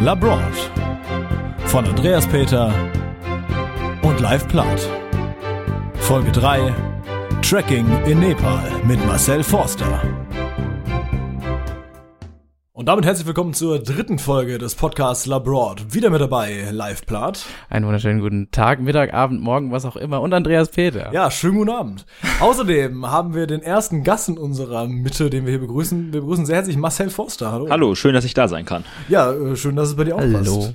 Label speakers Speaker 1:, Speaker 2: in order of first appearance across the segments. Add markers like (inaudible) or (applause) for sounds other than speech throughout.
Speaker 1: LaBroad von Andreas Peter und Live Plath. Folge 3 Trekking in Nepal mit Marcel Forster. Und damit herzlich willkommen zur dritten Folge des Podcasts LaBroad. Wieder mit dabei Live Plath.
Speaker 2: Einen wunderschönen guten Tag, Mittag, Abend, Morgen, was auch immer. Und Andreas Peter.
Speaker 1: Ja, schönen guten Abend. Außerdem haben wir den ersten Gast in unserer Mitte, den wir hier begrüßen. Wir begrüßen sehr herzlich Marcel Forster. Hallo.
Speaker 3: Hallo, schön, dass ich da sein kann.
Speaker 1: Ja, äh, schön, dass es bei dir auch
Speaker 2: Hallo.
Speaker 1: passt.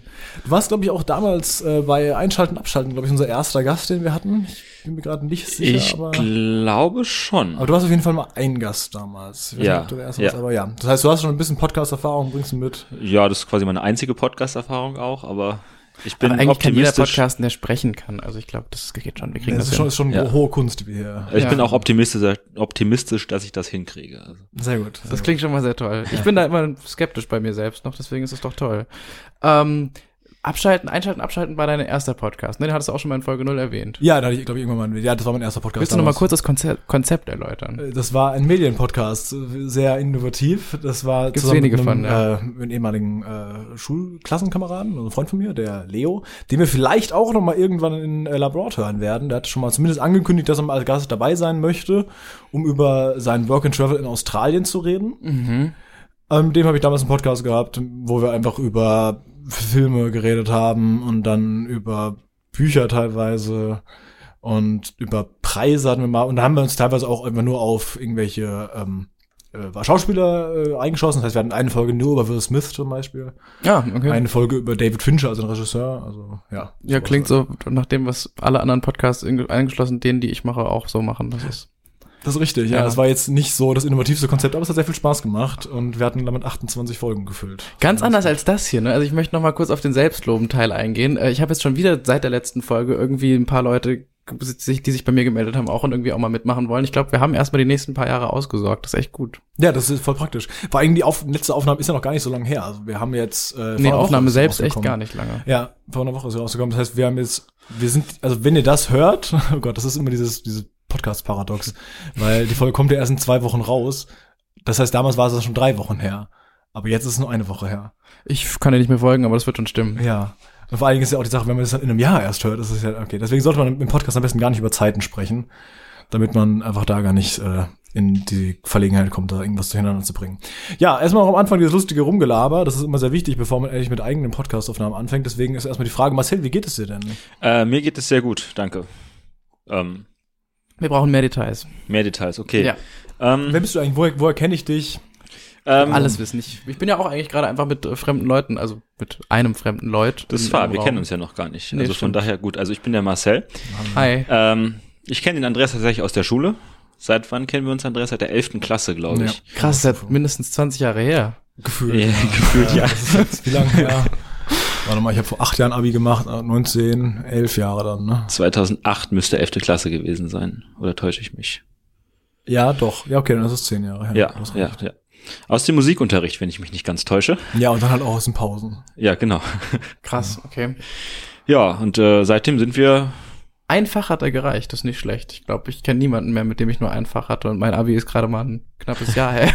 Speaker 1: Du warst, glaube ich, auch damals äh, bei Einschalten, Abschalten, glaube ich, unser erster Gast, den wir hatten. Ich bin mir gerade nicht sicher,
Speaker 3: ich
Speaker 1: aber,
Speaker 3: glaube schon.
Speaker 1: aber du warst auf jeden Fall mal ein Gast damals. Ich weiß
Speaker 3: Ja,
Speaker 1: nicht, ob du der erste
Speaker 3: ja.
Speaker 1: warst, aber ja. Das heißt, du hast schon ein bisschen Podcast-Erfahrung, bringst du mit.
Speaker 3: Ja, das ist quasi meine einzige Podcast-Erfahrung auch, aber ich bin
Speaker 2: Aber eigentlich kann jeder
Speaker 3: optimistisch.
Speaker 2: Podcasten, der sprechen kann. Also ich glaube, das geht schon. Wir kriegen
Speaker 1: Das
Speaker 2: das,
Speaker 1: ist schon,
Speaker 2: hin. Äh,
Speaker 1: ist schon
Speaker 3: Ja.
Speaker 1: hohe Kunst, wie hier.
Speaker 3: ich bin
Speaker 2: Ja.
Speaker 3: auch optimistisch, optimistisch, dass ich das hinkriege. Also,
Speaker 1: Sehr gut.
Speaker 2: Das klingt schon mal sehr toll. Ich bin da immer skeptisch bei mir selbst noch, deswegen ist es doch toll. Ähm, abschalten, einschalten, abschalten war dein erster Podcast. Ne, den hattest du auch schon mal in Folge 0 erwähnt.
Speaker 1: ja, da hatte ich, glaube ich, irgendwann mal. Ja, das war mein erster Podcast.
Speaker 2: Willst du noch mal
Speaker 1: damals.
Speaker 2: kurz das Konzept, Konzept erläutern?
Speaker 1: Äh, Das war ein Medienpodcast, äh, sehr innovativ. Das war
Speaker 2: Gibt's
Speaker 1: zusammen
Speaker 2: wenige
Speaker 1: mit einem,
Speaker 2: von, ja.
Speaker 1: äh, mit einem ehemaligen äh, Schulklassenkameraden, also einem Freund von mir, der Leo, den wir vielleicht auch noch mal irgendwann in äh, Labrador hören werden. Der hat schon mal zumindest angekündigt, dass er mal als Gast dabei sein möchte, um über seinen Work and Travel in Australien zu reden.
Speaker 2: Mhm.
Speaker 1: Ähm, dem habe ich damals einen Podcast gehabt, wo wir einfach über Filme geredet haben und dann über Bücher teilweise und über Preise hatten wir mal. Und da haben wir uns teilweise auch immer nur auf irgendwelche ähm, äh, Schauspieler äh, eingeschossen. Das heißt, wir hatten eine Folge nur über Will Smith zum Beispiel,
Speaker 2: Ja, okay.
Speaker 1: eine Folge über David Fincher, also den Regisseur. Also ja.
Speaker 2: ja, klingt so nach dem, was alle anderen Podcasts, in- eingeschlossen denen, die ich mache, auch so machen. Das ist
Speaker 1: Das ist richtig, ja.
Speaker 2: Ja.
Speaker 1: Das war jetzt nicht so das innovativste Konzept, aber es hat sehr viel Spaß gemacht und wir hatten damit 28 Folgen gefüllt.
Speaker 2: Ganz anders als das hier, ne? Also ich möchte noch mal kurz auf den Selbstlobenteil eingehen. Äh, Ich habe jetzt schon wieder seit der letzten Folge irgendwie ein paar Leute, ge- sich- die sich bei mir gemeldet haben, auch und irgendwie auch mal mitmachen wollen. Ich glaube, wir haben erstmal die nächsten paar Jahre ausgesorgt. Das ist echt gut.
Speaker 1: Ja, das ist voll praktisch. Vor allem die auf letzte Aufnahme ist ja noch gar nicht so lange her. Also wir haben jetzt äh, vor
Speaker 2: Nee,
Speaker 1: einer Woche
Speaker 2: Aufnahme
Speaker 1: ist sie
Speaker 2: selbst echt
Speaker 1: rausgekommen.
Speaker 2: gar nicht lange.
Speaker 1: Ja, vor einer Woche ist sie rausgekommen. Das heißt, wir haben jetzt, wir sind, also wenn ihr das hört, (laughs) oh Gott, das ist immer dieses, dieses Podcast-Paradox, weil die Folge kommt ja erst in zwei Wochen raus. Das heißt, damals war es ja schon drei Wochen her. Aber jetzt ist es nur eine Woche her.
Speaker 2: Ich kann dir nicht mehr folgen, aber das wird schon stimmen.
Speaker 1: Ja. Und vor allen Dingen ist ja auch die Sache, wenn man das dann in einem Jahr erst hört, ist es ja okay. Deswegen sollte man im Podcast am besten gar nicht über Zeiten sprechen, damit man einfach da gar nicht äh, in die Verlegenheit kommt, da irgendwas zueinander zu bringen. Ja, erstmal auch am Anfang dieses lustige Rumgelaber. Das ist immer sehr wichtig, bevor man ehrlich mit eigenen Podcastaufnahmen anfängt. Deswegen ist erstmal die Frage, Marcel, wie geht es dir denn?
Speaker 3: äh, mir geht es sehr gut, danke. Ähm,
Speaker 2: Wir brauchen mehr Details.
Speaker 3: mehr Details, okay.
Speaker 2: Ja,
Speaker 1: Wer
Speaker 3: Ähm,
Speaker 1: bist du eigentlich? Woher, woher kenne ich dich?
Speaker 3: ähm,
Speaker 2: alles wissen. Ich, ich bin ja auch eigentlich gerade einfach mit äh, fremden Leuten, also mit einem fremden Leut.
Speaker 3: Das
Speaker 2: in
Speaker 3: war,
Speaker 2: einem
Speaker 3: wir
Speaker 2: Raum.
Speaker 3: kennen uns ja noch gar nicht.
Speaker 2: Nee,
Speaker 3: also von
Speaker 2: stimmt.
Speaker 3: daher gut. Also ich bin der Marcel.
Speaker 2: Hi.
Speaker 3: Ähm, ich kenne den Andreas tatsächlich aus der Schule. Seit wann kennen wir uns, Andreas? Seit der 11. Klasse, glaube ich.
Speaker 2: Krass, das ist ja mindestens 20 Jahre her.
Speaker 1: Gefühl.
Speaker 3: Ja, (laughs) gefühlt, ja.
Speaker 1: Das ist jetzt wie lange her? Warte mal, ich habe vor acht Jahren Abi gemacht, äh, 19, elf Jahre dann, ne?
Speaker 3: 2008 müsste 11. Klasse gewesen sein. Oder täusche ich mich?
Speaker 1: Ja, doch. Ja, okay, dann ist es zehn Jahre her.
Speaker 3: Ja,
Speaker 1: Du hast
Speaker 3: ja, ja. Aus dem Musikunterricht, wenn ich mich nicht ganz täusche.
Speaker 1: Ja, und dann halt auch aus den Pausen.
Speaker 3: Ja, genau. (laughs)
Speaker 2: Krass, okay.
Speaker 3: Ja, und äh, seitdem sind wir.
Speaker 2: Einfach hat er gereicht, das ist nicht schlecht. Ich glaube, ich kenne niemanden mehr, mit dem ich nur einfach hatte und mein Abi ist gerade mal ein knappes Jahr her.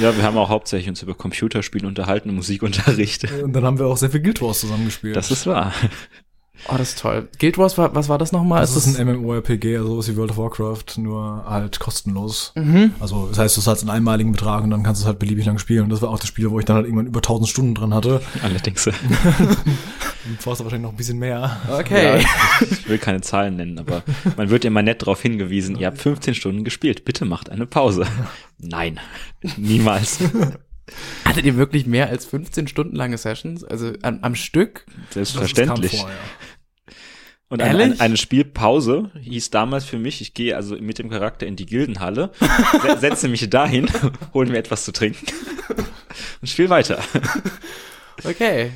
Speaker 3: Ja, wir haben auch hauptsächlich uns über Computerspiele unterhalten im Musikunterricht.
Speaker 1: Und dann haben wir auch sehr viel Guild Wars zusammengespielt.
Speaker 3: Das ist wahr. (laughs)
Speaker 2: oh, das ist toll. Guild Wars, war, was war das nochmal?
Speaker 1: das Also ist ein MMORPG, also sowas wie World of Warcraft, nur halt kostenlos.
Speaker 2: Mhm.
Speaker 1: Also das heißt, du zahlst einen einmaligen Betrag und dann kannst du es halt beliebig lang spielen. Und das war auch das Spiel, wo ich dann halt irgendwann über 1000 Stunden drin hatte.
Speaker 3: Allerdings. äh,
Speaker 1: Und Forster wahrscheinlich noch ein bisschen mehr.
Speaker 2: Okay.
Speaker 3: Ja, ich, ich will keine Zahlen nennen, aber man wird immer nett darauf hingewiesen, ihr habt 15 Stunden gespielt. Bitte macht eine Pause. Nein, niemals.
Speaker 2: (laughs) Hattet ihr wirklich mehr als 15 Stunden lange Sessions? Also an, am Stück?
Speaker 1: Das
Speaker 3: Selbstverständlich.
Speaker 1: kam vor, ja.
Speaker 3: Und eine,
Speaker 2: Ehrlich?
Speaker 3: eine, eine Spielpause hieß damals für mich, ich gehe also mit dem Charakter in die Gildenhalle,
Speaker 1: (laughs)
Speaker 3: se setze mich dahin, (laughs) hole mir etwas zu trinken (laughs) und spiel weiter.
Speaker 2: Okay.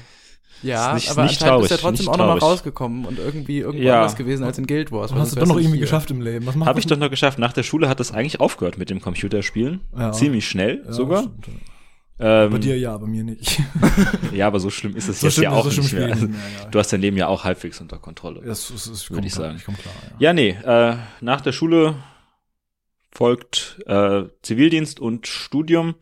Speaker 2: Ja,
Speaker 3: Ist nicht-
Speaker 2: aber
Speaker 3: nicht
Speaker 2: anscheinend
Speaker 3: traurig,
Speaker 2: ist er trotzdem
Speaker 3: nicht
Speaker 2: auch nochmal
Speaker 3: traurig.
Speaker 2: rausgekommen und irgendwie irgendwo
Speaker 3: Ja.
Speaker 2: anders gewesen als in Guild Wars.
Speaker 1: Und
Speaker 2: weil
Speaker 1: hast
Speaker 2: sonst
Speaker 1: du
Speaker 2: wärst
Speaker 1: doch noch
Speaker 2: nicht
Speaker 1: irgendwie
Speaker 2: hier.
Speaker 1: geschafft im Leben. Was macht
Speaker 3: Habe ich doch noch geschafft. Nach der Schule hat es eigentlich aufgehört mit dem Computerspielen.
Speaker 1: Ja.
Speaker 3: Ziemlich schnell
Speaker 1: Ja,
Speaker 3: sogar.
Speaker 1: stimmt.
Speaker 3: Ähm,
Speaker 1: Bei dir ja, bei mir (laughs) nicht.
Speaker 3: Ja, aber so schlimm ist es
Speaker 1: So
Speaker 3: jetzt
Speaker 1: schlimm-
Speaker 3: ja auch
Speaker 1: so schlimm
Speaker 3: nicht mehr.
Speaker 1: spielen
Speaker 3: Also,
Speaker 1: wir nicht mehr, ja.
Speaker 3: (laughs) Du hast dein Leben ja auch halbwegs unter Kontrolle.
Speaker 1: Das ist, ist,
Speaker 3: Würde ich sagen.
Speaker 1: Ich komm klar, ja.
Speaker 3: Ja, nee. Äh, nach der Schule folgt äh, Zivildienst und Studium,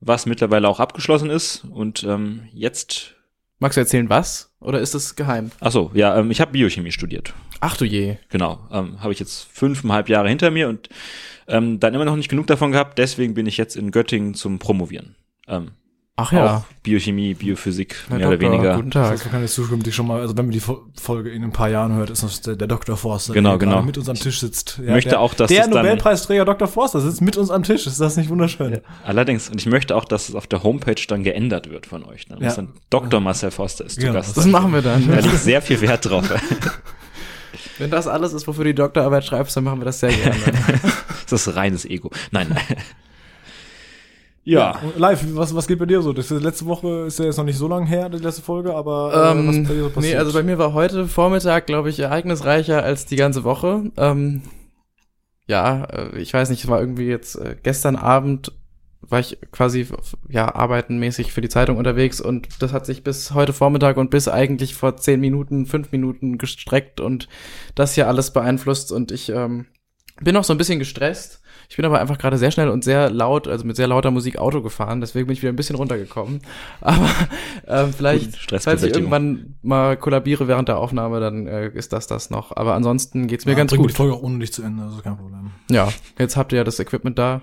Speaker 3: was mittlerweile auch abgeschlossen ist. Und ähm, jetzt,
Speaker 2: Magst du erzählen, was? Oder ist das geheim?
Speaker 3: ach so, ja, ähm, ich habe Biochemie studiert.
Speaker 2: Ach du je.
Speaker 3: Genau, ähm, habe ich jetzt fünfeinhalb Jahre hinter mir und ähm, dann immer noch nicht genug davon gehabt. Deswegen bin ich jetzt in Göttingen zum Promovieren. Ähm,
Speaker 2: Ach
Speaker 3: ja. Auch Biochemie, Biophysik, mehr oder weniger.
Speaker 2: Guten
Speaker 1: Das
Speaker 2: Tag.
Speaker 1: kann jetzt zukünftig schon mal, also wenn man die Fo- Folge in ein paar Jahren hört, ist noch der, der Dr. Forster,
Speaker 3: Genau,
Speaker 1: der gerade
Speaker 3: genau.
Speaker 1: mit uns am Tisch sitzt. Ja,
Speaker 3: möchte
Speaker 1: der,
Speaker 3: auch, dass
Speaker 1: der
Speaker 3: es dann-
Speaker 1: Nobelpreisträger Dr. Forster sitzt mit uns am Tisch. Ist das nicht wunderschön?
Speaker 3: Allerdings, und ich möchte auch, dass es auf der Homepage dann geändert wird von euch. Dann muss
Speaker 1: Ja.
Speaker 3: dann Dr. Marcel Forster ist zu
Speaker 1: Genau.
Speaker 3: Gast.
Speaker 2: Das machen wir
Speaker 3: Da
Speaker 2: dann.
Speaker 3: liegt sehr viel Wert drauf. (laughs)
Speaker 2: Wenn das alles ist, wofür du die Doktorarbeit schreibst, dann machen wir das sehr gerne.
Speaker 3: Das ist reines Ego. Nein. Ja,
Speaker 1: Und Live, was, was geht bei dir so? Das ist letzte Woche ist ja jetzt noch nicht so lange her, die letzte Folge, aber äh, was ist bei dir so passiert?
Speaker 2: nee, also bei mir war heute Vormittag, glaube ich, ereignisreicher als die ganze Woche. Ähm, ja, äh, ich weiß nicht, es war irgendwie jetzt äh, gestern Abend war ich quasi ja arbeitenmäßig für die Zeitung unterwegs und das hat sich bis heute Vormittag und bis eigentlich vor zehn Minuten, fünf Minuten gestreckt und das hier alles beeinflusst und ich ähm, bin noch so ein bisschen gestresst. Ich bin aber einfach gerade sehr schnell und sehr laut, also mit sehr lauter Musik Auto gefahren, deswegen bin ich wieder ein bisschen runtergekommen. (laughs) Aber ähm, vielleicht,
Speaker 3: Gut,
Speaker 2: falls ich
Speaker 3: Stressbewältigung.
Speaker 2: irgendwann mal kollabiere während der Aufnahme, dann äh, ist das das noch. Aber ansonsten geht's mir
Speaker 1: Ja,
Speaker 2: ganz
Speaker 1: bring die
Speaker 2: gut.
Speaker 1: Folge auch ohne dich zu Ende, also kein Problem.
Speaker 2: Ja, jetzt habt ihr ja das Equipment da.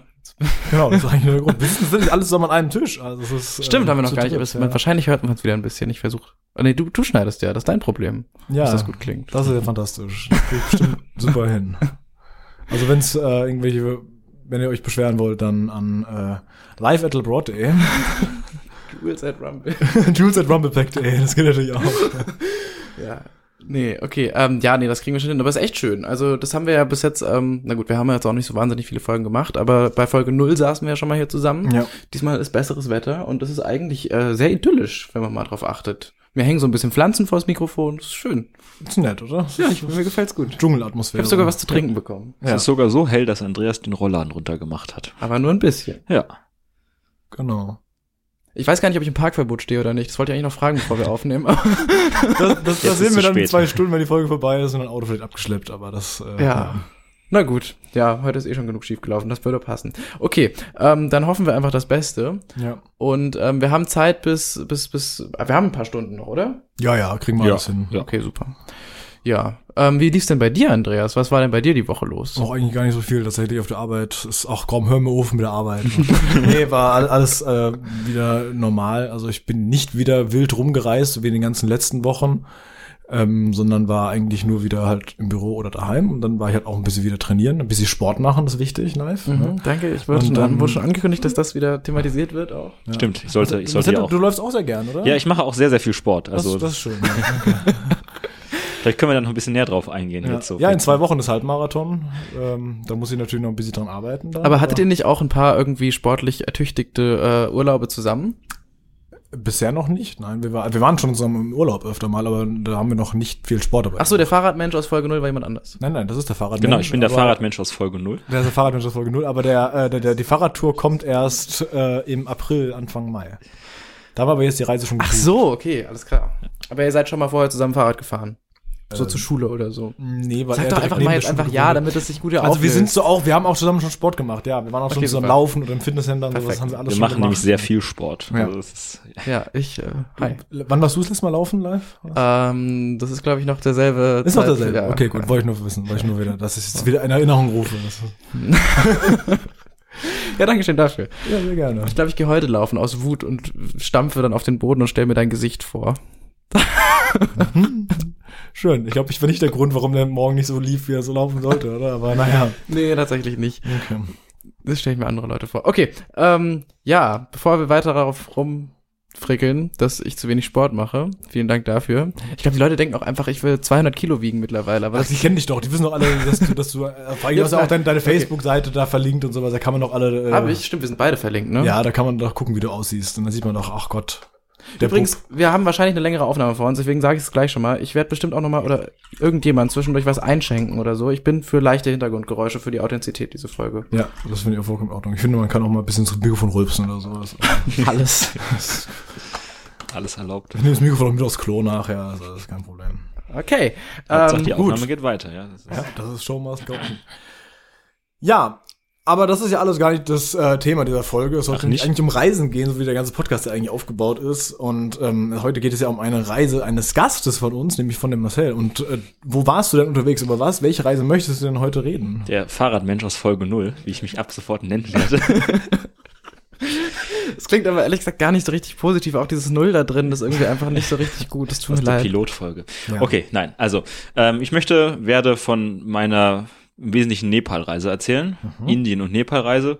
Speaker 1: Genau, das ist eigentlich nur der Grund. Wir sitzen wirklich alles zusammen an einem Tisch. Also es ist,
Speaker 2: Stimmt, haben wir noch
Speaker 1: zu
Speaker 2: gar nicht,
Speaker 1: dritt,
Speaker 2: aber es,
Speaker 1: ja.
Speaker 2: man, wahrscheinlich hört man es wieder ein bisschen. Ich versuche. Oh, nee, du, du schneidest ja, das ist dein Problem,
Speaker 1: ja,
Speaker 2: dass das gut klingt.
Speaker 1: Das ist ja fantastisch. Das kriegt
Speaker 2: (laughs)
Speaker 1: bestimmt super hin. Also wenn es äh, irgendwelche, wenn ihr euch beschweren wollt, dann an äh, live at labroad.de,
Speaker 2: Duels at Rumble.
Speaker 1: (laughs) jules at rumblepack.de, das geht natürlich auch.
Speaker 2: ja. Nee, okay. Ähm, ja, nee, das kriegen wir schon hin. Aber ist echt schön. Also, das haben wir ja bis jetzt, ähm, na gut, wir haben ja jetzt auch nicht so wahnsinnig viele Folgen gemacht, aber bei Folge 0 saßen wir ja schon mal hier zusammen.
Speaker 1: ja.
Speaker 2: Diesmal ist besseres Wetter und das ist eigentlich äh, sehr idyllisch, wenn man mal drauf achtet. Mir hängen so ein bisschen Pflanzen vors Mikrofon. Das ist schön.
Speaker 1: Ist nett, oder?
Speaker 2: Ja, ich, mir gefällt's gut. Ich
Speaker 1: Dschungelatmosphäre.
Speaker 2: habe sogar was zu trinken bekommen.
Speaker 3: es
Speaker 1: Ja.
Speaker 3: ist sogar so hell, dass Andreas den Rollladen runtergemacht hat.
Speaker 2: Aber nur ein bisschen.
Speaker 3: Ja.
Speaker 1: Genau.
Speaker 2: (laughs) Ich weiß gar nicht, ob ich im Parkverbot stehe oder nicht. Das wollte ich eigentlich noch fragen, bevor wir aufnehmen. Aber
Speaker 1: Das, das,
Speaker 3: Jetzt
Speaker 1: das
Speaker 3: ist
Speaker 1: sehen wir
Speaker 3: zu
Speaker 1: dann in
Speaker 3: spät.
Speaker 1: zwei Stunden, wenn die Folge vorbei ist und dann Auto vielleicht abgeschleppt, aber das äh,
Speaker 2: (laughs) ja. Na gut. Ja, heute ist eh schon genug schiefgelaufen. Das würde passen. Okay, ähm, dann hoffen wir einfach das Beste.
Speaker 1: ja.
Speaker 2: Und ähm, wir haben Zeit bis, bis, bis. ah, Wir haben ein paar Stunden noch, oder?
Speaker 1: Ja, ja, kriegen wir
Speaker 3: Ja.
Speaker 1: alles hin.
Speaker 3: Ja.
Speaker 2: Okay, super. Ja. Ähm, wie lief's denn bei dir, Andreas? Was war denn bei dir die Woche los?
Speaker 1: Auch eigentlich gar nicht so viel tatsächlich auf der Arbeit. Ist auch kaum hör mir auf mit der (laughs) Arbeit. nee, war all- alles äh, wieder normal. Also ich bin nicht wieder wild rumgereist wie in den ganzen letzten Wochen, ähm, sondern war eigentlich nur wieder halt im Büro oder daheim. Und dann war ich halt auch ein bisschen wieder trainieren, ein bisschen Sport machen, das ist wichtig, live. Ne?
Speaker 2: Mhm, danke, ich wurde
Speaker 1: Und
Speaker 2: schon,
Speaker 1: dann-
Speaker 2: wurde schon angekündigt, dass das wieder thematisiert wird auch.
Speaker 3: Stimmt, ich sollte, ich sollte ja
Speaker 1: Marcel, du
Speaker 3: auch.
Speaker 1: läufst auch sehr gern, oder?
Speaker 3: Ja, ich mache auch sehr, sehr viel Sport.
Speaker 1: das,
Speaker 3: Also
Speaker 1: das ist
Speaker 3: (laughs)
Speaker 1: schön.
Speaker 3: vielleicht können wir da noch ein bisschen näher drauf eingehen.
Speaker 1: Ja.
Speaker 3: Jetzt so.
Speaker 1: ja, in zwei Wochen ist Halbmarathon. Ähm, da muss ich natürlich noch ein bisschen dran arbeiten. Dann,
Speaker 2: Aber hattet ihr nicht auch ein paar irgendwie sportlich ertüchtigte äh, Urlaube zusammen?
Speaker 1: Bisher noch nicht. Nein, wir, war, wir waren schon zusammen im Urlaub öfter mal, aber da haben wir noch nicht viel Sport dabei.
Speaker 2: Ach so, der Fahrradmensch aus Folge 0 war jemand anders.
Speaker 1: Nein, nein, das ist der Fahrradmensch.
Speaker 3: Genau, ich bin der
Speaker 1: aber-
Speaker 3: Fahrradmensch aus Folge null.
Speaker 1: Der ist der Fahrradmensch aus Folge 0, aber der, äh, der, der, die Fahrradtour kommt erst äh, im April, Anfang Mai. Da war aber jetzt die Reise schon
Speaker 2: Ach so, okay, alles klar. Aber ihr seid schon mal vorher zusammen Fahrrad gefahren. So
Speaker 1: Ähm,
Speaker 2: zur Schule oder so.
Speaker 1: Nee, weil
Speaker 2: Sag doch einfach mal jetzt einfach ja, damit es sich gut hier
Speaker 1: Also wir sind
Speaker 2: auflöst.
Speaker 1: so auch, wir haben auch zusammen schon Sport gemacht, ja. Wir waren auch schon
Speaker 2: Okay,
Speaker 1: zusammen
Speaker 2: super.
Speaker 1: laufen oder im Fitnesscenter und sowas
Speaker 2: Perfekt.
Speaker 1: haben wir alles
Speaker 3: Wir
Speaker 1: schon
Speaker 3: machen
Speaker 1: gemacht.
Speaker 3: nämlich sehr viel Sport.
Speaker 1: Ja.
Speaker 3: Also das ist,
Speaker 2: Ja, ich, äh, hi.
Speaker 1: Wann warst du das letzte Mal laufen live?
Speaker 2: Ähm, das ist, glaube ich, noch derselbe.
Speaker 1: Ist noch
Speaker 2: Zeit-
Speaker 1: derselbe.
Speaker 2: Äh, ja.
Speaker 1: okay, gut, wollte ich nur wissen, wollte ich nur wieder, dass ich jetzt wieder in Erinnerung rufe. Das ist-
Speaker 2: Ja, danke schön dafür.
Speaker 1: Ja, sehr gerne. (laughs)
Speaker 2: Ich glaube, ich gehe heute laufen aus Wut und stampfe dann auf den Boden und stelle mir dein Gesicht vor.
Speaker 1: Schön. Ich glaube, ich war nicht der Grund, warum der morgen nicht so lief, wie er so laufen sollte, oder? Aber naja.
Speaker 2: Nee, tatsächlich nicht.
Speaker 1: Okay.
Speaker 2: Das stelle ich mir andere Leute vor. Okay, ähm, ja, bevor wir weiter darauf rumfrickeln, dass ich zu wenig Sport mache, vielen Dank dafür. Ich glaube, die Leute denken auch einfach, ich will 200 Kilo wiegen mittlerweile, aber
Speaker 1: Ach,
Speaker 2: das
Speaker 1: die kennen dich doch, die wissen doch alle, dass du, dass du,
Speaker 2: (laughs)
Speaker 1: äh, vor allem du hast ja auch deine, deine Facebook-Seite da verlinkt und sowas, da kann man doch alle, äh,
Speaker 2: habe ich. Stimmt, wir sind beide verlinkt, ne?
Speaker 1: ja, da kann man doch gucken, wie du aussiehst und dann sieht man doch, ach Gott, der
Speaker 2: Übrigens,
Speaker 1: Bub.
Speaker 2: wir haben wahrscheinlich eine längere Aufnahme vor uns, deswegen sage ich es gleich schon mal. Ich werde bestimmt auch nochmal oder irgendjemand zwischendurch was einschenken oder so. Ich bin für leichte Hintergrundgeräusche, für die Authentizität dieser Folge.
Speaker 1: Ja, das finde ich auch vollkommen in Ordnung. Ich finde, man kann auch mal ein bisschen zum Mikrofon rülpsen oder sowas.
Speaker 2: Alles.
Speaker 3: alles erlaubt.
Speaker 1: Ich nehme das Mikrofon auch mit aufs Klo nachher, also das ist kein Problem.
Speaker 2: Okay.
Speaker 3: Hauptsache,
Speaker 2: Ähm,
Speaker 3: die
Speaker 1: gut.
Speaker 3: (laughs) Aufnahme geht weiter. Ja, das ist,
Speaker 1: Ja, das ist schon mal das Gotten. Ja, Aber das ist ja alles gar nicht das äh, Thema dieser Folge. Es sollte
Speaker 3: Ach, nicht?
Speaker 1: eigentlich um Reisen gehen, so wie der ganze Podcast ja eigentlich aufgebaut ist. Und ähm, heute geht es ja um eine Reise eines Gastes von uns, nämlich von dem Marcel. Und äh, wo warst du denn unterwegs? Über was? Welche Reise möchtest du denn heute reden?
Speaker 3: Der Fahrradmensch aus Folge 0, wie ich mich ab sofort nennen
Speaker 1: (laughs)
Speaker 3: werde.
Speaker 2: Es klingt aber ehrlich gesagt gar nicht so richtig positiv. Auch dieses Null da drin ist irgendwie einfach nicht so richtig gut. Das tut mir
Speaker 3: Aus der
Speaker 2: leid.
Speaker 3: Pilotfolge.
Speaker 1: Ja.
Speaker 3: Okay, nein. Also, ähm, ich möchte, werde von meiner im Wesentlichen Nepal-Reise erzählen.
Speaker 1: Mhm.
Speaker 3: Indien- und Nepal-Reise,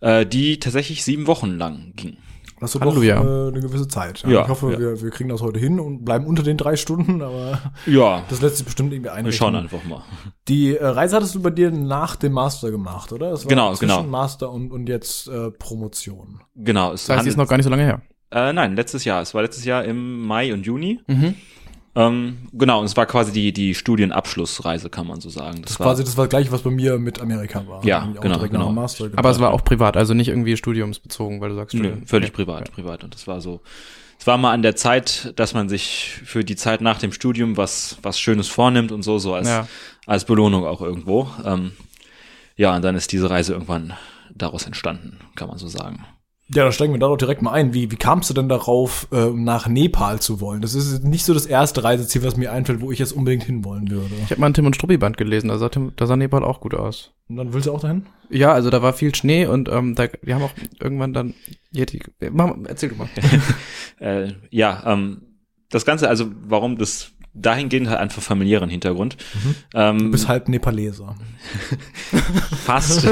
Speaker 3: äh, die tatsächlich sieben Wochen lang ging.
Speaker 1: Das ist doch äh,
Speaker 2: Halleluja.
Speaker 1: eine gewisse Zeit. Ja,
Speaker 3: Ja,
Speaker 1: ich hoffe,
Speaker 3: ja.
Speaker 1: wir, wir kriegen das heute hin und bleiben unter den drei Stunden, aber (laughs)
Speaker 3: Ja,
Speaker 1: das lässt sich bestimmt irgendwie
Speaker 3: wir
Speaker 1: einrichten.
Speaker 3: schauen einfach mal.
Speaker 1: Die äh, Reise hattest du bei dir nach dem Master gemacht, oder? Das
Speaker 3: Genau,
Speaker 1: zwischen
Speaker 3: genau.
Speaker 1: Master und, und jetzt äh, Promotion.
Speaker 3: Genau, es
Speaker 2: Das heißt, die ist
Speaker 3: handelt-
Speaker 2: noch gar nicht so lange her.
Speaker 3: äh, nein, letztes Jahr. Es war letztes Jahr im Mai und Juni.
Speaker 2: Mhm.
Speaker 3: Ähm, genau, und es war quasi die, die Studienabschlussreise, kann man so sagen.
Speaker 1: Das ist quasi das war gleich, was bei mir mit Amerika war.
Speaker 3: Ja,
Speaker 1: Irgendwie auch
Speaker 3: genau,
Speaker 1: direkt
Speaker 3: genau.
Speaker 1: Nach dem Master
Speaker 2: Aber es war auch privat, also nicht irgendwie studiumsbezogen, weil du sagst
Speaker 3: Nö,
Speaker 2: Studium.
Speaker 3: völlig
Speaker 2: Okay.
Speaker 3: privat, privat. Und das war so. Es war mal an der Zeit, dass man sich für die Zeit nach dem Studium was, was Schönes vornimmt und so, so als,
Speaker 2: Ja.
Speaker 3: als Belohnung auch irgendwo. Ähm, ja, und dann ist diese Reise irgendwann daraus entstanden, kann man so sagen.
Speaker 1: Ja, dann steigen wir da doch direkt mal ein. Wie, wie kamst du denn darauf, äh, nach Nepal zu wollen? Das ist nicht so das erste Reiseziel, was mir einfällt, wo ich jetzt unbedingt hinwollen würde.
Speaker 2: Ich habe mal ein Tim und Struppi Band gelesen, da sah, Tim, da sah Nepal auch gut aus.
Speaker 1: Und dann willst du auch dahin?
Speaker 2: Ja, also da war viel Schnee und ähm, da, wir haben auch irgendwann dann Yeti. Mach, erzähl du mal.
Speaker 3: Äh, ja, ähm, das Ganze, also warum das dahingehend halt einfach familiären Hintergrund. Ähm,
Speaker 1: Du bist halt halb Nepaleser.
Speaker 3: Fast.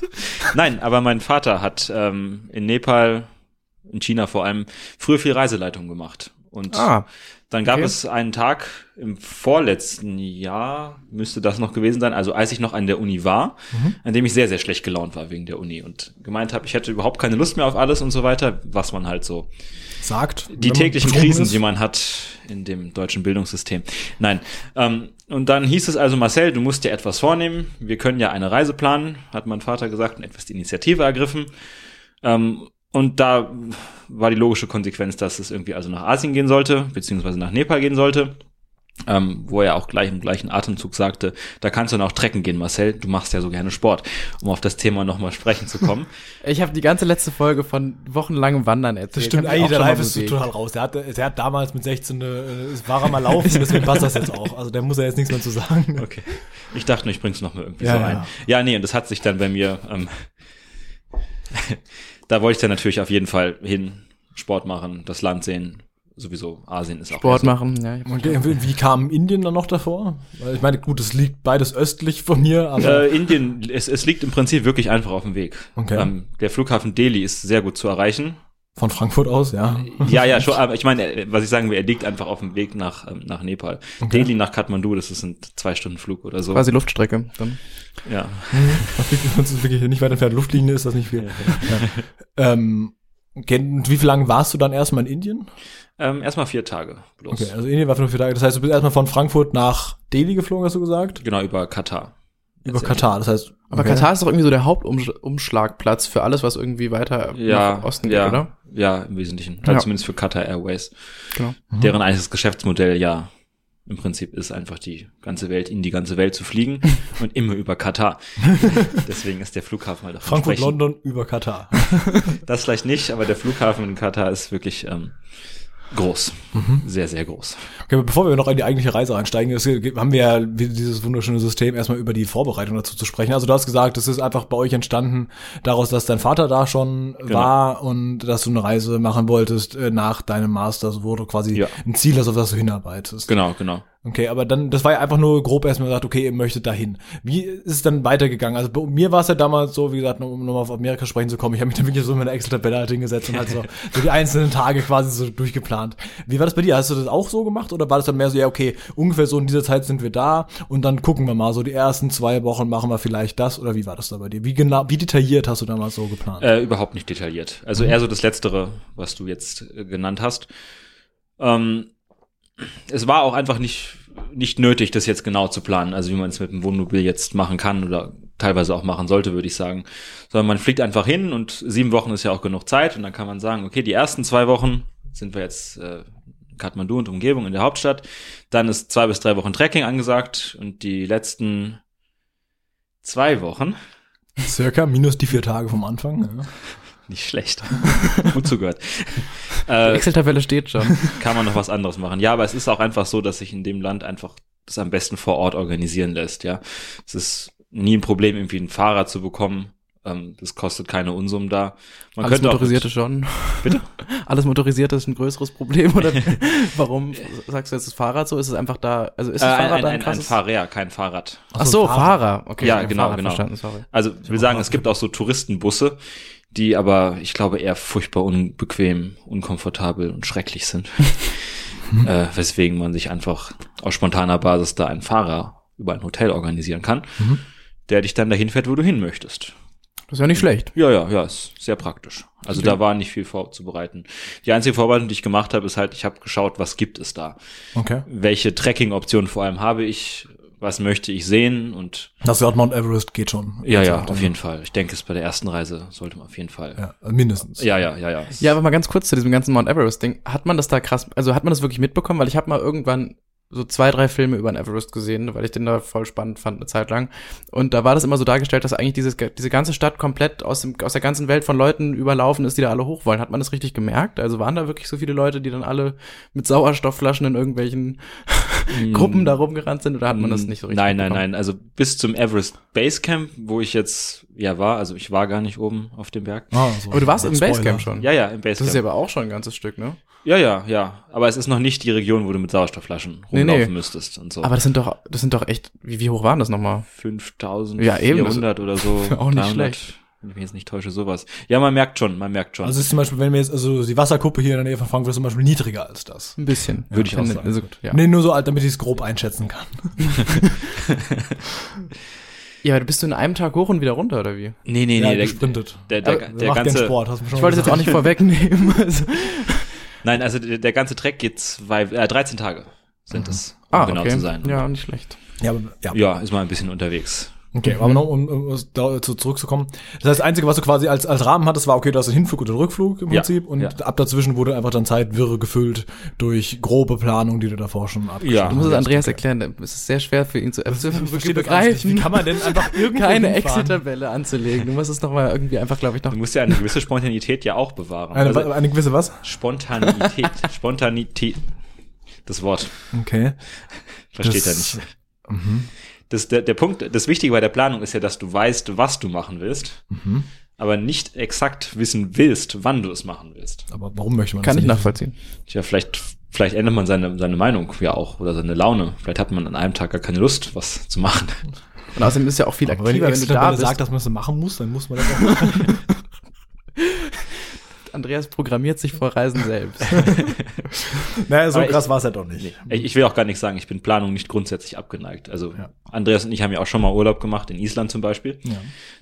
Speaker 3: (laughs) Nein, aber mein Vater hat ähm, in Nepal, in China vor allem, früher viel Reiseleitung gemacht. Und
Speaker 2: Ah,
Speaker 3: dann gab
Speaker 2: okay.
Speaker 3: es einen Tag im vorletzten Jahr, müsste das noch gewesen sein, also als ich noch an der Uni war, an dem ich sehr, sehr schlecht gelaunt war wegen der Uni und gemeint habe, ich hätte überhaupt keine Lust mehr auf alles und so weiter, was man halt so
Speaker 1: Sagt. wenn
Speaker 3: die
Speaker 1: man
Speaker 3: täglichen
Speaker 1: betrunken
Speaker 3: Krisen,
Speaker 1: ist.
Speaker 3: die man hat in dem deutschen Bildungssystem. Nein. Ähm, und dann hieß es also, Marcel, du musst dir etwas vornehmen. Wir können ja eine Reise planen, hat mein Vater gesagt und etwas die Initiative ergriffen. Ähm, und da war die logische Konsequenz, dass es irgendwie also nach Asien gehen sollte, beziehungsweise nach Nepal gehen sollte. Ähm, wo er auch gleich im gleichen Atemzug sagte, da kannst du dann auch trecken gehen, Marcel, du machst ja so gerne Sport, um auf das Thema nochmal sprechen
Speaker 1: (laughs)
Speaker 3: zu kommen.
Speaker 2: ich habe die ganze letzte Folge von wochenlangem Wandern erzählt.
Speaker 1: Das stimmt,
Speaker 2: Ich hab mich
Speaker 1: eigentlich der
Speaker 2: auch schon
Speaker 1: Live
Speaker 2: mal
Speaker 1: ist
Speaker 2: bewegt.
Speaker 1: total raus. Der hat, der hat damals mit 16 eine, äh, es war er mal (laughs) laufen, deswegen passt das jetzt auch. Also der muss ja jetzt nichts mehr zu sagen.
Speaker 3: Okay. Ich dachte nur, ich bring's noch mal irgendwie
Speaker 1: Ja,
Speaker 3: so
Speaker 1: ja.
Speaker 3: ein. Ja, nee, und das hat sich dann bei mir, ähm, (laughs) da wollte ich dann natürlich auf jeden Fall hin, Sport machen, das Land sehen, sowieso Asien ist auch
Speaker 2: Sport
Speaker 3: eher
Speaker 2: machen, ja. ich hab-
Speaker 1: Okay, wie- wie kam Indien dann noch davor? Weil ich meine, gut, es liegt beides östlich von mir,
Speaker 3: so.
Speaker 1: aber
Speaker 3: Äh, Indien, es, es liegt im Prinzip wirklich einfach auf dem Weg.
Speaker 1: Okay.
Speaker 3: Ähm, der Flughafen Delhi ist sehr gut zu erreichen.
Speaker 1: von Frankfurt aus, ja.
Speaker 3: Ja, ja, schon, aber ich meine, äh, was ich sagen will, er liegt einfach auf dem Weg nach, ähm, nach Nepal. Delhi nach Kathmandu, das ist ein zwei Stunden Flug oder so.
Speaker 2: Quasi Luftstrecke. Dann.
Speaker 3: Ja.
Speaker 1: Das (laughs) liegt uns ist wirklich nicht weit entfernt. Luftlinie ist das nicht viel. Ja. Ähm, okay, und wie viel lange warst du dann erstmal in Indien?
Speaker 3: Ähm, erstmal vier Tage bloß.
Speaker 1: Okay, also Indien war für nur vier Tage. Das heißt, du bist erstmal von Frankfurt nach Delhi geflogen, hast du gesagt?
Speaker 3: Genau, über Katar.
Speaker 1: Über Katar, das heißt.
Speaker 2: Aber
Speaker 1: okay.
Speaker 2: Katar ist doch irgendwie so der Hauptumschlagplatz für alles, was irgendwie weiter
Speaker 3: ja,
Speaker 2: nach Osten
Speaker 3: ja,
Speaker 2: geht, oder?
Speaker 3: Ja, im Wesentlichen.
Speaker 2: Ja.
Speaker 3: Also zumindest für Qatar Airways.
Speaker 2: Genau.
Speaker 3: Deren einziges Geschäftsmodell ja im Prinzip ist einfach die ganze Welt, in die ganze Welt
Speaker 2: (laughs)
Speaker 3: zu fliegen und immer über Katar. Deswegen ist der Flughafen halt auch
Speaker 1: Frankfurt,
Speaker 3: entsprechend-
Speaker 1: London, über Katar.
Speaker 3: Das vielleicht nicht, aber der Flughafen in Katar ist wirklich ähm, groß.
Speaker 2: Mhm.
Speaker 3: Sehr, sehr groß.
Speaker 1: Okay, aber bevor wir noch in die eigentliche Reise einsteigen, es gibt- haben wir ja dieses wunderschöne System, erstmal über die Vorbereitung dazu zu sprechen. Also du hast gesagt, es ist einfach bei euch entstanden daraus, dass dein Vater da schon war und dass du eine Reise machen wolltest äh, nach deinem Master, so wo du quasi
Speaker 3: Ja.
Speaker 1: ein Ziel hast, auf das du hinarbeitest.
Speaker 3: Genau, genau.
Speaker 1: Okay, aber dann, das war ja einfach nur grob erstmal gesagt, okay, ihr möchtet dahin. Wie ist es dann weitergegangen? Also bei mir war es ja damals so, wie gesagt, um nochmal auf Amerika sprechen zu kommen, ich habe mich dann wirklich so in meine Excel-Tabelle halt hingesetzt und halt
Speaker 3: (laughs)
Speaker 1: so, so die einzelnen Tage quasi so durchgeplant. Wie war das bei dir? Hast du das auch so gemacht oder war das dann mehr so, ja, okay, ungefähr so in dieser Zeit sind wir da und dann gucken wir mal, so die ersten zwei Wochen machen wir vielleicht das oder wie war das da bei dir? Wie genau, wie detailliert hast du damals so geplant?
Speaker 3: Äh, überhaupt nicht detailliert. Also eher so das Letztere, was du jetzt äh, genannt hast. Ähm, es war auch einfach nicht, nicht nötig, das jetzt genau zu planen. Also wie man es mit dem Wohnmobil jetzt machen kann oder teilweise auch machen sollte, würde ich sagen. Sondern man fliegt einfach hin und sieben Wochen ist ja auch genug Zeit und dann kann man sagen, okay, die ersten zwei Wochen sind wir jetzt äh, in Kathmandu und Umgebung in der Hauptstadt. Dann ist zwei bis drei Wochen Trekking angesagt und die letzten zwei Wochen
Speaker 1: Circa minus die vier Tage vom Anfang. Ja.
Speaker 3: Nicht schlecht. (laughs)
Speaker 2: (laughs)
Speaker 3: Gut zugehört. Äh,
Speaker 2: Excel-Tabelle steht schon.
Speaker 3: kann man noch was anderes machen. Ja, aber es ist auch einfach so, dass sich in dem Land einfach das am besten vor Ort organisieren lässt, ja. Es ist nie ein Problem, irgendwie einen Fahrer zu bekommen. Ähm, das kostet keine Unsummen da. Man
Speaker 2: Alles
Speaker 3: könnte auch,
Speaker 2: Motorisierte schon.
Speaker 3: Bitte?
Speaker 2: (laughs) Alles Motorisierte ist ein größeres Problem,
Speaker 3: (laughs)
Speaker 2: oder? Warum sagst du jetzt das Fahrrad so? Ist es einfach da, also ist
Speaker 3: äh,
Speaker 2: das Fahrrad
Speaker 3: ein,
Speaker 2: da ein,
Speaker 3: ein, ein
Speaker 2: krasses?
Speaker 3: Fahrräder, kein Fahrrad.
Speaker 2: Ach so, Fahrer. Okay,
Speaker 3: Ja,
Speaker 2: ich hab
Speaker 3: genau,
Speaker 2: Fahrrad
Speaker 3: genau.
Speaker 2: Verstanden, sorry.
Speaker 3: Also ich will sagen, es gibt auch so Touristenbusse, die aber, ich glaube, eher furchtbar unbequem, unkomfortabel und schrecklich sind. äh, weswegen man sich einfach auf spontaner Basis da einen Fahrer über ein Hotel organisieren kann,
Speaker 1: Mhm.
Speaker 3: der dich dann dahin fährt, wo du hin möchtest.
Speaker 2: Das ist ja nicht schlecht.
Speaker 3: Ja, ja, ja, ist sehr praktisch. Also da war nicht viel vorzubereiten. Die einzige Vorbereitung, die ich gemacht habe, ist halt, ich habe geschaut, was gibt es da?
Speaker 1: Okay.
Speaker 3: Welche Trekking-Optionen vor allem habe ich? Was möchte ich sehen? Und
Speaker 1: Das Wort Mount Everest geht schon.
Speaker 3: ja, ja, auf jeden Fall. Ich denke, es bei der ersten Reise sollte man auf jeden Fall.
Speaker 1: Ja, mindestens.
Speaker 3: Ja, ja, ja, ja.
Speaker 2: Ja, aber mal ganz kurz zu diesem ganzen Mount Everest-Ding. Hat man das da krass, also hat man das wirklich mitbekommen? Weil ich habe mal irgendwann so zwei, drei Filme über den Everest gesehen, weil ich den da voll spannend fand eine Zeit lang. Und da war das immer so dargestellt, dass eigentlich dieses, diese ganze Stadt komplett aus, dem, aus der ganzen Welt von Leuten überlaufen ist, die da alle hoch wollen. Hat man das richtig gemerkt? Also waren da wirklich so viele Leute, die dann alle mit Sauerstoffflaschen in irgendwelchen (laughs) Gruppen da rumgerannt sind? Oder hat man das nicht so richtig
Speaker 3: Mm, Nein, nein,
Speaker 2: mitbekommen?
Speaker 3: nein. Also bis zum Everest Base Camp, wo ich jetzt ja war, also ich war gar nicht oben auf dem Berg.
Speaker 1: Ah, so.
Speaker 2: Aber du warst im
Speaker 1: Spoiler.
Speaker 2: Basecamp schon.
Speaker 3: Ja, ja, im Base
Speaker 2: Das ist ja
Speaker 3: Camp.
Speaker 2: aber auch schon ein ganzes Stück, ne?
Speaker 3: Ja, ja, ja. Aber es ist noch nicht die Region, wo du mit Sauerstoffflaschen
Speaker 2: Nee,
Speaker 3: rumlaufen
Speaker 2: nee.
Speaker 3: müsstest und so.
Speaker 2: Aber das sind doch, das sind doch echt, wie, wie hoch waren das nochmal?
Speaker 3: 5400
Speaker 2: Ja, eben, das-
Speaker 3: oder so.
Speaker 2: (laughs) Auch nicht
Speaker 3: 300,
Speaker 2: schlecht.
Speaker 3: Wenn ich mich jetzt nicht täusche, sowas. Ja, man merkt schon, man merkt schon.
Speaker 1: Also es ist zum Beispiel, wenn wir jetzt, also die Wasserkuppe hier in der Nähe von Frankfurt ist zum Beispiel niedriger als das.
Speaker 2: Ein bisschen.
Speaker 3: Würde ich auch
Speaker 2: Finde-
Speaker 3: sagen.
Speaker 2: Also, gut, ja.
Speaker 1: Nee, nur so alt, damit ich es grob einschätzen kann.
Speaker 2: ja, aber bist du in einem Tag hoch und wieder runter, oder wie?
Speaker 3: nee, nee,
Speaker 1: ja,
Speaker 3: nee, der,
Speaker 1: gesprintet.
Speaker 3: der, der,
Speaker 2: Aber
Speaker 3: der
Speaker 1: Macht gern
Speaker 3: ganze,
Speaker 1: Sport, hast du mir schon
Speaker 2: Ich wollte es jetzt auch
Speaker 1: (laughs)
Speaker 2: nicht vorwegnehmen. Also,
Speaker 1: Um
Speaker 3: nein, also der, der ganze Track geht zwei, äh, 13 Tage sind es, um genau zu sein.
Speaker 2: ah, Ja, nicht schlecht.
Speaker 1: Mhm. Ah, Ja, aber, ja.
Speaker 3: ja, ist mal ein bisschen unterwegs.
Speaker 1: Okay, aber noch, um, um um da zu, zurückzukommen. Das heißt, das Einzige, was du quasi als, als Rahmen hattest, war, okay, du hast einen Hinflug oder einen Rückflug im
Speaker 3: Ja,
Speaker 1: Prinzip und
Speaker 3: ja.
Speaker 1: ab dazwischen wurde einfach dann Zeitwirre gefüllt durch grobe Planung, die du davor schon abgeschlossen
Speaker 3: Ja.
Speaker 2: Du musst es Andreas erklären, es ist sehr schwer für ihn zu, zu
Speaker 1: verstehe das alles nicht. Wie kann man denn einfach irgendwo
Speaker 2: (laughs) keine
Speaker 1: hinfahren?
Speaker 2: Excel-Tabelle anzulegen. Du musst es nochmal irgendwie einfach, glaube ich, noch.
Speaker 3: Du musst ja eine gewisse Spontanität ja auch bewahren.
Speaker 1: Eine,
Speaker 3: Also,
Speaker 1: eine gewisse was? (laughs)
Speaker 3: Spontanität, Spontanität, das Wort
Speaker 1: Okay.
Speaker 3: versteht er
Speaker 1: Das- mhm.
Speaker 3: nicht. Das, der, der Punkt, das Wichtige bei der Planung ist ja, dass du weißt, was du machen willst,
Speaker 1: Mhm.
Speaker 3: aber nicht exakt wissen willst, wann du es machen willst.
Speaker 1: Aber warum möchte man
Speaker 2: Kann
Speaker 1: das
Speaker 2: ich
Speaker 1: nicht?
Speaker 2: nachvollziehen.
Speaker 3: Tja, vielleicht, vielleicht ändert man seine, seine Meinung ja auch oder seine Laune. Vielleicht hat man an einem Tag gar keine Lust, was zu machen.
Speaker 2: Und außerdem ist ja auch viel
Speaker 1: Aber wenn die
Speaker 2: aktiver, wenn du da
Speaker 1: Excel-Tabelle
Speaker 2: bist.
Speaker 1: sagt, dass man das machen muss, dann muss man das (laughs) auch.
Speaker 2: Andreas programmiert sich vor Reisen
Speaker 1: (laughs)
Speaker 2: selbst.
Speaker 1: naja, so
Speaker 3: Aber ich-
Speaker 1: krass war es ja doch nicht.
Speaker 3: Nee, ich, ich will auch gar nicht sagen, ich bin Planung nicht grundsätzlich abgeneigt. Also
Speaker 1: Ja.
Speaker 3: Andreas und ich haben ja auch schon mal Urlaub gemacht, in Island zum Beispiel.
Speaker 1: Ja.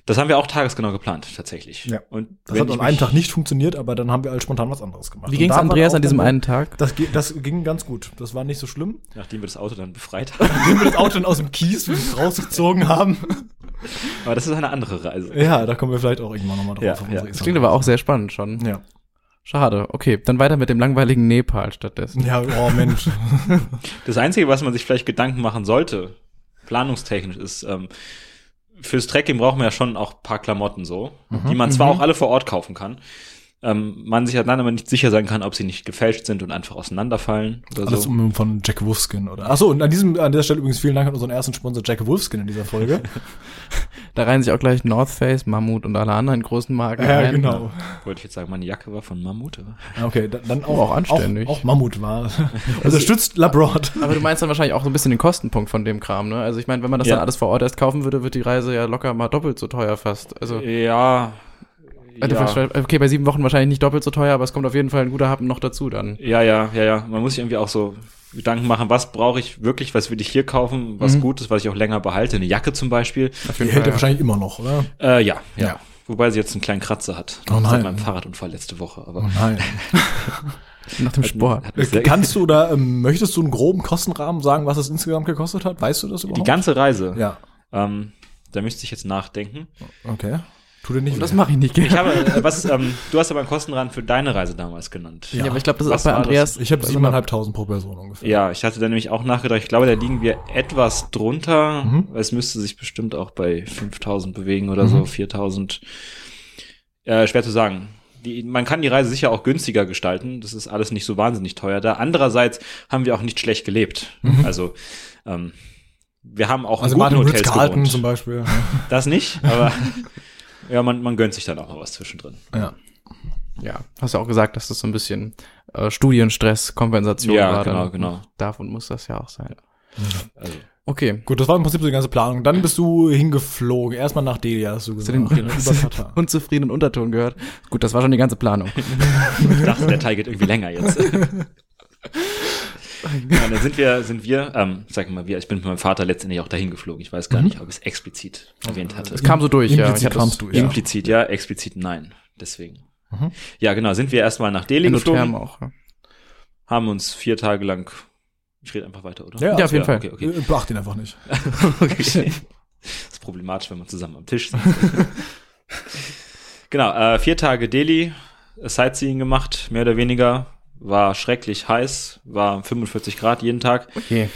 Speaker 3: Das haben wir auch tagesgenau geplant, tatsächlich.
Speaker 1: Ja.
Speaker 3: Und
Speaker 1: Das
Speaker 3: wenn
Speaker 1: hat
Speaker 3: ich
Speaker 1: an einem
Speaker 3: mich-
Speaker 1: Tag nicht funktioniert, aber dann haben wir halt spontan was anderes gemacht.
Speaker 2: Wie
Speaker 1: Und
Speaker 2: ging es
Speaker 1: da waren
Speaker 2: Andreas
Speaker 1: auch
Speaker 2: an diesem
Speaker 1: dann-
Speaker 2: einen Tag?
Speaker 1: Das, ge- das ging ganz gut. Das war nicht so schlimm.
Speaker 3: Nachdem wir das Auto dann befreit haben. (laughs)
Speaker 1: Nachdem wir das Auto dann aus dem Kies rausgezogen haben.
Speaker 3: Aber das ist eine andere Reise.
Speaker 1: (laughs) Ja, da kommen wir vielleicht auch irgendwann nochmal drauf.
Speaker 3: Ja,
Speaker 1: auf
Speaker 3: ja.
Speaker 1: unsere
Speaker 2: Das klingt aber auch sehr spannend schon.
Speaker 1: ja.
Speaker 2: Schade. Okay, dann weiter mit dem langweiligen Nepal stattdessen.
Speaker 1: ja, oh
Speaker 2: (laughs)
Speaker 1: Mensch.
Speaker 3: Das Einzige, was man sich vielleicht Gedanken machen sollte, planungstechnisch, ist, ähm, fürs Trekking brauchen wir ja schon auch ein paar Klamotten so,
Speaker 1: Mhm.
Speaker 3: die man zwar auch alle vor Ort kaufen kann. Ähm, man sich dann aber nicht sicher sein kann, ob sie nicht gefälscht sind und einfach auseinanderfallen
Speaker 2: Also-
Speaker 3: oder
Speaker 1: Alles
Speaker 3: so.
Speaker 1: um von Jack Wolfskin, oder? Achso, und an, diesem, an dieser Stelle übrigens vielen Dank an unseren ersten Sponsor Jack Wolfskin in dieser
Speaker 2: (laughs)
Speaker 1: Folge.
Speaker 2: Da reihen sich auch gleich North Face, Mammut und alle anderen großen Marken ein.
Speaker 1: genau.
Speaker 3: Wollte ich jetzt sagen, meine Jacke war von Mammut. Aber
Speaker 1: Ja, Ah, Okay, da- dann auch,
Speaker 2: Oh, Auch anständig.
Speaker 1: Auch, auch Mammut
Speaker 2: (laughs)
Speaker 1: war. (laughs) Unterstützt Labroad.
Speaker 2: Aber du meinst dann wahrscheinlich auch so ein bisschen den Kostenpunkt von dem Kram, ne? Also ich meine, wenn man das
Speaker 3: Ja.
Speaker 2: dann alles vor Ort erst kaufen würde, wird die Reise ja locker mal doppelt so teuer fast. Also
Speaker 3: Äh, Ja.
Speaker 2: also vielleicht- okay, bei sieben Wochen wahrscheinlich nicht doppelt so teuer, aber es kommt auf jeden Fall ein guter Happen noch dazu dann.
Speaker 3: Ja, ja, ja, ja. Man muss sich irgendwie auch so Gedanken machen, was brauche ich wirklich, was will ich hier kaufen,
Speaker 1: Mhm.
Speaker 3: was gut ist, was ich auch länger behalte. Eine Jacke zum Beispiel.
Speaker 2: Auf
Speaker 1: Die
Speaker 2: jeden
Speaker 1: hält er
Speaker 2: Fall. ja.
Speaker 1: wahrscheinlich immer noch, oder?
Speaker 3: Äh, ja, ja,
Speaker 1: Ja.
Speaker 3: Wobei sie jetzt einen kleinen Kratzer hat.
Speaker 1: Oh nein.
Speaker 3: Seit meinem Fahrradunfall letzte Woche. Aber
Speaker 1: Oh nein.
Speaker 2: Nach dem Sport.
Speaker 3: hat
Speaker 1: Äh,
Speaker 3: mich sehr-
Speaker 1: Kannst du oder ähm, möchtest du einen groben Kostenrahmen sagen, was es insgesamt gekostet hat? Weißt du das
Speaker 3: (laughs) die
Speaker 1: überhaupt?
Speaker 3: ganze Reise.
Speaker 1: ja,
Speaker 3: Ähm, da müsste ich jetzt nachdenken.
Speaker 1: okay. Tu dir nicht
Speaker 2: Und das
Speaker 1: weh.
Speaker 2: mache ich nicht gerne.
Speaker 3: Ich habe, äh, was, ähm, du hast aber einen Kostenrahmen für deine Reise damals genannt.
Speaker 2: ja, aber ich glaube, das ist
Speaker 3: Was
Speaker 2: auch bei
Speaker 3: war (laughs) das?
Speaker 2: Andreas.
Speaker 1: Ich habe
Speaker 2: bei
Speaker 1: 7.500 pro Person ungefähr.
Speaker 3: Ja, ich hatte da nämlich auch nachgedacht, ich glaube, da liegen wir etwas drunter.
Speaker 1: Mhm.
Speaker 3: Es müsste sich bestimmt auch bei 5000 bewegen oder so,
Speaker 1: Mhm.
Speaker 3: 4000. Äh, schwer zu sagen. Die, man kann die Reise sicher auch günstiger gestalten. Das ist alles nicht so wahnsinnig teuer da. Andererseits haben wir auch nicht schlecht gelebt. Also, ähm, wir haben auch
Speaker 1: Mhm. Also
Speaker 3: in guten
Speaker 1: Martin Ritz
Speaker 3: Hotels
Speaker 1: Carlton
Speaker 3: gewohnt.
Speaker 1: zum Beispiel. (laughs)
Speaker 3: Das nicht, aber (laughs) ja, man, man gönnt sich dann auch mal was zwischendrin.
Speaker 1: ja.
Speaker 2: Ja, hast ja auch gesagt, dass das so ein bisschen äh, Studienstress, Kompensation
Speaker 3: Ja,
Speaker 2: war.
Speaker 3: genau,
Speaker 2: dann.
Speaker 3: genau.
Speaker 2: Darf und muss das ja auch sein.
Speaker 3: Also,
Speaker 2: Okay.
Speaker 1: Gut, das war im Prinzip so die ganze Planung. Dann bist du hingeflogen. Erstmal nach Delia, hast du
Speaker 2: Zu (laughs)
Speaker 1: gesagt.
Speaker 2: den
Speaker 1: über Katar.
Speaker 2: unzufriedenen Unterton gehört. Gut, das war schon die ganze Planung.
Speaker 3: ich dachte, der Teil geht irgendwie
Speaker 2: (laughs)
Speaker 3: länger jetzt. ja, dann sind wir, sind wir, ähm, sag mal, wir, ich bin mit meinem Vater letztendlich auch dahin geflogen. Ich weiß gar nicht, ob ich es explizit erwähnt hatte.
Speaker 2: Mhm. Es kam so durch, ja.
Speaker 1: Implizit
Speaker 2: Ich hatte das
Speaker 1: kamst du,
Speaker 2: ja.
Speaker 1: ja.
Speaker 3: Implizit ja, explizit nein. Deswegen.
Speaker 1: Mhm.
Speaker 3: Ja, genau, sind wir erstmal nach Delhi
Speaker 2: Endotherm
Speaker 3: geflogen,
Speaker 2: auch. Ja.
Speaker 3: haben uns vier Tage lang. Ich rede einfach weiter, oder?
Speaker 1: Ja,
Speaker 2: Ja, auf jeden Fall.
Speaker 3: Okay, okay.
Speaker 1: Äh, Beacht ihn einfach nicht.
Speaker 3: Okay. ist problematisch, wenn man zusammen am Tisch sitzt. genau, äh, vier Tage Delhi, Sightseeing gemacht, mehr oder weniger. War schrecklich heiß, war 45 Grad jeden Tag.
Speaker 2: Okay.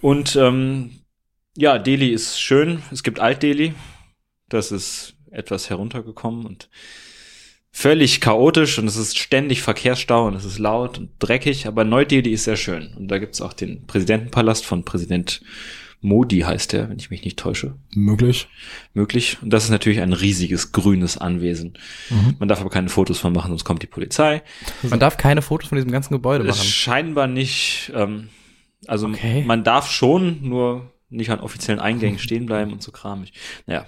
Speaker 3: Und ähm, ja, Delhi ist schön. Es gibt Alt-Delhi. Das ist etwas heruntergekommen und völlig chaotisch und es ist ständig Verkehrsstau und es ist laut und dreckig, aber Neu-Delhi ist sehr schön. Und da gibt's auch den Präsidentenpalast von Präsident Modi heißt der, wenn ich mich nicht täusche,
Speaker 1: Möglich.
Speaker 3: möglich. Und das ist natürlich ein riesiges grünes Anwesen.
Speaker 1: Mhm.
Speaker 3: Man darf aber keine Fotos von machen, sonst kommt die Polizei.
Speaker 2: Man darf keine Fotos von diesem ganzen Gebäude
Speaker 3: Ist
Speaker 2: machen.
Speaker 3: scheinbar nicht, ähm, also
Speaker 2: Okay.
Speaker 3: man darf schon, nur nicht an offiziellen
Speaker 1: (laughs)
Speaker 3: Eingängen stehen bleiben und so Kram. Ich, naja,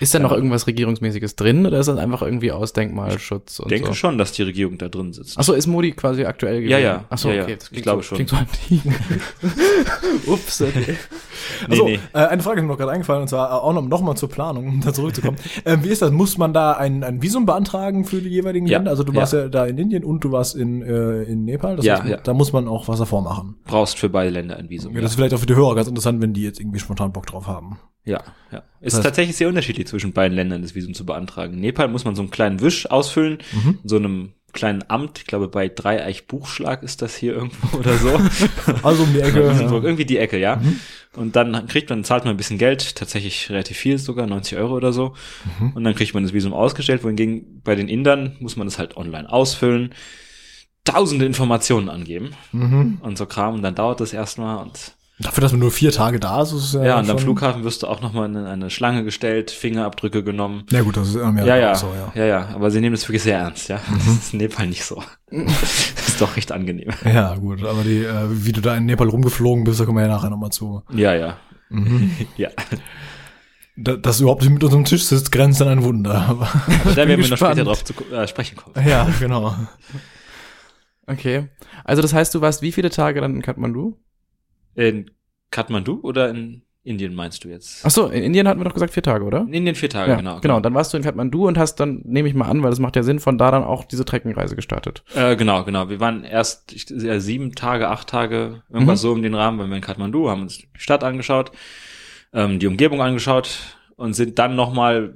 Speaker 2: Ist da noch
Speaker 3: Ja.
Speaker 2: irgendwas Regierungsmäßiges drin oder ist das einfach irgendwie aus Denkmalschutz und
Speaker 3: denke
Speaker 2: so?
Speaker 3: schon, dass die Regierung da drin sitzt.
Speaker 2: Achso, ist Modi quasi aktuell gewesen?
Speaker 3: Ja, ja.
Speaker 2: Achso,
Speaker 3: Ja, ja.
Speaker 2: okay. Das
Speaker 3: Ich
Speaker 2: klingt
Speaker 3: glaube
Speaker 2: so,
Speaker 3: schon.
Speaker 2: Klingt so
Speaker 3: (laughs)
Speaker 2: anliegen. Ups. Okay.
Speaker 1: Also,
Speaker 3: nee.
Speaker 1: äh, eine Frage ist mir noch gerade eingefallen, und zwar äh, auch noch- noch mal zur Planung, um da
Speaker 3: (laughs)
Speaker 1: zurückzukommen. ähm, wie ist das? Muss man da ein, ein Visum beantragen für die jeweiligen
Speaker 3: Ja.
Speaker 1: Länder? Also du
Speaker 3: Ja.
Speaker 1: warst ja. da in Indien und du warst in, äh, in Nepal. Das
Speaker 3: Ja,
Speaker 1: heißt,
Speaker 3: ja.
Speaker 1: da muss man auch was davor machen.
Speaker 3: Brauchst für beide Länder ein Visum.
Speaker 1: Ja, das ist vielleicht auch für die Hörer ganz interessant, wenn die jetzt irgendwie spontan Bock drauf haben.
Speaker 3: Ja, ja. Ist
Speaker 1: heißt-
Speaker 3: tatsächlich sehr unterschiedlich zwischen beiden Ländern, das Visum zu beantragen. In Nepal muss man so einen kleinen Wisch ausfüllen, in so einem kleinen Amt. Ich glaube, bei Dreieich Buchschlag ist das hier irgendwo (laughs) oder so.
Speaker 1: (laughs) Also um die
Speaker 3: (laughs)
Speaker 1: Ecke.
Speaker 3: In Luxemburg,
Speaker 1: ja. Mhm.
Speaker 3: irgendwie die Ecke, ja. Und dann kriegt man, zahlt man ein bisschen Geld, tatsächlich relativ viel sogar, 90 Euro oder so.
Speaker 1: Mhm.
Speaker 3: Und dann kriegt man das Visum ausgestellt, wohingegen bei den Indern muss man das halt online ausfüllen, tausende Informationen angeben
Speaker 1: Mhm.
Speaker 3: und so Kram. Und dann dauert das erstmal und
Speaker 1: Dafür, dass man nur vier Tage da ist, ist es ja
Speaker 3: ja, und am
Speaker 1: schon-
Speaker 3: Flughafen wirst du auch nochmal in eine Schlange gestellt, Fingerabdrücke genommen.
Speaker 1: Ja gut, das ist ähm,
Speaker 3: Ja, ja,
Speaker 1: auch so, ja. Mhm.
Speaker 3: ja, ja, aber sie nehmen das wirklich sehr ernst, ja. Das ist in Nepal
Speaker 1: (laughs)
Speaker 3: nicht so. Das ist doch recht angenehm.
Speaker 1: Ja, gut, aber die, äh, wie du da in Nepal rumgeflogen bist, da kommen wir ja nachher nochmal zu.
Speaker 3: Ja, ja.
Speaker 1: (laughs)
Speaker 3: Ja.
Speaker 1: Da, dass du überhaupt mit unserem Tisch sitzt, grenzt an ein Wunder. Aber,
Speaker 3: Aber da werden wir noch
Speaker 2: gespannt.
Speaker 3: später drauf zu äh, sprechen kommen.
Speaker 1: (laughs) ja, genau.
Speaker 2: okay. Also das heißt, du warst wie viele Tage dann in Kathmandu?
Speaker 3: In Kathmandu oder in Indien meinst du jetzt?
Speaker 2: Achso, in Indien hatten wir doch gesagt vier Tage, oder?
Speaker 3: In Indien vier Tage,
Speaker 2: Ja,
Speaker 3: genau.
Speaker 2: genau. Dann warst du in Kathmandu und hast dann, nehme ich mal an, weil das macht ja Sinn, von da dann auch diese Trekkenreise gestartet.
Speaker 3: Äh, genau, genau. Wir waren erst ich, äh, sieben Tage, acht Tage, irgendwas
Speaker 2: Mhm.
Speaker 3: so um den Rahmen, weil wir in Kathmandu haben uns die Stadt angeschaut, ähm, die Umgebung angeschaut und sind dann nochmal,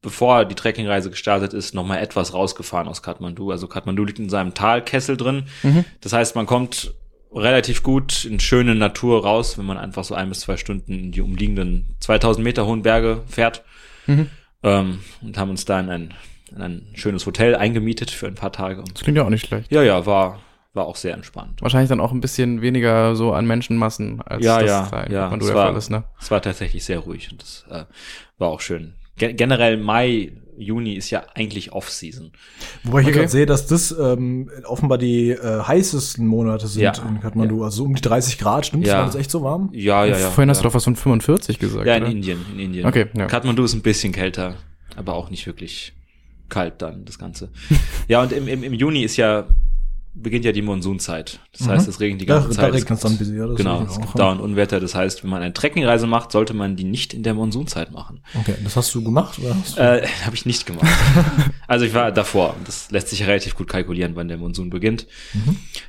Speaker 3: bevor die Trekkingreise gestartet ist, nochmal etwas rausgefahren aus Kathmandu. Also Kathmandu liegt in seinem Talkessel drin.
Speaker 2: Mhm.
Speaker 3: Das heißt, man kommt relativ gut in schöne Natur raus, wenn man einfach so ein bis zwei Stunden in die umliegenden 2000 Meter hohen Berge fährt.
Speaker 2: Mhm.
Speaker 3: Ähm, und haben uns da in ein, in ein schönes Hotel eingemietet für ein paar Tage. Und
Speaker 2: Das klingt ja auch nicht schlecht.
Speaker 3: ja, ja, war, war auch sehr entspannt.
Speaker 2: Wahrscheinlich dann auch ein bisschen weniger so an Menschenmassen, als
Speaker 3: Ja,
Speaker 2: das
Speaker 3: ja,
Speaker 2: da in
Speaker 3: ja.
Speaker 2: Kathmandu
Speaker 3: Es
Speaker 2: der
Speaker 3: war-
Speaker 2: Fall ist, ne?
Speaker 3: Es war tatsächlich sehr ruhig und das äh, war auch schön. Ge generell Mai, Juni ist ja eigentlich Off-Season.
Speaker 1: Wobei ich hier
Speaker 2: Okay.
Speaker 1: gerade sehe, dass das ähm, offenbar die äh, heißesten Monate sind
Speaker 3: Ja.
Speaker 1: in Kathmandu. Also so um die 30 Grad, stimmt?
Speaker 3: Ja.
Speaker 1: War das echt so warm?
Speaker 3: Ah, Ja, ja, ja.
Speaker 2: Vorhin
Speaker 3: ja.
Speaker 2: hast du doch was von 45 gesagt,
Speaker 3: Ja, in
Speaker 2: oder?
Speaker 3: Indien, in Indien.
Speaker 2: Okay, ja.
Speaker 3: Kathmandu ist ein bisschen kälter, aber auch nicht wirklich kalt dann,
Speaker 2: (laughs)
Speaker 3: das Ganze. ja, und im, im, im Juni ist ja, beginnt ja die Monsunzeit. Das heißt,
Speaker 2: Mhm.
Speaker 3: es regnet die
Speaker 1: Da-
Speaker 3: ganze
Speaker 1: da
Speaker 3: Zeit. Es
Speaker 1: regnet's
Speaker 3: gibt-
Speaker 1: dann ein bisschen, ja, das
Speaker 3: Genau,
Speaker 1: sehe ich
Speaker 3: es
Speaker 1: auch,
Speaker 3: gibt
Speaker 1: ja.
Speaker 3: dauernd Unwetter. Das heißt, wenn man eine Trekkingreise macht, sollte man die nicht in der Monsunzeit machen.
Speaker 1: Okay, das hast du gemacht? Oder hast du
Speaker 3: (laughs) Äh, habe ich
Speaker 2: (laughs)
Speaker 3: nicht gemacht. also ich war davor. Das lässt sich relativ gut kalkulieren, wann der Monsun beginnt.
Speaker 1: Mhm.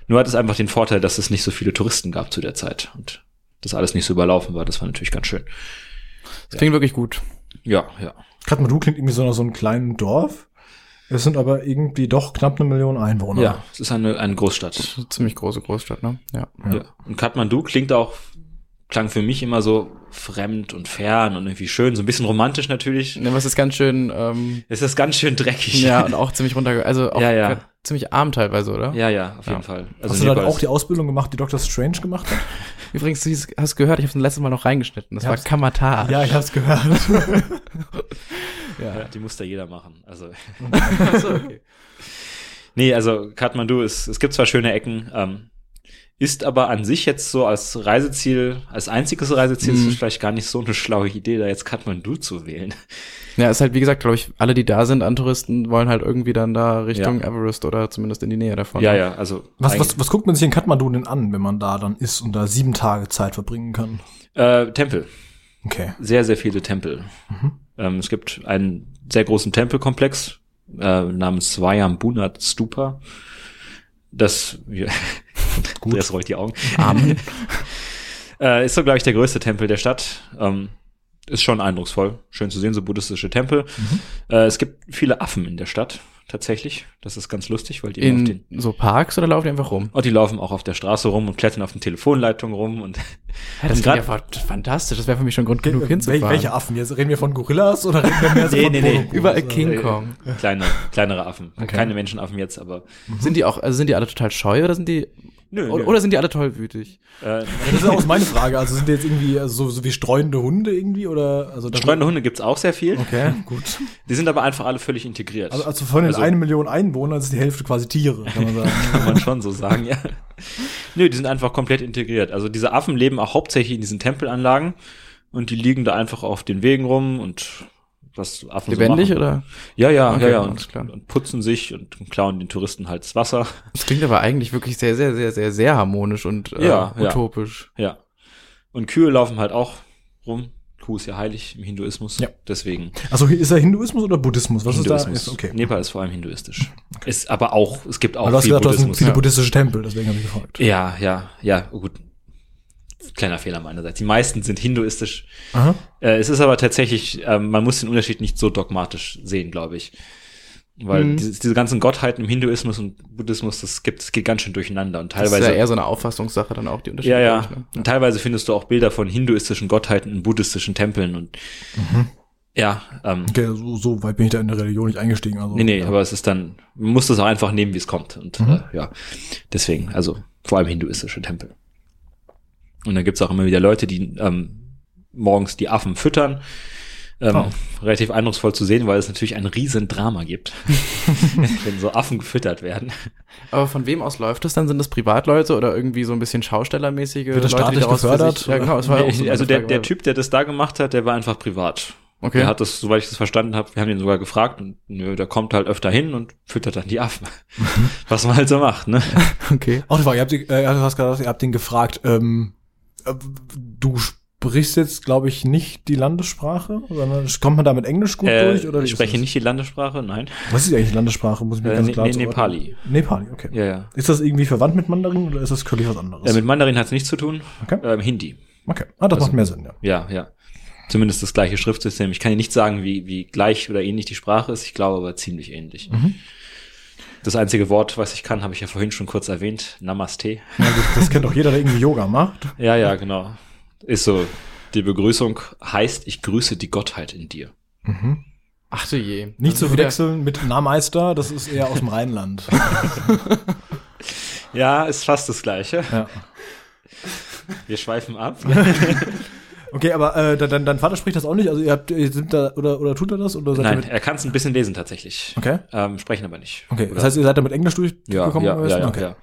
Speaker 3: Nur hat es einfach den Vorteil, dass es nicht so viele Touristen gab zu der Zeit und das alles nicht so überlaufen war. Das war natürlich ganz schön.
Speaker 2: Das klingt wirklich gut.
Speaker 3: Ja, ja.
Speaker 1: Kathmandu klingt irgendwie so nach so einem kleinen Dorf. Es sind aber irgendwie doch knapp eine Million Einwohner.
Speaker 3: Ja, es ist eine, eine Großstadt.
Speaker 2: Eine ziemlich große Großstadt, ne? Ja.
Speaker 1: Ja.
Speaker 3: Ja. Und Kathmandu klingt auch, klang für mich immer so fremd und fern und irgendwie schön, so ein bisschen romantisch natürlich.
Speaker 2: Ne, Was ist ganz schön, ähm,
Speaker 3: Es ist ganz schön dreckig.
Speaker 2: (laughs) ja, und auch ziemlich runter, also auch
Speaker 3: Ja, ja.
Speaker 2: ziemlich arm teilweise, oder?
Speaker 3: (laughs) ja, ja, auf jeden
Speaker 2: Ja.
Speaker 3: Fall. Also
Speaker 1: Hast du dann
Speaker 3: Nepal
Speaker 1: auch die Ausbildung gemacht, die Dr. Strange gemacht hat?
Speaker 2: Übrigens, du hast gehört, ich habe das letzte Mal noch reingeschnitten. Das
Speaker 1: Ja,
Speaker 2: war
Speaker 1: hab's-
Speaker 2: Kamatar.
Speaker 1: ja, ich hab's gehört.
Speaker 3: ist-
Speaker 2: ja.
Speaker 3: ja, die muss da jeder machen. Also, (laughs)
Speaker 2: Achso, okay.
Speaker 3: nee, also Kathmandu ist, es gibt zwar schöne Ecken, ähm, ist aber an sich jetzt so als Reiseziel, als einziges Reiseziel ist
Speaker 2: Mhm.
Speaker 3: es vielleicht gar nicht so eine schlaue Idee, da jetzt Kathmandu zu wählen.
Speaker 2: Ja, ist halt, wie gesagt, glaube ich, alle, die da sind an Touristen, wollen halt irgendwie dann da Richtung
Speaker 3: Ja.
Speaker 2: Everest oder zumindest in die Nähe davon.
Speaker 3: Ja, ja, also.
Speaker 1: Was,
Speaker 3: eigentlich-
Speaker 1: was, was guckt man sich in Kathmandu denn an, wenn man da dann ist und da sieben Tage Zeit verbringen kann?
Speaker 3: Äh, Tempel.
Speaker 1: Okay.
Speaker 3: sehr, sehr viele Tempel.
Speaker 2: Mhm.
Speaker 3: Ähm, es gibt einen sehr großen Tempelkomplex äh, namens Swayambhunat Stupa. Das,
Speaker 2: (laughs)
Speaker 3: ja,
Speaker 1: Gut.
Speaker 3: das rollt die Augen.
Speaker 2: Amen.
Speaker 3: (laughs) Äh, ist so, glaube ich, der größte Tempel der Stadt. Ähm, ist schon eindrucksvoll. Schön zu sehen, so buddhistische Tempel.
Speaker 2: Mhm.
Speaker 3: Äh, es gibt viele Affen in der Stadt, tatsächlich. Das ist ganz lustig, weil die immer auf den
Speaker 2: In so Parks oder laufen die einfach rum?
Speaker 3: und die laufen auch auf der Straße rum und klettern auf den Telefonleitungen rum und
Speaker 2: Ja, das äh,
Speaker 3: Und
Speaker 2: klingt
Speaker 3: grad-
Speaker 2: ja fa- fantastisch. Das wäre für mich schon Grund genug
Speaker 1: Wel-
Speaker 2: hinzufahren.
Speaker 1: welche Affen? Jetzt reden wir von Gorillas oder reden wir mehr so
Speaker 3: Nee,
Speaker 1: von
Speaker 3: nee, nee.
Speaker 1: Bonobos?
Speaker 2: Überall King
Speaker 3: äh,
Speaker 2: Kong.
Speaker 3: (laughs) kleine, kleinere Affen.
Speaker 1: Okay.
Speaker 3: Keine Menschenaffen jetzt, aber
Speaker 2: Sind die auch, also sind die alle total scheu oder sind die,
Speaker 3: nö, nö.
Speaker 2: oder, oder sind die alle tollwütig?
Speaker 3: äh,
Speaker 1: Ja, das ist auch meine Frage. Also sind die jetzt irgendwie also so, so wie streunende Hunde irgendwie oder also das-
Speaker 3: Streunende Hunde gibt's auch sehr viel.
Speaker 1: Okay, (laughs) gut.
Speaker 3: Die sind aber einfach alle völlig integriert.
Speaker 1: Also, also vorhin
Speaker 3: Also-
Speaker 1: eine Million Einwohner, das ist die Hälfte quasi Tiere, kann man sagen.
Speaker 3: kann man schon so sagen, ja. Nö, die sind einfach komplett integriert. Also diese Affen leben auch hauptsächlich in diesen Tempelanlagen und die liegen da einfach auf den Wegen rum und was Affen
Speaker 2: Lebendig
Speaker 3: so machen.
Speaker 2: oder?
Speaker 3: Ja, ja,
Speaker 2: Okay,
Speaker 3: ja, ja.
Speaker 2: alles
Speaker 3: Und,
Speaker 2: klar.
Speaker 3: und putzen sich und klauen den Touristen halt das Wasser.
Speaker 2: Das klingt aber eigentlich wirklich sehr, sehr, sehr, sehr, sehr harmonisch und äh,
Speaker 3: Ja, ja.
Speaker 2: utopisch.
Speaker 3: Ja. Und Kühe laufen halt auch rum. Kuh ist ja heilig im Hinduismus.
Speaker 1: Ja.
Speaker 3: Deswegen.
Speaker 1: Also ist er Hinduismus oder Buddhismus? Was
Speaker 3: Hinduismus.
Speaker 1: ist da? Ist, okay.
Speaker 3: Nepal ist vor allem hinduistisch. Ist aber auch, es gibt auch
Speaker 1: Weil du hast
Speaker 3: viel
Speaker 1: gesagt, das sind
Speaker 3: Buddhismus.
Speaker 1: viele
Speaker 2: ja.
Speaker 1: buddhistische Tempel, deswegen habe ich gefragt.
Speaker 3: Ja, ja, ja, gut. Kleiner Fehler meinerseits. Die meisten sind hinduistisch.
Speaker 1: Aha.
Speaker 3: Äh, es ist aber tatsächlich, ähm, man muss den Unterschied nicht so dogmatisch sehen, glaube ich. Weil
Speaker 2: Mhm.
Speaker 3: diese, diese ganzen Gottheiten im Hinduismus und Buddhismus, das gibt, das geht ganz schön durcheinander. Und
Speaker 2: Das
Speaker 3: teilweise.
Speaker 2: ist ja eher so eine Auffassungssache dann auch, die Unterschiede.
Speaker 3: ja, ja.
Speaker 2: glaub ich, ne?
Speaker 3: Und teilweise findest du auch Bilder von hinduistischen Gottheiten in buddhistischen Tempeln und
Speaker 2: Mhm.
Speaker 3: ja, ähm,
Speaker 1: Okay, so, so weit bin ich da in der Religion nicht eingestiegen.
Speaker 2: Oh,
Speaker 1: Also,
Speaker 3: nee, nee,
Speaker 1: ja.
Speaker 3: aber es ist dann, man muss das auch einfach nehmen, wie es kommt. Und
Speaker 2: Mhm.
Speaker 3: äh, ja, deswegen, also vor allem hinduistische Tempel. Und dann gibt's auch immer wieder Leute, die ähm, morgens die Affen füttern. Ähm,
Speaker 2: Oh.
Speaker 3: Relativ eindrucksvoll zu sehen, weil es natürlich ein riesen
Speaker 2: (laughs)
Speaker 3: Drama gibt, wenn so Affen gefüttert werden.
Speaker 2: Aber von wem aus läuft das dann? Sind das Privatleute oder irgendwie so ein bisschen Schaustellermäßige
Speaker 1: Wird das
Speaker 2: Leute,
Speaker 1: staatlich
Speaker 2: daraus für sich-
Speaker 1: gefördert?
Speaker 2: Ja, genau, das war ja auch so
Speaker 3: Nee,
Speaker 2: meine
Speaker 3: also der,
Speaker 2: Frage,
Speaker 3: der
Speaker 2: weil-
Speaker 3: Typ, der das da gemacht hat, der war einfach privat.
Speaker 2: Okay.
Speaker 3: Der hat das, soweit ich das verstanden habe, wir haben ihn sogar gefragt und nö, der kommt halt öfter hin und füttert dann
Speaker 2: (laughs)
Speaker 3: die Affen. Was man halt so macht, ne?
Speaker 2: Okay.
Speaker 1: Auch die Frage, ihr habt, die- äh, du hast gerade gesagt, ihr habt den gefragt, ähm, äh, du sprichst jetzt, glaube ich, nicht die Landessprache, sondern kommt man damit Englisch gut
Speaker 3: Äh,
Speaker 1: durch? Oder wie
Speaker 3: ich
Speaker 1: ist
Speaker 3: spreche
Speaker 1: das?
Speaker 3: nicht die Landessprache, nein.
Speaker 1: Was ist eigentlich Landessprache? Muss ich mir
Speaker 3: Äh,
Speaker 1: ganz
Speaker 3: ne-
Speaker 1: klar
Speaker 3: ne-
Speaker 1: zuordnen.
Speaker 3: Nepali.
Speaker 1: Nepali, okay.
Speaker 3: Ja, ja.
Speaker 1: Ist das irgendwie verwandt mit Mandarin oder ist das völlig was anderes?
Speaker 3: Äh, mit Mandarin hat es nichts zu tun.
Speaker 1: Okay.
Speaker 3: Ähm, Hindi.
Speaker 1: okay. Ah, das macht mehr Sinn, ja.
Speaker 3: Ja, ja. Zumindest das gleiche Schriftsystem. Ich kann dir nicht sagen, wie, wie gleich oder ähnlich die Sprache ist. Ich glaube aber ziemlich ähnlich.
Speaker 1: Mhm.
Speaker 3: Das einzige Wort, was ich kann, habe ich ja vorhin schon kurz erwähnt. Namaste.
Speaker 1: ja gut, das kennt doch jeder, der irgendwie Yoga
Speaker 3: (laughs)
Speaker 1: macht.
Speaker 3: Ja, ja, genau. Ist so. Die Begrüßung heißt, ich grüße die Gottheit in dir.
Speaker 2: Ach du je.
Speaker 1: Nicht
Speaker 2: Also
Speaker 1: zu
Speaker 2: wieder-
Speaker 1: verwechseln mit Nameister, das ist eher aus dem
Speaker 3: (laughs)
Speaker 1: Rheinland.
Speaker 3: Ja, ist fast das Gleiche.
Speaker 1: ja.
Speaker 3: Wir schweifen ab.
Speaker 1: Okay, aber äh, dein- dein, dein Vater spricht das auch nicht? Also ihr habt, ihr sind da, oder, oder tut er das? Oder seid
Speaker 3: Nein,
Speaker 1: Ihr mit,
Speaker 3: er kann es ein bisschen lesen tatsächlich.
Speaker 1: also okay.
Speaker 3: Ähm, sprechen aber nicht.
Speaker 1: Okay,
Speaker 3: Oder-
Speaker 1: das heißt, ihr seid damit Englisch
Speaker 3: Ja,
Speaker 1: durchgekommen?
Speaker 3: ja,
Speaker 1: oder was?
Speaker 3: ja, ja,
Speaker 1: okay.
Speaker 3: ja.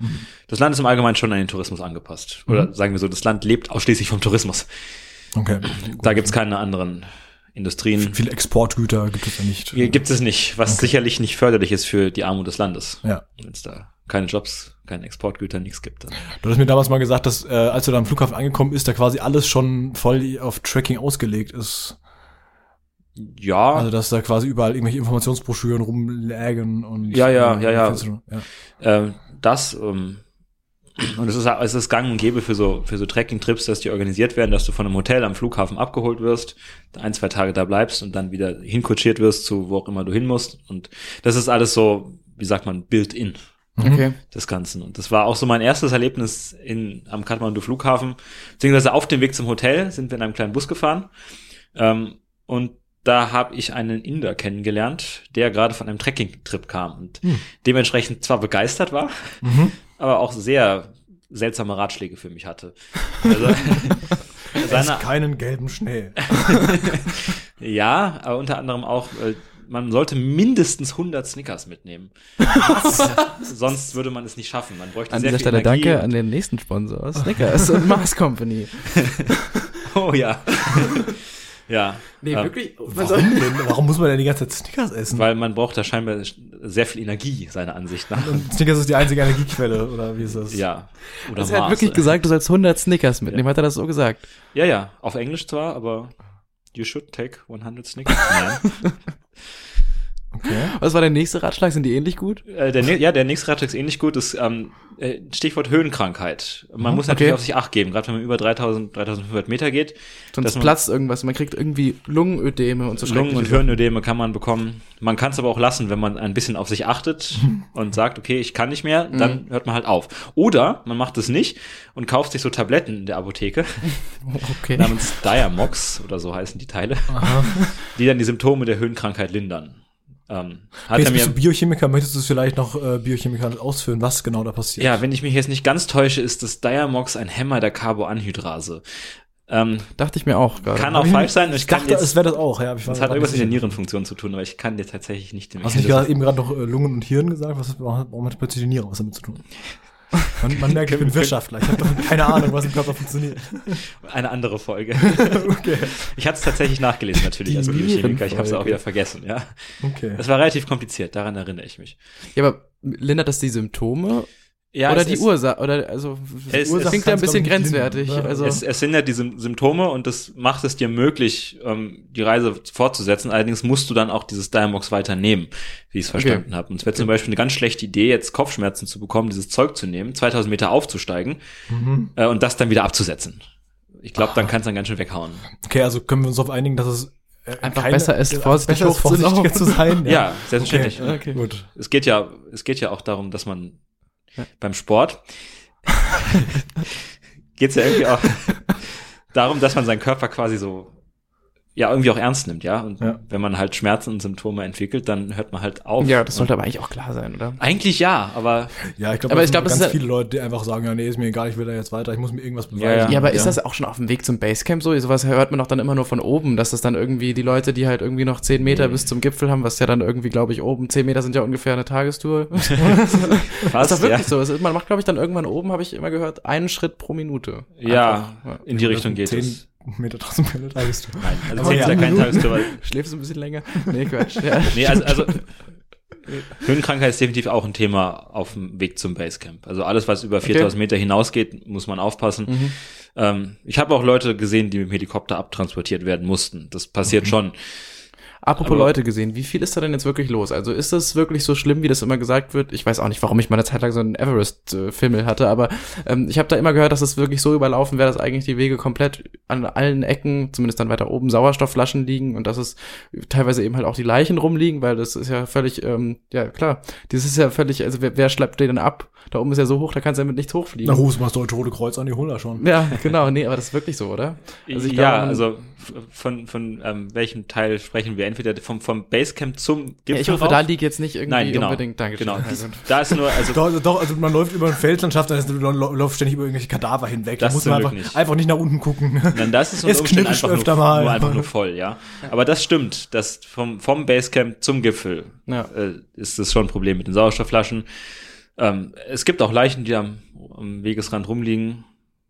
Speaker 3: Das Land ist im Allgemeinen schon an den Tourismus angepasst. Oder
Speaker 1: Mhm.
Speaker 3: sagen wir so, das Land lebt ausschließlich vom Tourismus.
Speaker 1: okay.
Speaker 3: Da gibt's keine anderen Industrien.
Speaker 1: Viele Exportgüter gibt es ja nicht.
Speaker 3: Hier Gibt es nicht, was sicherlich nicht förderlich ist für die Armut des Landes.
Speaker 1: Ja.
Speaker 3: Wenn es da keine Jobs, keine Exportgüter, nichts gibt. Dann.
Speaker 1: Du hast mir damals mal gesagt, dass äh, als du da am Flughafen angekommen bist, da quasi alles schon voll auf Tracking ausgelegt ist.
Speaker 3: Ja,
Speaker 1: Also dass da quasi überall irgendwelche Informationsbroschüren rumlägen und
Speaker 3: Ja, ja,
Speaker 1: äh,
Speaker 3: ja, ja.
Speaker 1: ja.
Speaker 3: ähm, das ähm, Und es ist, es ist gang und gäbe für so, für so Trekking-Trips, dass die organisiert werden, dass du von einem Hotel am Flughafen abgeholt wirst, ein, zwei Tage da bleibst und dann wieder hinkutschiert wirst zu wo auch immer du hin musst. Und das ist alles so, wie sagt man, built in
Speaker 1: Mhm.
Speaker 2: Okay.
Speaker 3: des Ganzen. Und das war auch so mein erstes Erlebnis in, am Kathmandu Flughafen. Beziehungsweise auf dem Weg zum Hotel sind wir in einem kleinen Bus gefahren. Ähm, und da habe ich einen Inder kennengelernt, der gerade von einem Trekking-Trip kam und
Speaker 1: Hm.
Speaker 3: dementsprechend zwar begeistert war,
Speaker 1: Mhm.
Speaker 3: (laughs) aber auch sehr seltsame Ratschläge für mich hatte.
Speaker 2: (laughs)
Speaker 3: Also, (laughs) seine,
Speaker 1: Ess keinen gelben
Speaker 3: (laughs)
Speaker 1: Schnee.
Speaker 3: ja, aber unter anderem auch, äh, man sollte mindestens 100
Speaker 2: (laughs)
Speaker 3: Snickers mitnehmen. Sonst würde man es nicht schaffen. Man bräuchte
Speaker 2: An
Speaker 3: sehr
Speaker 2: dieser Stelle
Speaker 3: viel Energie.
Speaker 2: danke an den nächsten Sponsor, Snickers und Mars (laughs) Company.
Speaker 3: (laughs) Oh ja. ja. ähm,
Speaker 1: Warum denn? Warum muss man denn die ganze Zeit Snickers essen?
Speaker 3: Weil man braucht da scheinbar sehr viel Energie, seiner Ansicht nach.
Speaker 1: Und Snickers ist die einzige Energiequelle, oder wie ist das?
Speaker 3: Ja. Oder
Speaker 2: Also er hat
Speaker 3: Mars,
Speaker 2: wirklich
Speaker 3: äh.
Speaker 2: gesagt, du sollst 100 Snickers mitnehmen, hat er das so gesagt.
Speaker 3: Ja, ja. Auf Englisch zwar, aber you should take 100 Snickers. Nein. (laughs)
Speaker 1: Okay.
Speaker 2: Was war der nächste Ratschlag? Sind die ähnlich gut?
Speaker 3: Äh, der, nä- ja, der nächste Ratschlag ist ähnlich gut, ist ähm, äh, Stichwort Höhenkrankheit. Man muss natürlich
Speaker 2: Mhm, okay.
Speaker 3: auf sich acht geben, gerade wenn man über 3000, 3500 Meter geht. dass
Speaker 2: Sonst
Speaker 3: man-
Speaker 2: platzt irgendwas. Man kriegt irgendwie Lungenödeme und so
Speaker 3: Lungen- und
Speaker 2: schreckliche
Speaker 3: Hirnödeme kann man bekommen. Man kann es aber auch lassen, wenn man ein bisschen auf sich
Speaker 1: (laughs)
Speaker 3: achtet und sagt, okay, ich kann nicht mehr, dann
Speaker 2: Mhm.
Speaker 3: hört man halt auf. Oder man macht es nicht und kauft sich so Tabletten in
Speaker 1: (laughs)
Speaker 3: der Apotheke
Speaker 2: Sachen. Okay.
Speaker 3: namens Diamox oder so heißen die Teile,
Speaker 1: Ah.
Speaker 3: die dann die Symptome der Höhenkrankheit lindern. Ähm, hat er
Speaker 1: Jetzt bist
Speaker 3: mir,
Speaker 1: du Biochemiker, möchtest du es vielleicht noch äh, biochemikalisch ausführen, was genau da passiert?
Speaker 3: ja, wenn ich mich jetzt nicht ganz täusche, ist das Diamox ein Hämmer der Carboanhydrase. Ähm,
Speaker 2: Dachte ich mir auch gerade.
Speaker 3: kann auch falsch sein. Ich,
Speaker 1: Ich
Speaker 3: kann
Speaker 1: dachte,
Speaker 3: jetzt,
Speaker 1: es wäre das auch, ja. aber Ich war
Speaker 3: das hat
Speaker 1: mir grad
Speaker 3: irgendwas
Speaker 1: nicht
Speaker 3: mit der
Speaker 1: sicher.
Speaker 3: Nierenfunktion zu tun, aber ich kann dir tatsächlich nicht den
Speaker 1: Hast du nicht gerade, eben gerade noch äh, Lungen und Hirn gesagt? Was, warum warum hat plötzlich die Niere was damit zu tun? Man, man
Speaker 3: (laughs)
Speaker 1: merkt, ich bin Wirtschaftler. Ich habe doch keine Ahnung, was im Körper funktioniert.
Speaker 3: Eine
Speaker 2: (laughs)
Speaker 3: andere Folge.
Speaker 1: Okay.
Speaker 3: Ich hatte es tatsächlich nachgelesen, natürlich,
Speaker 2: Die
Speaker 3: als Biochemiker. Ich habe es auch
Speaker 2: Nierenfolge.
Speaker 3: wieder vergessen, ja.
Speaker 1: Okay.
Speaker 3: Es war relativ kompliziert, daran erinnere ich mich.
Speaker 2: Ja, aber lindert das die Symptome?
Speaker 3: Ja,
Speaker 2: oder
Speaker 3: es,
Speaker 2: die
Speaker 3: es,
Speaker 2: Ursache? Oder also
Speaker 3: Es-
Speaker 2: es,
Speaker 3: es-
Speaker 2: Ursache klingt ja ein
Speaker 1: kann's,
Speaker 2: bisschen
Speaker 1: glaub ich, nicht
Speaker 2: grenzwertig.
Speaker 1: lindern, ja.
Speaker 2: also
Speaker 3: Es, es sind ja die Sym- Symptome und das macht es dir möglich, ähm, die Reise fortzusetzen. Allerdings musst du dann auch dieses Diamox weiternehmen, wie ich es verstanden habe. Und es wäre zum Beispiel eine ganz schlechte Idee, jetzt Kopfschmerzen zu bekommen, dieses Zeug zu nehmen, 2000 Meter aufzusteigen
Speaker 1: Mhm.
Speaker 3: äh, und das dann wieder abzusetzen. Ich glaube,
Speaker 2: Ah.
Speaker 3: dann kannst du dann ganz schön weghauen.
Speaker 1: Okay, also können wir uns darauf einigen, dass es äh,
Speaker 2: Einfach besser ist, vorsichtig
Speaker 1: besser ist,
Speaker 2: hoch zu laufen.
Speaker 1: vorsichtiger zu
Speaker 2: (laughs)
Speaker 1: sein. äh,
Speaker 3: Ja, selbstverständlich.
Speaker 2: okay.
Speaker 1: Gut.
Speaker 3: Es geht ja, es geht ja auch darum, dass man
Speaker 2: Ja.
Speaker 3: beim
Speaker 2: (laughs)
Speaker 3: Sport geht's ja irgendwie auch darum, dass man seinen Körper quasi so ja irgendwie auch ernst nimmt, ja. Und
Speaker 1: Ja.
Speaker 3: wenn man halt Schmerzen und Symptome entwickelt, dann hört man halt auf.
Speaker 2: Ja, das sollte
Speaker 3: und,
Speaker 2: aber eigentlich auch klar sein, oder?
Speaker 3: eigentlich ja, aber
Speaker 1: Ja, ich glaube,
Speaker 2: Aber
Speaker 1: das
Speaker 2: ich glaub,
Speaker 1: sind
Speaker 2: es
Speaker 1: ganz
Speaker 2: ist-
Speaker 1: viele Leute, die einfach sagen, ja, nee, ist mir egal, ich will da jetzt weiter, ich muss mir irgendwas beweisen.
Speaker 3: Ja,
Speaker 2: Ja, aber
Speaker 3: ja.
Speaker 2: ist das auch schon auf dem Weg zum Basecamp so? Sowas hört man doch dann immer nur von oben, dass das dann irgendwie die Leute, die halt irgendwie noch 10 Meter bis zum Gipfel haben, was ja dann irgendwie, glaube ich, oben 10 Meter sind ja ungefähr eine (laughs) Tagestour. ist
Speaker 3: fast,
Speaker 2: das wirklich
Speaker 3: ja,
Speaker 2: so? Es ist, man macht, glaube ich, dann irgendwann oben, habe ich immer gehört, einen Schritt pro Minute.
Speaker 3: ja,
Speaker 2: Einfach, Also
Speaker 3: in die Richtung geht
Speaker 1: Zehn
Speaker 3: es.
Speaker 1: Meter (laughs) draußen keine Tagestour.
Speaker 3: Nein, also
Speaker 1: Aber
Speaker 3: zehn ist ja
Speaker 1: ja.
Speaker 3: kein Tagesdauer.
Speaker 2: ja. Schläfst du ein bisschen länger? Nee, Quatsch. Ja.
Speaker 3: Nee, also, also Höhenkrankheit ist definitiv auch ein Thema auf dem Weg zum Basecamp. Also alles, was über 4000 Meter hinausgeht, muss man aufpassen.
Speaker 2: Mhm.
Speaker 3: Ähm, ich habe auch Leute gesehen, die mit dem Helikopter abtransportiert werden mussten. Das passiert
Speaker 2: Mhm.
Speaker 3: schon.
Speaker 2: Apropos
Speaker 3: Aber-
Speaker 2: Leute gesehen, wie viel ist da denn jetzt wirklich los? Also ist das wirklich so schlimm, wie das immer gesagt wird? Ich weiß auch nicht, warum ich mal eine Zeit lang so einen Everest-Fimmel hatte, aber ähm, ich habe da immer gehört, dass es das wirklich so überlaufen wäre, dass eigentlich die Wege komplett an allen Ecken, zumindest dann weiter oben, Sauerstoffflaschen liegen und dass es teilweise eben halt auch die Leichen rumliegen, weil das ist ja völlig, ähm, ja klar, das ist ja völlig, also wer, wer schleppt den denn ab? Da oben ist ja so hoch, da kannst du ja mit nichts hochfliegen.
Speaker 1: Na, rufst mal das Deutsche Rote Kreuz an, die holen da schon.
Speaker 2: Ja, genau, nee, aber das ist wirklich so, oder? ich
Speaker 3: ja,
Speaker 2: glaube, man-
Speaker 3: also f- von, von ähm, welchem Teil sprechen wir? Entweder vom, vom Basecamp zum Gipfel
Speaker 2: Ja, ich hoffe,
Speaker 3: rauf?
Speaker 2: da liegt jetzt nicht irgendwie
Speaker 3: Nein, genau.
Speaker 2: unbedingt Dankeschön.
Speaker 3: Genau.
Speaker 2: Also-
Speaker 3: Da ist nur,
Speaker 2: (laughs)
Speaker 3: also
Speaker 1: Doch, also doch, also man läuft über ein Feldlandschaft, dann ist, man lau- läuft ständig über irgendwelche Kadaver hinweg.
Speaker 3: Das
Speaker 1: da muss man
Speaker 3: zum
Speaker 1: einfach
Speaker 3: Glück nicht.
Speaker 1: nicht. einfach nicht nach unten gucken.
Speaker 3: Dann das ist
Speaker 1: Es
Speaker 3: unter Umständen
Speaker 1: knirscht
Speaker 3: einfach
Speaker 1: öfter
Speaker 3: nur,
Speaker 1: mal.
Speaker 3: nur einfach nur voll, ja. Aber das stimmt, dass vom, vom Basecamp zum Gipfel
Speaker 2: Ja.
Speaker 3: äh, ist das schon ein Problem mit den Sauerstoffflaschen. Ähm, es gibt auch Leichen, die am, am Wegesrand rumliegen.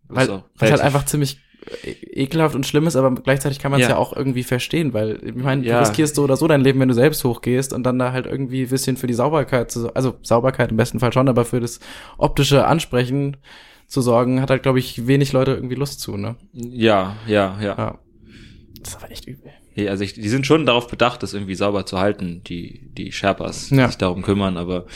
Speaker 2: Weil,
Speaker 3: Ist auch
Speaker 2: was halt
Speaker 3: relativ-
Speaker 2: einfach ziemlich e- ekelhaft und schlimm ist, aber gleichzeitig kann man es
Speaker 3: Ja.
Speaker 2: ja. auch irgendwie verstehen, weil ich meine,
Speaker 3: Ja.
Speaker 2: du riskierst so oder so dein Leben, wenn du selbst hochgehst und dann da halt irgendwie ein bisschen für die Sauberkeit, zu, also Sauberkeit im besten Fall schon, aber für das optische Ansprechen zu sorgen, hat halt, glaube ich, wenig Leute irgendwie Lust zu, ne?
Speaker 3: Ja, ja, ja.
Speaker 2: Ja. Das ist aber echt übel.
Speaker 3: Nee, Also ich, die sind schon darauf bedacht, das irgendwie sauber zu halten, die, die Sherpas, die
Speaker 2: Ja.
Speaker 3: sich darum kümmern, aber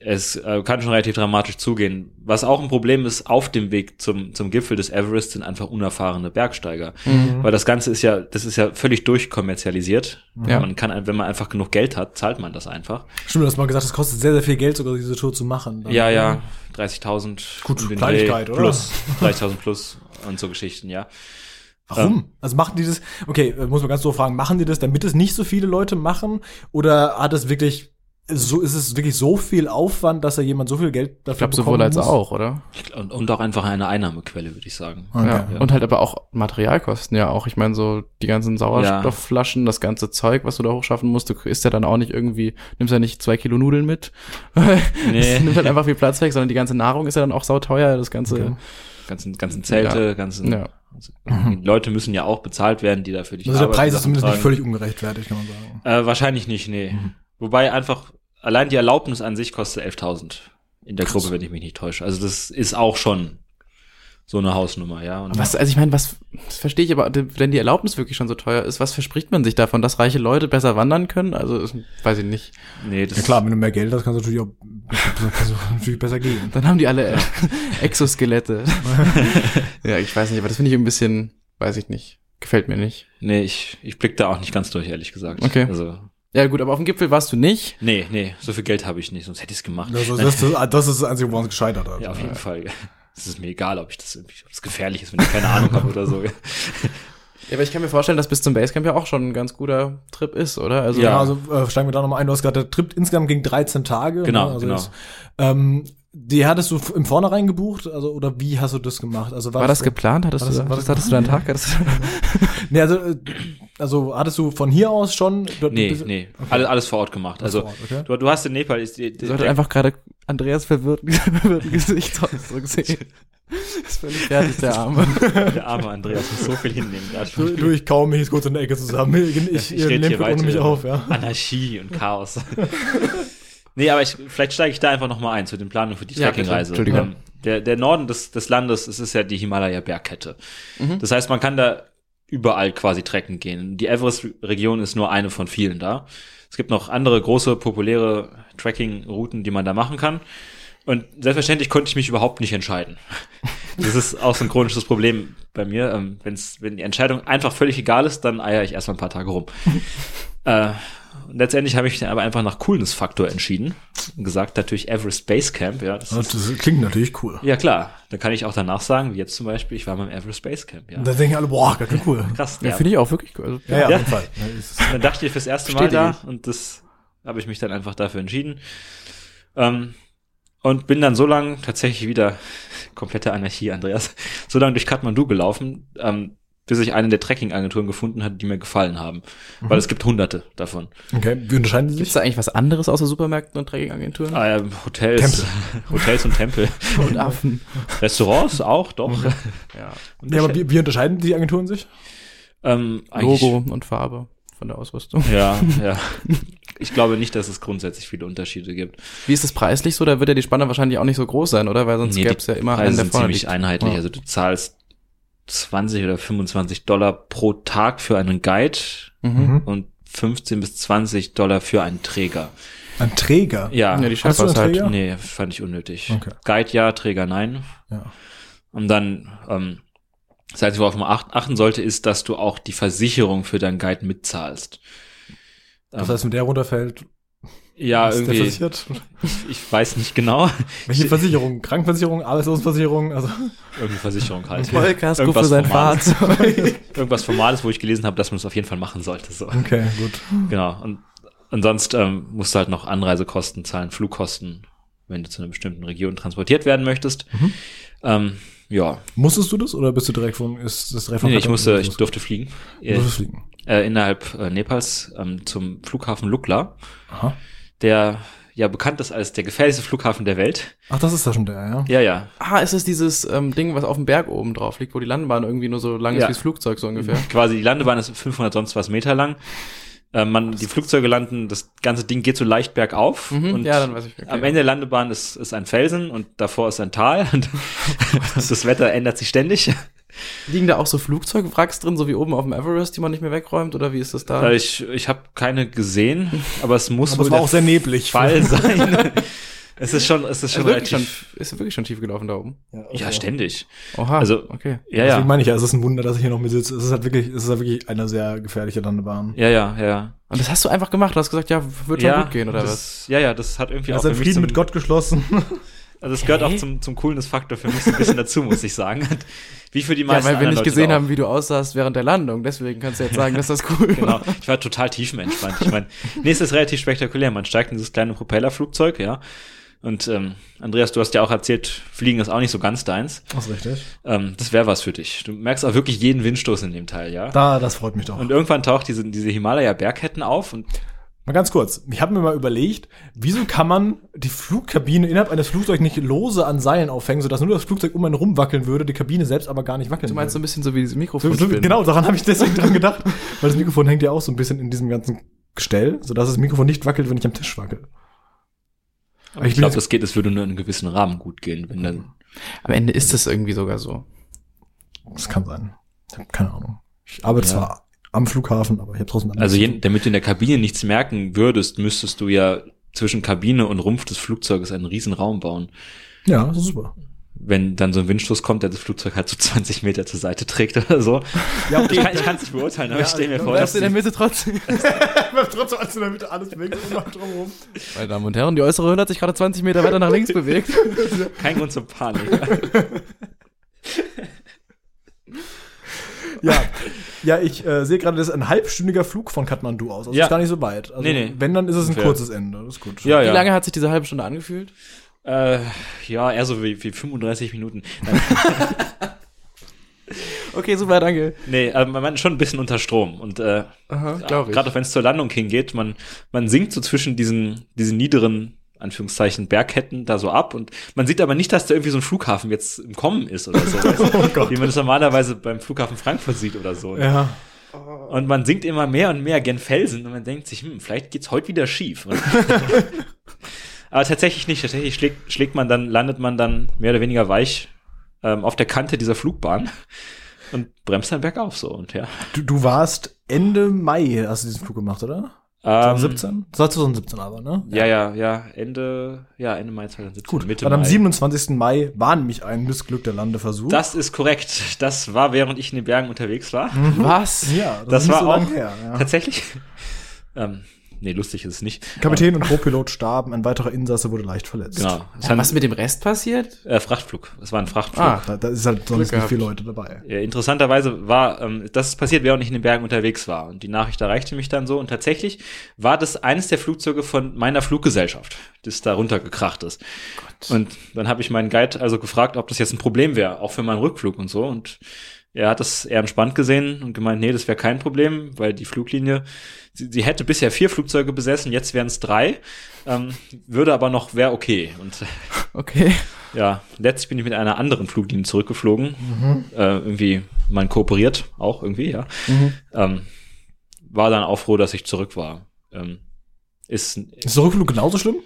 Speaker 3: es äh, kann schon relativ dramatisch zugehen. Was auch ein Problem ist, auf dem Weg zum, zum Gipfel des Everest sind einfach unerfahrene Bergsteiger.
Speaker 2: Mhm.
Speaker 3: Weil das Ganze ist ja, das ist ja völlig durchkommerzialisiert.
Speaker 2: Ja.
Speaker 3: Man kann, ein- wenn man einfach genug Geld hat, zahlt man das einfach.
Speaker 1: Stimmt, du hast mal gesagt, es kostet sehr, sehr viel Geld, sogar diese Tour zu machen. Dann-
Speaker 3: Ja, ja, 30.000.
Speaker 1: Gut,
Speaker 3: um den
Speaker 1: Kleinigkeit,
Speaker 3: Dreh
Speaker 1: oder?
Speaker 3: Plus, 30.000 plus und so Geschichten, ja.
Speaker 1: Warum? Also machen die das, okay, äh, muss man ganz so fragen, machen die das, damit es nicht so viele Leute machen? Oder hat es wirklich, so ist es wirklich so viel Aufwand, dass da jemand so viel Geld dafür
Speaker 2: Ich glaube,
Speaker 1: bekommen
Speaker 2: sowohl als
Speaker 1: muss?
Speaker 2: auch, oder?
Speaker 3: Und, und auch einfach eine Einnahmequelle, würde ich sagen.
Speaker 1: Okay.
Speaker 2: Ja. Und halt aber auch Materialkosten, ja auch. Ich meine, so die ganzen Sauerstoffflaschen, das ganze Zeug, was du da hochschaffen musst, du isst ja dann auch nicht irgendwie, nimmst ja nicht zwei Kilo Nudeln mit. (laughs)
Speaker 3: Nee.
Speaker 2: Das nimmt halt einfach viel Platz weg, sondern die ganze Nahrung ist ja dann auch sauteuer, das ganze.
Speaker 1: Okay.
Speaker 3: Ganzen, ganzen Zelte, ganzen.
Speaker 2: Ja.
Speaker 3: Die Leute müssen ja auch bezahlt werden, die dafür die
Speaker 1: Mhm. Also der
Speaker 3: Arbeit
Speaker 1: Preis ist zumindest nicht Mhm.
Speaker 3: tragen.
Speaker 1: völlig ungerechtfertigt, kann man sagen.
Speaker 3: Äh, wahrscheinlich nicht, nee. Wobei einfach, allein die Erlaubnis an sich kostet 11.000 in der Gruppe, wenn ich mich nicht täusche. Also das ist auch schon so eine Hausnummer, ja. Und
Speaker 2: Was, also ich meine, was, das verstehe ich aber, wenn die Erlaubnis wirklich schon so teuer ist, was verspricht man sich davon, dass reiche Leute besser wandern können? Also, ist- weiß ich nicht.
Speaker 3: Nee, das
Speaker 1: Ja klar, wenn du mehr Geld hast, kannst du natürlich auch (laughs) kannst du natürlich besser gehen.
Speaker 2: Dann haben die alle (laughs) äh,
Speaker 1: (laughs)
Speaker 2: Exoskelette. ja, ich weiß nicht, aber das finde ich ein bisschen, weiß ich nicht. Gefällt mir nicht.
Speaker 3: Nee, ich, ich blick da auch nicht ganz durch, ehrlich gesagt.
Speaker 2: Okay.
Speaker 3: Also,
Speaker 2: Ja, gut, aber auf dem Gipfel warst du nicht.
Speaker 3: nee, nee, so viel Geld habe ich nicht, sonst hätte ich es gemacht.
Speaker 1: Das, ist- das, ist- das ist das Einzige, woran es gescheitert hat.
Speaker 3: Ja, auf jeden Fall. Es ist mir egal, ob ich das, ob das gefährlich ist, wenn ich keine Ahnung habe
Speaker 1: (laughs)
Speaker 3: oder so.
Speaker 2: Ja, aber ich kann mir vorstellen, dass bis zum Basecamp ja auch schon ein ganz guter Trip ist, oder? Also,
Speaker 1: Ja,
Speaker 3: Ja.
Speaker 1: also äh, steigen wir da nochmal ein. Du hast gerade, der Trip insgesamt ging 13 Tage.
Speaker 3: Genau,
Speaker 1: Also
Speaker 3: genau.
Speaker 1: jetzt, ähm, die hattest du f- im Vornherein gebucht, also oder wie hast du das gemacht? Also
Speaker 2: war das geplant? Hattest
Speaker 1: war das-
Speaker 2: du,
Speaker 1: war das
Speaker 2: hattest du da einen Tag? Hattest du,
Speaker 1: Nee, also, äh, also hattest du von hier aus schon? dort-
Speaker 3: Nee,
Speaker 1: bis-
Speaker 3: nee, alles, alles vor Ort gemacht.
Speaker 1: Alles
Speaker 3: Also,
Speaker 1: vor Ort, okay.
Speaker 3: du, du hast in Nepal, ist die, die,
Speaker 2: du hattest einfach gerade Andreas verwirrten, (laughs) verwirrten Gesichtsausdruck sehen. Ist völlig fertig, der Arme.
Speaker 3: (laughs) der arme Andreas muss so viel hinnehmen. gerade.
Speaker 1: Du, du, ich kaum mich jetzt kurz in der Ecke zusammen. Ich, ich,
Speaker 3: Ich rede
Speaker 1: lehne
Speaker 3: hier
Speaker 1: kurz
Speaker 3: weiter.
Speaker 1: ohne mich auf, ja. (laughs)
Speaker 3: Anarchie und Chaos. (laughs) nee, aber ich, vielleicht steige ich da einfach nochmal ein zu den Planungen für die
Speaker 2: Ja,
Speaker 3: Trekkingreise.
Speaker 2: bitte. Entschuldigung.
Speaker 3: Ähm, der, der Norden des, des Landes, es ist ja die Himalaya-Bergkette.
Speaker 2: Mhm.
Speaker 3: Das heißt, man kann da überall quasi trekken gehen. Die Everest-Region ist nur eine von vielen da. Es gibt noch andere große, populäre Trekking-Routen, die man da machen kann. Und selbstverständlich konnte ich mich überhaupt nicht entscheiden. Das ist auch so ein chronisches Problem bei mir. Ähm, wenn's, wenn die Entscheidung einfach völlig egal ist, dann eier ich erstmal ein paar Tage rum. äh, und letztendlich habe ich dann aber einfach nach Coolness-Faktor entschieden. Und gesagt, natürlich Everest Base Camp. Ja, das ist,
Speaker 1: Das klingt natürlich cool.
Speaker 3: ja, klar. Da kann ich auch danach sagen, wie jetzt zum Beispiel, ich war beim Everest Base Camp. Ja.
Speaker 1: Da denken alle, boah, ganz schön cool.
Speaker 3: Krass.
Speaker 2: Ja,
Speaker 3: ja.
Speaker 2: finde ich auch wirklich cool. Also,
Speaker 1: Ja, ja,
Speaker 3: Ja.
Speaker 1: auf jeden Fall. Ja, ist-
Speaker 3: Dann dachte ich fürs erste Mal
Speaker 2: Verstehe
Speaker 3: da und das habe ich mich dann einfach dafür entschieden. Ähm, und bin dann so lang tatsächlich wieder (laughs) komplette Anarchie, Andreas, (laughs) so lange durch Kathmandu gelaufen, ähm, bis ich eine der Trekking-Agenturen gefunden hatte, die mir gefallen haben.
Speaker 1: Mhm.
Speaker 3: Weil es gibt hunderte davon.
Speaker 1: Okay, wie unterscheiden die
Speaker 2: Gibt's
Speaker 1: sich?
Speaker 2: da eigentlich was anderes außer Supermärkten und Trekkingagenturen?
Speaker 3: Ah, ähm, Hotels, (laughs) Hotels
Speaker 1: (laughs)
Speaker 3: und Tempel.
Speaker 2: und Affen.
Speaker 3: Restaurants auch, doch.
Speaker 2: Ja.
Speaker 3: Und
Speaker 1: Mhm. Ja, aber wie, wie unterscheiden die Agenturen sich?
Speaker 3: ähm, eigentlich-
Speaker 2: Logo und Farbe von der Ausrüstung.
Speaker 3: Ja,
Speaker 1: (laughs)
Speaker 3: ja. Ich glaube nicht, dass es grundsätzlich viele Unterschiede gibt.
Speaker 2: Wie ist das preislich so? Da wird ja die Spanne wahrscheinlich auch nicht so groß sein, oder? Weil sonst
Speaker 3: Nee,
Speaker 2: gäb's
Speaker 3: die
Speaker 2: ja immer
Speaker 3: Preise
Speaker 2: einen, der
Speaker 3: sind
Speaker 2: vorne
Speaker 3: ziemlich
Speaker 2: liegt.
Speaker 3: einheitlich.
Speaker 2: Ja.
Speaker 3: Also du zahlst 20 oder 25 Dollar pro Tag für einen Guide
Speaker 2: Mhm.
Speaker 3: und 15 bis 20 Dollar für einen Träger.
Speaker 1: Ein Träger.
Speaker 3: Ja,
Speaker 2: Ja, die
Speaker 1: Hast du einen
Speaker 2: Sherpas halt.
Speaker 1: Träger?
Speaker 3: nee, fand ich unnötig.
Speaker 1: Okay.
Speaker 3: Guide ja, Träger nein.
Speaker 1: Ja.
Speaker 3: Und dann, ähm, das Einzige, worauf man acht- achten sollte, ist, dass du auch die Versicherung für deinen Guide mitzahlst.
Speaker 1: Das
Speaker 3: Ähm,
Speaker 1: heißt, wenn der runterfällt,
Speaker 3: ja,
Speaker 1: ist der
Speaker 3: irgendwie,
Speaker 1: versichert?
Speaker 3: ich weiß nicht genau.
Speaker 1: Welche
Speaker 3: (laughs)
Speaker 1: Versicherung? Krankenversicherung, Arbeitslosenversicherung? Also, (laughs)
Speaker 3: Irgendeine Versicherung halt.
Speaker 2: Vollkasko für
Speaker 3: Irgendwas
Speaker 2: sein
Speaker 3: Formales.
Speaker 2: Fahrzeug.
Speaker 3: Irgendwas Formales, wo ich gelesen habe, dass man es auf jeden Fall machen sollte. So.
Speaker 1: okay, gut.
Speaker 2: Mhm.
Speaker 3: Genau. Und, und sonst ähm, musst du halt noch Anreisekosten zahlen, Flugkosten, wenn du zu einer bestimmten Region transportiert werden möchtest.
Speaker 2: Mhm.
Speaker 3: Ähm, ja,
Speaker 1: Musstest du das oder bist du direkt von, ist das direkt
Speaker 3: nee,
Speaker 1: von
Speaker 3: nee, ich musste, ich
Speaker 1: durfte
Speaker 3: durfte fliegen. Äh,
Speaker 1: fliegen.
Speaker 3: äh, innerhalb äh, Nepals ähm, zum Flughafen Lukla,
Speaker 1: Aha.
Speaker 3: der ja bekannt ist als der gefährlichste Flughafen der Welt.
Speaker 1: Ach, das ist da schon der, ja.
Speaker 3: Ja, ja.
Speaker 2: Ah, ist es dieses ähm, Ding, was auf dem Berg oben drauf liegt, wo die Landbahn irgendwie nur so lang ist
Speaker 3: Ja.
Speaker 2: wie das Flugzeug so ungefähr?
Speaker 3: Quasi die Landebahn ist 500 sonst was Meter lang. Äh, man, die Flugzeuge landen, das ganze Ding geht so leicht bergauf.
Speaker 2: Mhm,
Speaker 3: und
Speaker 2: ja, dann weiß ich, okay.
Speaker 3: Am Ende der Landebahn ist, ist ein Felsen und davor ist ein Tal (laughs) und das Wetter ändert sich ständig.
Speaker 2: Liegen da auch so Flugzeugwracks drin, so wie oben auf dem Everest, die man nicht mehr wegräumt? Oder wie ist das da?
Speaker 3: Äh, Ich, ich habe keine gesehen, aber es muss
Speaker 1: Aber es
Speaker 3: wohl
Speaker 1: war
Speaker 2: (laughs)
Speaker 3: der
Speaker 1: auch sehr neblig.
Speaker 3: Fall sein. Es ist schon, es ist schon
Speaker 2: Ist Also wirklich Also- schon,
Speaker 3: relativ-
Speaker 2: ist wirklich schon tief gelaufen da oben.
Speaker 3: Ja, ständig.
Speaker 2: Oha,
Speaker 3: Also-
Speaker 2: okay.
Speaker 3: Ja,
Speaker 1: Deswegen
Speaker 3: ja.
Speaker 1: meine ich ja, es ist ein Wunder, dass ich hier noch mit sitze. Es ist halt wirklich, es ist halt wirklich eine sehr gefährliche Landebahn.
Speaker 3: Ja, ja, ja.
Speaker 2: Und das hast du einfach gemacht. Du hast gesagt, ja, wird schon
Speaker 3: ja,
Speaker 2: gut gehen, oder was? also
Speaker 3: das, Ja, ja, das hat irgendwie
Speaker 1: Er
Speaker 3: auch
Speaker 1: ist in
Speaker 3: für mich
Speaker 1: Frieden
Speaker 3: zum-
Speaker 1: mit Gott geschlossen. (laughs)
Speaker 3: Also es gehört auch
Speaker 2: Hä?
Speaker 3: zum, zum Coolness-Faktor für mich so ein bisschen dazu, muss ich sagen. (laughs) Wie für die
Speaker 2: Ja,
Speaker 3: meisten
Speaker 2: weil wir
Speaker 3: anderen
Speaker 2: nicht
Speaker 3: Leute
Speaker 2: gesehen
Speaker 3: da auch.
Speaker 2: haben, wie du aussahst während der Landung. Deswegen kannst du jetzt sagen, dass das cool
Speaker 3: Genau.
Speaker 2: war.
Speaker 3: Ich war total tiefenentspannt. Ich meine, nee, es ist relativ spektakulär. Man steigt in dieses kleine Propellerflugzeug, ja. Und ähm, Andreas, du hast ja auch erzählt, Fliegen ist auch nicht so ganz deins.
Speaker 1: Das ist richtig.
Speaker 3: Ähm, das wäre was für dich. Du merkst auch wirklich jeden Windstoß in dem Teil, ja.
Speaker 1: Da, das freut mich doch.
Speaker 3: Und irgendwann taucht diese, diese Himalaya-Bergketten auf und
Speaker 1: Mal ganz kurz. Ich habe mir mal überlegt, wieso kann man die Flugkabine innerhalb eines Flugzeugs nicht lose an Seilen aufhängen, sodass nur das Flugzeug um einen rumwackeln würde, die Kabine selbst aber gar nicht wackeln
Speaker 2: Du meinst so
Speaker 1: würde.
Speaker 2: ein bisschen so wie diese
Speaker 1: So,
Speaker 2: Mikrofon.
Speaker 1: so, genau, daran habe ich deswegen dran gedacht. (laughs) Weil das Mikrofon hängt ja auch so ein bisschen in diesem ganzen Gestell, sodass das Mikrofon nicht wackelt, wenn ich am Tisch wackel. Aber
Speaker 3: ich
Speaker 1: bin
Speaker 3: glaube,
Speaker 1: jetzt-
Speaker 3: das geht, es würde nur in einem gewissen Rahmen gut gehen, wenn dann.
Speaker 2: Am Ende ist das irgendwie sogar so.
Speaker 1: das kann sein. Ich habe keine Ahnung. Ich arbeite
Speaker 3: Ja.
Speaker 1: zwar am Flughafen, aber ich habe trotzdem
Speaker 3: Also
Speaker 1: zu
Speaker 3: je,
Speaker 1: tun.
Speaker 3: damit du in der Kabine nichts merken würdest, müsstest du ja zwischen Kabine und Rumpf des Flugzeuges einen riesen Raum bauen.
Speaker 1: Ja, das ist super.
Speaker 3: Wenn dann so ein Windstoß kommt, der das Flugzeug halt so 20 Meter zur Seite trägt oder so.
Speaker 1: Ja,
Speaker 3: Ich kann es nicht beurteilen, aber
Speaker 1: Ja,
Speaker 3: ich stelle mir
Speaker 1: ja,
Speaker 3: vor,
Speaker 1: das
Speaker 3: dass
Speaker 1: ist in der
Speaker 3: die-
Speaker 2: Mitte trotzdem.
Speaker 1: trotzdem alles in der Mitte, alles weg, immer drumherum.
Speaker 2: Meine Damen und Herren, die äußere Hülle hat sich gerade 20 Meter weiter nach links bewegt.
Speaker 3: kein Grund zur Panik.
Speaker 1: (laughs) Ja, ja ich äh, sehe gerade, das ist ein halbstündiger Flug von Kathmandu aus. Also
Speaker 3: Ja.
Speaker 1: ist gar nicht so weit. Also,
Speaker 3: Nee, nee.
Speaker 1: Wenn, dann ist es ein
Speaker 3: Ungefähr.
Speaker 1: kurzes Ende. Das ist gut.
Speaker 3: Ja,
Speaker 2: Wie
Speaker 3: ja.
Speaker 2: lange hat sich diese halbe Stunde angefühlt?
Speaker 3: Äh, ja, eher so wie, wie 35 Minuten.
Speaker 2: Okay, super, danke.
Speaker 3: Nee, also man ist schon ein bisschen unter Strom. Und äh,
Speaker 2: Aha, glaube ich.
Speaker 3: gerade auch wenn es zur Landung hingeht, man, man sinkt so zwischen diesen, diesen niederen, Anführungszeichen, Bergketten da so ab. Und man sieht aber nicht, dass da irgendwie so ein Flughafen jetzt im Kommen ist oder so. weißt
Speaker 1: (laughs)
Speaker 3: du?
Speaker 1: Oh Gott.
Speaker 3: Wie man das normalerweise beim Flughafen Frankfurt sieht oder so. ne?
Speaker 1: Ja.
Speaker 3: Und man sinkt immer mehr und mehr gen Felsen und man denkt sich, hm, vielleicht geht's heute wieder schief. Und- Aber tatsächlich nicht. Tatsächlich schlägt, schlägt man dann, landet man dann mehr oder weniger weich ähm, auf der Kante dieser Flugbahn und bremst dann bergauf so und ja.
Speaker 1: Du, du warst Ende Mai, hast du diesen Flug gemacht, oder?
Speaker 3: Ähm,
Speaker 1: 2017? Das war 2017 aber, ne?
Speaker 3: Ja, ja, ja. Ende, ja, Ende Mai 2017.
Speaker 1: Gut,
Speaker 3: Mitte
Speaker 1: dann am
Speaker 3: Mai.
Speaker 1: 27. Mai war nämlich ein missglückter Landeversuch.
Speaker 3: Das ist korrekt. Das war, während ich in den Bergen unterwegs war.
Speaker 2: Was?
Speaker 1: ja,
Speaker 3: das
Speaker 1: ist Mhm. nicht
Speaker 3: war
Speaker 1: lange
Speaker 3: auch-
Speaker 1: her. Ja.
Speaker 3: Tatsächlich. (laughs) ähm, nee, lustig ist es nicht.
Speaker 1: Kapitän und Co-Pilot starben, ein weiterer Insasse wurde leicht verletzt.
Speaker 3: Genau. Es
Speaker 2: Ja,
Speaker 3: war
Speaker 2: was
Speaker 3: ein
Speaker 2: mit dem Rest passiert?
Speaker 3: äh, Frachtflug. Es war ein Frachtflug.
Speaker 2: Ah.
Speaker 1: Da, da ist halt
Speaker 2: Glück
Speaker 1: sonst nicht
Speaker 2: gehabt.
Speaker 1: viele Leute dabei.
Speaker 3: Ja, interessanterweise war, ähm, das ist passiert, während ich in den Bergen unterwegs war. Und die Nachricht erreichte mich dann so. Und tatsächlich war das eines der Flugzeuge von meiner Fluggesellschaft, das da runtergekracht ist. Und dann habe ich meinen Guide also gefragt, ob das jetzt ein Problem wäre, auch für meinen Rückflug und so. Und er hat das eher entspannt gesehen und gemeint, nee, das wäre kein Problem, weil die Fluglinie, sie, sie hätte bisher vier Flugzeuge besessen, jetzt wären es drei, ähm, würde aber noch, wäre okay. Und
Speaker 2: Okay.
Speaker 3: ja, letztlich bin ich mit einer anderen Fluglinie zurückgeflogen.
Speaker 1: Mhm.
Speaker 3: Äh, irgendwie, man kooperiert auch irgendwie, ja. Ähm, war dann auch froh, dass ich zurück war. Ähm, ist,
Speaker 1: Ist der Rückflug genauso schlimm?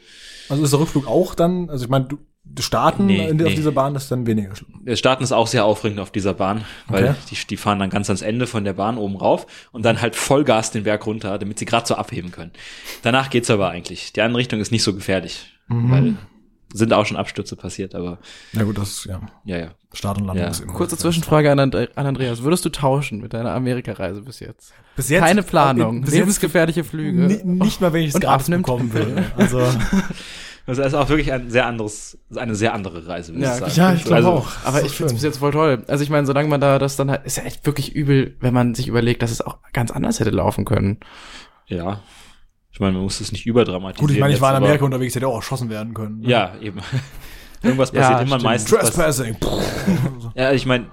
Speaker 1: Also ist der Rückflug auch dann, also ich meine, du, du starten
Speaker 3: Nee,
Speaker 1: in, auf
Speaker 3: nee.
Speaker 1: dieser Bahn ist dann weniger schlimm.
Speaker 3: das Starten ist auch sehr aufregend auf dieser Bahn, weil
Speaker 1: Okay.
Speaker 3: die, die fahren dann ganz ans Ende von der Bahn oben rauf und dann halt Vollgas den Berg runter, damit sie gerade so abheben können. Danach geht's aber eigentlich. Die andere Richtung ist nicht so gefährlich,
Speaker 1: Mhm.
Speaker 3: weil sind auch schon Abstürze passiert, aber
Speaker 1: Na gut, das ist, ja.
Speaker 3: ja, ja.
Speaker 1: Start und Landung
Speaker 3: Ja.
Speaker 1: ist immer
Speaker 2: Kurze
Speaker 1: gefährlich.
Speaker 2: Zwischenfrage an, And an Andreas. Würdest du tauschen mit deiner Amerika-Reise bis jetzt?
Speaker 1: Bis jetzt,
Speaker 2: Keine Planung.
Speaker 1: Bis jetzt
Speaker 2: Lebensgefährliche Flüge.
Speaker 1: ni- nicht mal, wenn ich es
Speaker 2: Und
Speaker 1: gratis
Speaker 2: abnimmt.
Speaker 1: bekommen würde.
Speaker 2: (laughs)
Speaker 1: Also,
Speaker 3: Das Also ist auch wirklich ein sehr anderes, eine sehr andere Reise, würde
Speaker 2: Ja,
Speaker 3: ich sagen.
Speaker 1: ja, ich glaube
Speaker 3: Also,
Speaker 1: auch.
Speaker 2: Oh, Aber ich finde es bis jetzt voll toll. Also ich meine, solange man da das dann halt, ist ja echt wirklich übel, wenn man sich überlegt, dass es auch ganz anders hätte laufen können.
Speaker 3: Ja. Ich meine, man muss es nicht überdramatisieren.
Speaker 1: Gut, ich meine, ich
Speaker 3: jetzt,
Speaker 1: war in
Speaker 3: aber-
Speaker 1: Amerika unterwegs, hätte auch erschossen werden können. ne?
Speaker 3: Ja, eben. (laughs) Irgendwas
Speaker 2: Ja,
Speaker 3: passiert immer
Speaker 2: stimmt.
Speaker 3: meistens. was-
Speaker 1: Trespassing. Puh.
Speaker 3: Ja, also ich meine,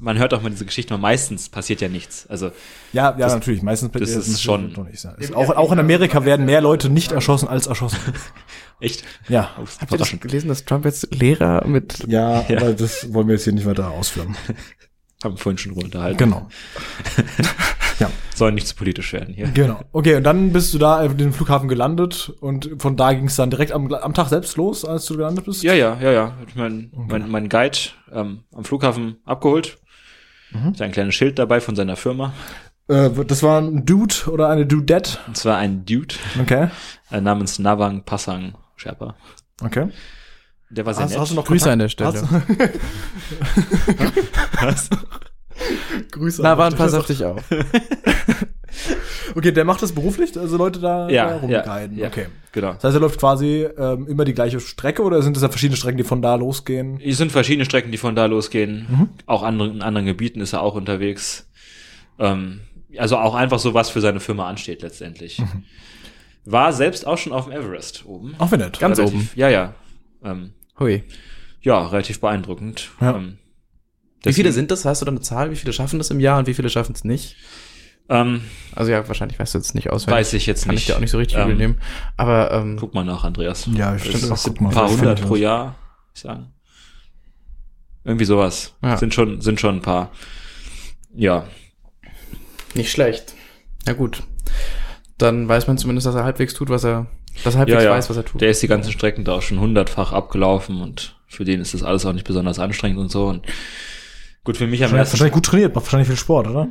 Speaker 3: man hört auch mal diese Geschichten, aber meistens passiert ja nichts. Also,
Speaker 1: ja, ja, natürlich. Meistens
Speaker 3: das ist
Speaker 1: das
Speaker 3: schon-
Speaker 1: wird doch nicht sein. Ist Auch, auch in Amerika werden mehr Leute nicht erschossen als (laughs) erschossen. (laughs)
Speaker 3: echt.
Speaker 1: Ja.
Speaker 3: Oh, ist
Speaker 2: Habt ihr das
Speaker 3: überraschend.
Speaker 2: gelesen, dass Trump jetzt Lehrer mit
Speaker 1: Ja, aber das wollen wir jetzt hier nicht weiter ausführen.
Speaker 3: Haben wir vorhin schon drüber unterhalten.
Speaker 1: Genau.
Speaker 3: Soll nicht zu politisch werden hier.
Speaker 1: Genau. Okay, und dann bist du da äh, auf dem Flughafen gelandet und von da ging es dann direkt am, am Tag selbst los, als du gelandet bist?
Speaker 3: Ja, ja, ja, ja. Ich mein, mein, mein Guide ähm, am Flughafen abgeholt.
Speaker 1: Mhm.
Speaker 3: Hat ein kleines Schild dabei von seiner Firma.
Speaker 1: Äh, das war ein Dude oder eine Dudette.
Speaker 3: Und zwar ein Dude
Speaker 1: Okay.
Speaker 3: äh, namens Navang Passang Sherpa.
Speaker 1: Okay.
Speaker 3: Der war sehr
Speaker 1: Hast-
Speaker 3: nett.
Speaker 1: hast du noch
Speaker 2: Grüße an der Stelle.
Speaker 1: Hast du-
Speaker 3: was?
Speaker 1: Grüße.
Speaker 2: Na,
Speaker 1: an
Speaker 2: waren
Speaker 1: der
Speaker 2: pass
Speaker 1: Stelle.
Speaker 2: auf dich (laughs) auf.
Speaker 1: Okay, der macht das beruflich, also Leute da,
Speaker 3: Ja,
Speaker 1: da
Speaker 3: ja,
Speaker 1: rumguiden.
Speaker 3: ja.
Speaker 1: Okay.
Speaker 3: Genau.
Speaker 1: Das heißt, er läuft quasi ähm, immer die gleiche Strecke oder sind es ja verschiedene Strecken, die von da losgehen?
Speaker 3: Es sind verschiedene Strecken, die von da losgehen.
Speaker 2: Mhm.
Speaker 3: Auch andere, in anderen Gebieten ist er auch unterwegs. Ähm, also auch einfach so, was für seine Firma ansteht letztendlich.
Speaker 2: Mhm.
Speaker 3: War selbst auch schon auf dem Everest oben.
Speaker 1: Auch wenn nicht.
Speaker 2: Oh, Ganz oben.
Speaker 3: Ja, ja. Ähm,
Speaker 2: Hui.
Speaker 3: ja, relativ beeindruckend.
Speaker 1: Ja.
Speaker 3: Ähm,
Speaker 2: Wie viele
Speaker 3: deswegen-
Speaker 2: sind das? Hast du da eine Zahl? Wie viele schaffen das im Jahr und wie viele schaffen es nicht?
Speaker 3: Ähm,
Speaker 2: Also ja, wahrscheinlich weißt du jetzt nicht auswendig.
Speaker 3: weiß ich jetzt
Speaker 2: Kann
Speaker 3: nicht.
Speaker 2: ich dir auch nicht so richtig
Speaker 3: Ähm,
Speaker 2: übel nehmen. Aber ähm,
Speaker 3: Guck mal nach, Andreas.
Speaker 1: Ja,
Speaker 3: Das
Speaker 1: stimmt.
Speaker 3: sind
Speaker 1: Guck mal,
Speaker 3: ein paar
Speaker 1: das
Speaker 3: hundert
Speaker 1: findet
Speaker 3: pro
Speaker 1: man.
Speaker 3: Jahr, würd ich sagen. Irgendwie sowas.
Speaker 2: Ja.
Speaker 3: Sind schon, sind schon ein paar. Ja.
Speaker 2: nicht schlecht. Ja gut. Dann weiß man zumindest, dass er halbwegs tut, was er, dass er halbwegs
Speaker 3: ja, ja.
Speaker 2: weiß, was er tut.
Speaker 3: Der ist die ganzen Strecken da auch schon hundertfach abgelaufen und für den ist das alles auch nicht besonders anstrengend und so. Und gut, für mich am
Speaker 1: Wahrscheinlich,
Speaker 3: ersten
Speaker 1: wahrscheinlich gut trainiert, macht wahrscheinlich viel Sport,
Speaker 3: (laughs)
Speaker 1: oder?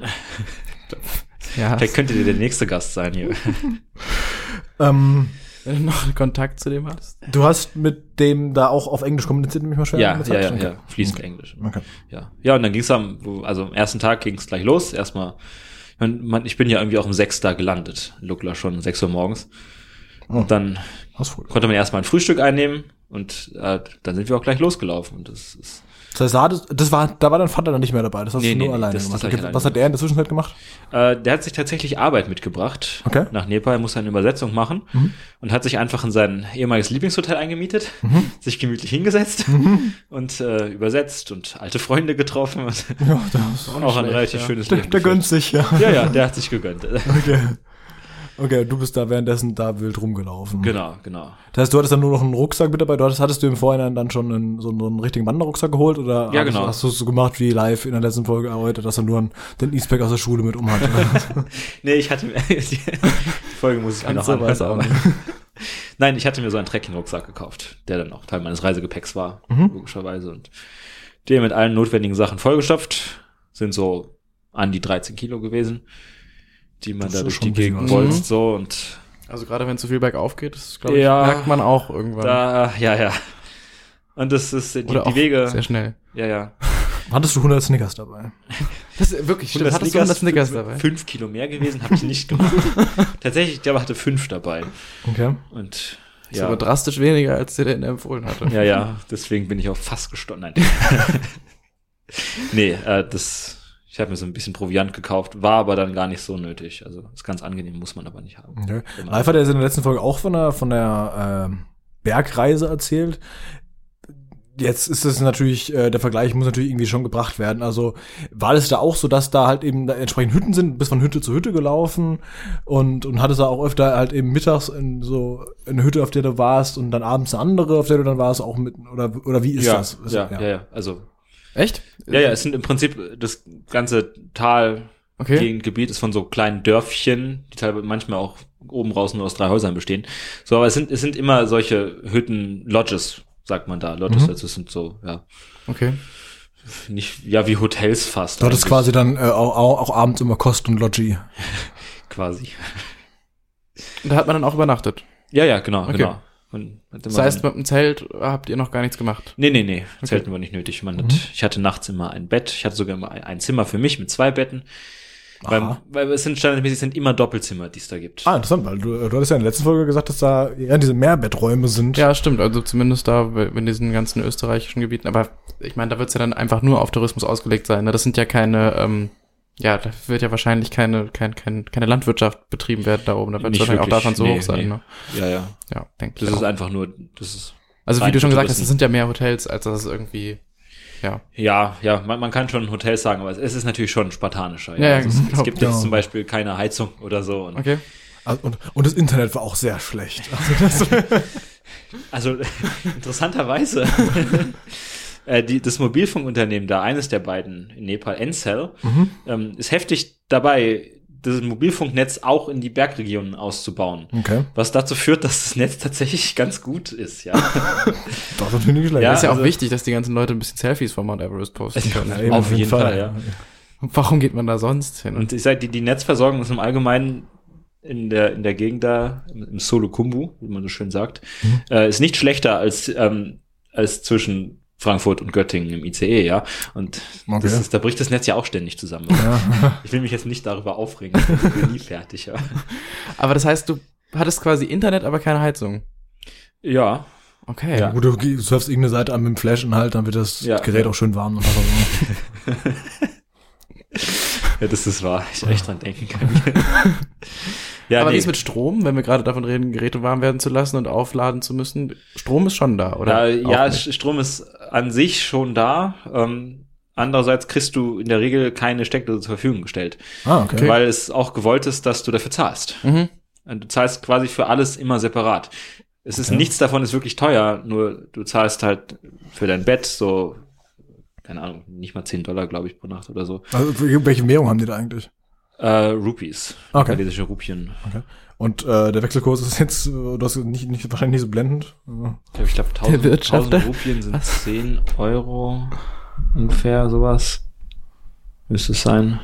Speaker 2: ja.
Speaker 3: Vielleicht könnte dir der nächste Gast
Speaker 1: (laughs)
Speaker 3: sein hier.
Speaker 1: ähm,
Speaker 2: Wenn du noch Kontakt zu dem hast.
Speaker 1: du hast mit dem da auch auf Englisch kommuniziert, nämlich mal schwer.
Speaker 3: ja,
Speaker 1: mit
Speaker 3: ja, ja,
Speaker 1: Zeit?
Speaker 3: ja. Fließend Englisch.
Speaker 1: Okay.
Speaker 3: Ja. ja, und dann ging's am, also am ersten Tag ging's gleich los. Erstmal, ich, mein, man- ich bin ja irgendwie auch um sechs da gelandet, in Lukla schon, um sechs Uhr morgens.
Speaker 1: Oh.
Speaker 3: Und dann
Speaker 1: Das ist früh.
Speaker 3: konnte man erstmal ein Frühstück einnehmen und äh, dann sind wir auch gleich losgelaufen. Und das ist,
Speaker 1: Das heißt, da, hattest- das war, da war dein Vater dann nicht mehr dabei, das hast
Speaker 3: Nee,
Speaker 1: du nur
Speaker 3: nee,
Speaker 1: alleine
Speaker 3: das- das
Speaker 1: gemacht.
Speaker 3: hab ich
Speaker 1: okay. Was
Speaker 3: alleine
Speaker 1: hat der in der Zwischenzeit gemacht?
Speaker 3: Äh, der hat sich tatsächlich Arbeit mitgebracht
Speaker 1: Okay. Mhm.
Speaker 3: nach Nepal, er muss eine Übersetzung machen und hat sich einfach in sein ehemaliges Lieblingshotel eingemietet,
Speaker 1: Mhm.
Speaker 3: sich gemütlich hingesetzt und äh, übersetzt und alte Freunde getroffen. Und
Speaker 1: Ja, das
Speaker 3: (laughs) auch ein relativ
Speaker 2: ja.
Speaker 3: schönes
Speaker 1: der,
Speaker 3: Leben.
Speaker 1: der gönnt sich, ja.
Speaker 3: geführt. Ja, ja, der hat sich gegönnt. (laughs)
Speaker 1: Okay. Okay, du bist da währenddessen da wild rumgelaufen.
Speaker 3: genau, genau.
Speaker 1: Das heißt, du hattest dann nur noch einen Rucksack mit dabei. Du hattest, hattest du im Vorhinein dann schon einen, so, einen, so einen richtigen Wanderrucksack geholt? Oder
Speaker 3: Ja,
Speaker 1: hast-
Speaker 3: genau.
Speaker 1: hast du es so gemacht wie live in der letzten Folge heute, dass er nur einen, den Eastpack aus der Schule mit umhat? (laughs)
Speaker 3: Nee, ich hatte mir, (laughs) die Folge muss ich mir
Speaker 2: Ganz
Speaker 3: noch
Speaker 2: so
Speaker 3: anhören.
Speaker 2: weiß auch
Speaker 3: Aber. (laughs) Nein, ich hatte mir so einen Trekking-Rucksack gekauft, der dann auch Teil meines Reisegepäcks war,
Speaker 2: Mhm.
Speaker 3: logischerweise. Und den mit allen notwendigen Sachen vollgestopft, sind so an die 13 Kilo gewesen, die man
Speaker 1: Das
Speaker 3: da
Speaker 1: ist
Speaker 3: durch
Speaker 1: schon
Speaker 3: die
Speaker 1: ein bisschen
Speaker 3: Gegend
Speaker 1: was.
Speaker 2: Mhm.
Speaker 3: bolzt, so und
Speaker 2: Also gerade wenn zu viel bergauf geht, das glaube ich,
Speaker 3: Ja.
Speaker 2: merkt man auch irgendwann.
Speaker 3: da, ja, ja. Und das ist die,
Speaker 2: Oder
Speaker 3: die
Speaker 2: auch sehr
Speaker 3: Wege,
Speaker 2: schnell.
Speaker 3: ja, ja.
Speaker 1: hattest du 100 Snickers dabei?
Speaker 2: Das ist wirklich stimmt. Hattest du das Snickers dabei?
Speaker 3: Fünf Kilo mehr gewesen, habe ich
Speaker 2: (laughs)
Speaker 3: nicht gemacht. Tatsächlich, der hatte fünf dabei.
Speaker 1: Okay.
Speaker 3: Und
Speaker 2: Das ist aber drastisch weniger, als dir der in empfohlen hatte.
Speaker 1: (laughs)
Speaker 3: Ja, ja, deswegen bin ich auch fast gestorben. Nein. (laughs) nee, äh, das, ich habe mir so ein bisschen Proviant gekauft, war aber dann gar nicht so nötig. Also ist ganz angenehm, muss man aber nicht haben.
Speaker 1: okay.
Speaker 3: Genau.
Speaker 1: Live hat er jetzt in der letzten Folge auch von der, von der ähm, Bergreise erzählt. Jetzt ist es natürlich, äh, der Vergleich muss natürlich irgendwie schon gebracht werden. Also war es da auch so, dass da halt eben da entsprechend Hütten sind, bis von Hütte zu Hütte gelaufen und, und hattest da auch öfter halt eben mittags in so eine Hütte, auf der du warst und dann abends eine andere, auf der du dann warst, auch mit, oder, oder wie ist
Speaker 3: ja,
Speaker 1: das? Ist-
Speaker 3: ja, ja, ja, Also,
Speaker 2: Echt?
Speaker 3: ja, ja, es sind im Prinzip das ganze Tal,
Speaker 2: Okay.
Speaker 3: Gegend, Gebiet ist von so kleinen Dörfchen, die teilweise manchmal auch oben raus nur aus drei Häusern bestehen. So, aber es sind, es sind immer solche Hütten, Lodges, sagt man da. Lodges,
Speaker 1: Mhm.
Speaker 3: also es sind so, ja,
Speaker 2: Okay.
Speaker 3: nicht, ja, wie Hotels fast.
Speaker 1: Du hattest
Speaker 3: eigentlich.
Speaker 1: quasi dann äh, auch, auch, auch abends immer Kost und Loggi.
Speaker 3: quasi.
Speaker 2: Und da hat man dann auch übernachtet.
Speaker 3: Ja, ja, genau,
Speaker 2: Okay.
Speaker 3: genau. Man hat immer
Speaker 2: Das heißt,
Speaker 3: so-
Speaker 2: mit dem Zelt habt ihr noch gar nichts gemacht.
Speaker 3: nee, nee, nee, Zelten war nicht nötig. Man
Speaker 2: Mhm.
Speaker 3: hat, ich hatte nachts immer ein Bett, ich hatte sogar immer ein- ein Zimmer für mich mit zwei Betten. Weil,
Speaker 1: Aha.
Speaker 3: weil es sind standardmäßig sind immer Doppelzimmer, die es da gibt.
Speaker 1: Ah, interessant, weil du, du hattest ja in der letzten Folge gesagt, dass da ja diese Mehrbetträume sind.
Speaker 2: Ja, stimmt. Also zumindest da in diesen ganzen österreichischen Gebieten. Aber ich meine, da wird's ja dann einfach nur auf Tourismus ausgelegt sein. Ne? Das sind ja keine, ähm, ja, da wird ja wahrscheinlich keine, kein, kein, keine Landwirtschaft betrieben werden da oben. Da wird
Speaker 3: Nicht
Speaker 2: wahrscheinlich auch
Speaker 3: wirklich.
Speaker 2: davon so
Speaker 3: Nee,
Speaker 2: hoch sein.
Speaker 3: nee.
Speaker 2: Ne?
Speaker 3: Ja, ja.
Speaker 2: Ja, denke
Speaker 3: Das
Speaker 2: ich.
Speaker 3: ist
Speaker 2: auch.
Speaker 3: einfach nur, das ist,
Speaker 2: Also wie
Speaker 3: rein
Speaker 2: du schon
Speaker 3: für
Speaker 2: gesagt hast,
Speaker 3: Touristen.
Speaker 2: es sind ja mehr Hotels, als dass es irgendwie, ja.
Speaker 3: ja, ja, man, man kann schon Hotels sagen, aber es, es ist natürlich schon spartanischer.
Speaker 2: Ja, ja,
Speaker 3: also es,
Speaker 2: genau.
Speaker 3: es gibt
Speaker 1: Ja.
Speaker 3: jetzt zum Beispiel keine Heizung oder so. Und
Speaker 2: Okay.
Speaker 1: Also, Und, und das Internet war auch sehr schlecht. Also das,
Speaker 3: Also (laughs) interessanterweise, (laughs) äh, die, das Mobilfunkunternehmen da, eines der beiden in Nepal, Ncell, ähm, ist heftig dabei, das Mobilfunknetz auch in die Bergregionen auszubauen.
Speaker 1: okay,
Speaker 3: Was dazu führt, dass das Netz tatsächlich (laughs) ganz gut ist, ja. (laughs)
Speaker 1: das ist natürlich nicht schlecht.
Speaker 3: Ja,
Speaker 2: ist ja auch
Speaker 3: also-
Speaker 2: wichtig, dass die ganzen Leute ein bisschen Selfies vom Mount Everest posten können.
Speaker 1: eben,
Speaker 3: auf jeden Fall, ja.
Speaker 2: Warum geht man da sonst hin?
Speaker 3: Und ich sage, die, die Netzversorgung ist im Allgemeinen in der, in der Gegend da, im im Solo Kumbu, wie man so schön sagt, äh, ist nicht schlechter als, ähm, als zwischen Frankfurt und Göttingen im ICE, ja. Und
Speaker 1: Okay.
Speaker 3: das ist, da bricht das Netz ja auch ständig zusammen.
Speaker 2: (laughs)
Speaker 3: Ich will mich jetzt nicht darüber aufregen, ich bin nie
Speaker 2: (laughs)
Speaker 3: fertig, ja.
Speaker 2: Aber das heißt, du hattest quasi Internet, aber keine Heizung.
Speaker 3: Ja,
Speaker 2: Okay.
Speaker 3: Ja.
Speaker 1: Gut, du geh- surfst irgendeine Seite an mit dem Flaschenhalt, dann wird das
Speaker 3: Ja.
Speaker 1: Gerät auch schön warm. Und was auch immer.
Speaker 3: ja das ist wahr. Ich echt dran denken
Speaker 2: (laughs)
Speaker 3: kann. ja,
Speaker 2: aber
Speaker 3: nee.
Speaker 2: wie ist mit Strom, wenn wir gerade davon reden, Geräte warm werden zu lassen und aufladen zu müssen? Strom ist schon da, oder?
Speaker 3: Ja,
Speaker 2: Auch
Speaker 3: ja
Speaker 2: nicht.
Speaker 3: Sch- Strom ist an sich schon da. Ähm, andererseits kriegst du in der Regel keine Steckdose zur Verfügung gestellt,
Speaker 1: ah, okay.
Speaker 3: weil es auch gewollt ist, dass du dafür zahlst.
Speaker 2: Mhm.
Speaker 3: Und Du zahlst quasi für alles immer separat. Es ist
Speaker 1: Okay.
Speaker 3: nichts davon ist wirklich teuer, nur du zahlst halt für dein Bett so, keine Ahnung, nicht mal 10 Dollar, glaube ich, pro Nacht oder so.
Speaker 1: Also, welche Währung haben die da eigentlich?
Speaker 3: Äh, Rupees.
Speaker 1: Okay.
Speaker 3: Chinesische Rupien.
Speaker 1: Und äh, der Wechselkurs ist jetzt, äh, das ist nicht, nicht, wahrscheinlich nicht so blendend. Äh, Ja.
Speaker 3: Ich glaube, ich glaub, 1000,
Speaker 2: Der Wirtschafter.
Speaker 1: äh,
Speaker 3: 1000 Rupien sind 10 Euro ungefähr, sowas. Müsste es sein.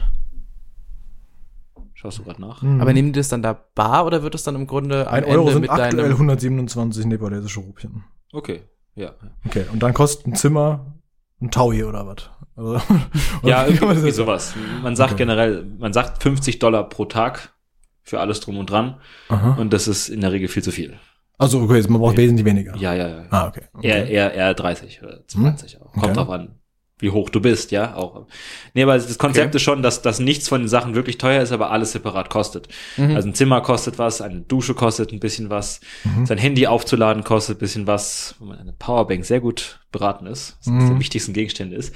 Speaker 3: Schaust du gerade nach?
Speaker 1: Mhm.
Speaker 2: Aber nehmen die das dann da bar oder wird das dann im Grunde am
Speaker 1: ein
Speaker 2: Ende
Speaker 1: Euro sind
Speaker 2: mit
Speaker 1: aktuell
Speaker 2: deinem
Speaker 1: 127 nepalesische Rupien.
Speaker 3: Okay, ja.
Speaker 1: Okay, und dann kostet ein Zimmer ein Taui oder was? Also, (laughs)
Speaker 3: Ja,
Speaker 1: wie kann man
Speaker 3: irgendwie
Speaker 1: das-
Speaker 3: sowas. Man sagt
Speaker 1: Okay.
Speaker 3: generell, man sagt 50 Dollar pro Tag für alles drum und dran.
Speaker 1: Aha.
Speaker 3: Und das ist in der Regel viel zu viel.
Speaker 1: Also, okay, man braucht wesentlich weniger.
Speaker 3: Ja, ja, ja.
Speaker 1: Ah, okay.
Speaker 3: Eher,
Speaker 1: okay. Hm?
Speaker 3: eher, eher 30 oder 20 auch. Kommt
Speaker 1: Okay.
Speaker 3: drauf an, wie hoch du bist, ja. Auch. Nee, aber das Konzept
Speaker 2: Okay.
Speaker 3: ist schon, dass, dass nichts von den Sachen wirklich teuer ist, aber alles separat kostet.
Speaker 1: Hm.
Speaker 2: Mhm.
Speaker 3: Also ein Zimmer kostet was, eine Dusche kostet ein bisschen was,
Speaker 1: Mhm.
Speaker 3: sein Handy aufzuladen kostet ein bisschen was, wo man eine Powerbank sehr gut beraten ist, was eines
Speaker 1: Mhm.
Speaker 3: der wichtigsten
Speaker 1: (laughs)
Speaker 3: Gegenstände ist,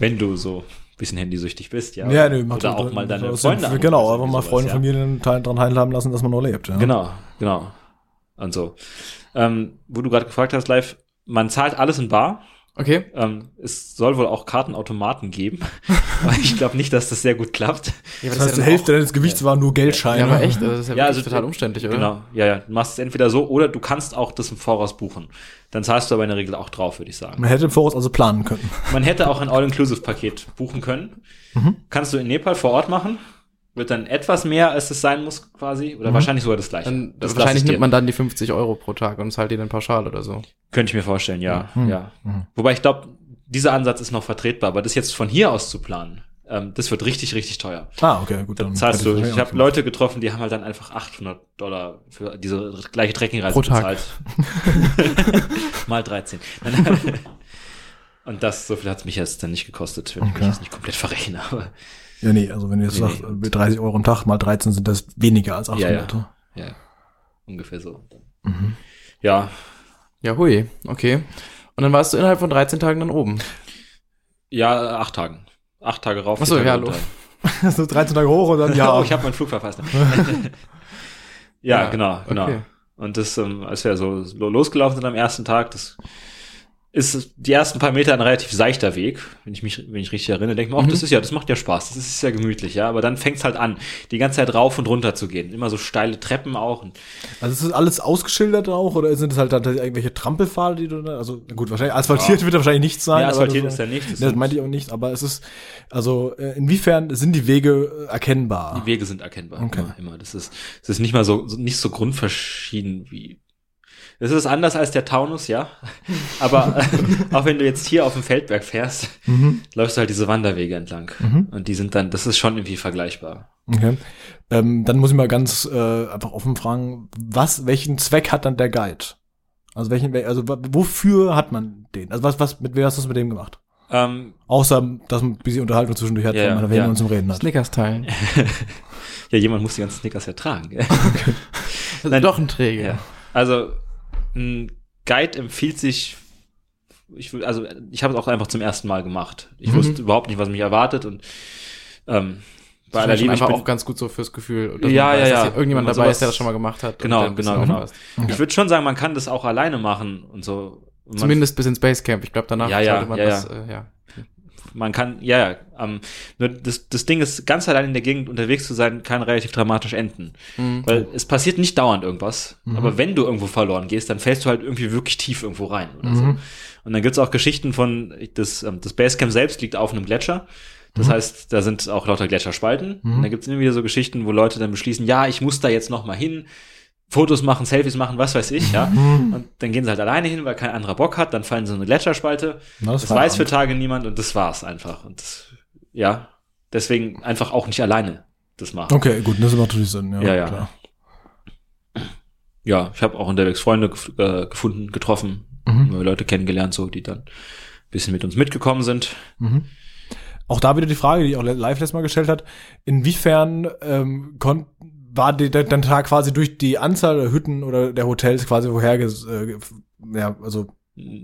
Speaker 3: wenn du so ein bisschen handysüchtig bist, ja.
Speaker 1: Ja, nee, macht
Speaker 3: Oder
Speaker 1: doch-
Speaker 3: auch mal deine
Speaker 1: aus dem-
Speaker 3: Freunde.
Speaker 1: Genau,
Speaker 3: anrufen,
Speaker 1: einfach mal
Speaker 3: sowas,
Speaker 1: Freunde,
Speaker 3: ja.
Speaker 1: Familien teil- dran teilhaben lassen, dass man noch lebt. Ja.
Speaker 3: Genau, genau. Und so. Ähm, wo du gerade gefragt hast, live, man zahlt alles in Bar.
Speaker 2: Okay.
Speaker 3: Ähm, es soll wohl auch Kartenautomaten geben. (laughs) aber ich glaube nicht, dass das sehr gut klappt.
Speaker 2: Ja, aber
Speaker 1: Das heißt, die
Speaker 2: ja dann
Speaker 1: Hälfte deines Gewichts war nur
Speaker 2: auch,
Speaker 1: Geldscheine.
Speaker 2: ja, aber echt, also das ist ja,
Speaker 3: Ja,
Speaker 2: wirklich
Speaker 3: also-
Speaker 2: total umständlich, oder?
Speaker 3: Genau, ja, ja. Du machst es entweder so oder du kannst auch das im Voraus buchen. Dann zahlst du aber in der Regel auch drauf, würde ich sagen.
Speaker 1: Man hätte im Voraus also planen können.
Speaker 3: Man hätte auch ein All-Inclusive-Paket buchen können.
Speaker 2: Mhm.
Speaker 3: Kannst du in Nepal vor Ort machen. Wird dann etwas mehr, als es sein muss, quasi. Oder wahrscheinlich sogar das gleiche.
Speaker 2: Mhm. Dann,
Speaker 3: das lass
Speaker 2: wahrscheinlich
Speaker 3: ich dir.
Speaker 2: nimmt man dann die 50 Euro pro Tag und zahlt die dann pauschal oder so.
Speaker 3: Könnte ich mir vorstellen, ja.
Speaker 1: Mhm.
Speaker 3: ja.
Speaker 1: Mhm.
Speaker 3: Wobei ich glaube, dieser Ansatz ist noch vertretbar, aber das jetzt von hier aus zu planen, ähm, das wird richtig, richtig teuer.
Speaker 1: Ah, okay, gut.
Speaker 3: Dann zahlst du.
Speaker 1: hätte
Speaker 3: Ich habe Leute getroffen, die haben halt dann einfach 800 Dollar für diese gleiche Trekkingreise
Speaker 2: Pro Tag.
Speaker 3: bezahlt.
Speaker 2: (laughs)
Speaker 3: Mal 13. Nein. (laughs) Und das, so viel hat's mich jetzt dann nicht gekostet, wenn ich mich
Speaker 1: Okay.
Speaker 3: jetzt nicht komplett verrechne. Aber
Speaker 1: Ja, nee, also wenn du jetzt
Speaker 3: Nee,
Speaker 1: sagst,
Speaker 3: nee.
Speaker 1: mit 30 Euro am Tag mal 13 sind das weniger als 800.
Speaker 3: Ja,
Speaker 1: (laughs)
Speaker 3: ja, ungefähr so.
Speaker 2: Mhm.
Speaker 3: Ja,
Speaker 2: Ja, hui. Okay. Und dann warst du innerhalb von 13 Tagen dann oben.
Speaker 3: ja, acht Tagen. Acht Tage rauf.
Speaker 2: Ach so,
Speaker 3: vier Tage
Speaker 2: ja, hallo.
Speaker 3: runter.
Speaker 1: so 13 Tage hoch und
Speaker 3: (laughs)
Speaker 1: dann ja.
Speaker 3: Oh, ich habe meinen
Speaker 2: (laughs)
Speaker 3: Flug verpasst. ja,
Speaker 2: Ja,
Speaker 3: genau, genau. (laughs)
Speaker 2: okay.
Speaker 3: Und das, ähm, als wir so lo- losgelaufen sind am ersten Tag, das ist die ersten paar Meter ein relativ seichter Weg, wenn ich mich, wenn ich richtig erinnere, denke ich mir,
Speaker 1: Mhm.
Speaker 3: ach, das ist ja, das macht ja Spaß, das ist ja gemütlich, ja. Aber dann fängt's halt an, die ganze Zeit rauf und runter zu gehen. Immer so steile Treppen auch. Und
Speaker 1: also ist das alles ausgeschildert auch oder sind es halt tatsächlich irgendwelche Trampelpfade, die du da, also na gut, wahrscheinlich asphaltiert wird da wahrscheinlich nichts sein.
Speaker 3: nee,
Speaker 1: aber
Speaker 3: asphaltiert
Speaker 1: das-
Speaker 3: ist ja nicht. Das
Speaker 1: Nee, Das
Speaker 3: sind-
Speaker 1: meinte ich auch nicht, aber es ist, also äh, inwiefern sind die Wege äh, erkennbar?
Speaker 3: Die Wege sind erkennbar.
Speaker 1: Okay.
Speaker 3: Immer, immer. Das ist, das ist nicht mal so, so, nicht so grundverschieden wie. Es ist anders als der
Speaker 1: (laughs)
Speaker 3: Taunus, ja. Aber (laughs) äh, auch wenn du jetzt hier auf dem Feldberg fährst,
Speaker 1: Mhm.
Speaker 3: läufst du halt diese Wanderwege entlang.
Speaker 1: Mhm.
Speaker 3: Und die sind dann, das ist schon irgendwie vergleichbar.
Speaker 1: Okay. Ähm, dann muss ich mal ganz äh, einfach offen fragen, was, welchen Zweck hat dann der Guide? Also welchen, wel- also wa- wofür hat man den? Also was, was, mit wer hast du es mit dem gemacht?
Speaker 3: Ähm,
Speaker 1: Außer, dass man ein bisschen Unterhaltung zwischendurch hat,
Speaker 3: Ja,
Speaker 1: wenn
Speaker 3: ja,
Speaker 1: man wen
Speaker 3: ja.
Speaker 1: man zum Reden hat.
Speaker 2: Snickers teilen.
Speaker 3: ja, jemand muss die ganzen Snickers ja tragen.
Speaker 2: Also doch ein Träger.
Speaker 3: ja. Also ein Guide empfiehlt sich. Ich will, also ich habe es auch einfach zum ersten Mal gemacht. Ich
Speaker 2: Mhm.
Speaker 3: wusste überhaupt nicht, was mich erwartet und ähm, bei
Speaker 2: Das
Speaker 3: aller
Speaker 2: ist schon
Speaker 3: Liebe, ich
Speaker 2: einfach
Speaker 3: bin,
Speaker 2: auch ganz gut so fürs Gefühl, dass
Speaker 3: Ja,
Speaker 2: man
Speaker 3: ja, ja.
Speaker 2: dass hier irgendjemand
Speaker 3: Wenn man
Speaker 2: dabei ist, der
Speaker 3: sowas-
Speaker 2: das schon mal gemacht hat. und
Speaker 3: Genau,
Speaker 2: der ein bisschen
Speaker 3: genau, genau.
Speaker 2: aufpasst.
Speaker 3: Ich würde schon sagen, man kann das auch alleine machen und so. Und man,
Speaker 2: Zumindest bis ins Basecamp. Ich glaube, danach
Speaker 3: Ja, ja,
Speaker 2: schaltet man
Speaker 3: ja,
Speaker 2: das.
Speaker 3: ja.
Speaker 2: Äh, ja.
Speaker 3: man kann, ja, ja. Ähm, nur das, das Ding ist, ganz allein in der Gegend unterwegs zu sein, kann relativ dramatisch enden. Weil es passiert nicht dauernd irgendwas. Aber wenn du irgendwo verloren gehst, dann fällst du halt irgendwie wirklich tief irgendwo rein oder
Speaker 1: Mhm.
Speaker 3: so. Und dann gibt's auch Geschichten von, das, ähm, das Basecamp selbst liegt auf einem Gletscher. Das heißt, da sind auch lauter Gletscherspalten. Und da gibt's immer wieder so Geschichten, wo Leute dann beschließen, ja, ich muss da jetzt noch mal hin. Fotos machen, Selfies machen, was weiß ich, ja. Und dann gehen sie halt alleine hin, weil kein anderer Bock hat, dann fallen sie in eine Gletscherspalte.
Speaker 1: Na, das
Speaker 3: Das,
Speaker 1: war
Speaker 3: weiß für
Speaker 1: Abend.
Speaker 3: Tage niemand und das war's einfach. Und das, ja, deswegen einfach auch nicht alleine das machen.
Speaker 1: Okay, gut, das macht natürlich Sinn. Ja,
Speaker 3: Ja, ja.
Speaker 1: Klar.
Speaker 3: Ja, ich habe auch unterwegs Freunde gef äh, gefunden, getroffen,
Speaker 1: Mhm.
Speaker 3: neue Leute kennengelernt, so, die dann ein bisschen mit uns mitgekommen sind.
Speaker 1: Mhm. Auch da wieder die Frage, die ich auch le- live letztes Mal gestellt hat, inwiefern ähm, kon war die, der, dein Tag quasi durch die Anzahl der Hütten oder der Hotels quasi vorher, äh, ja, also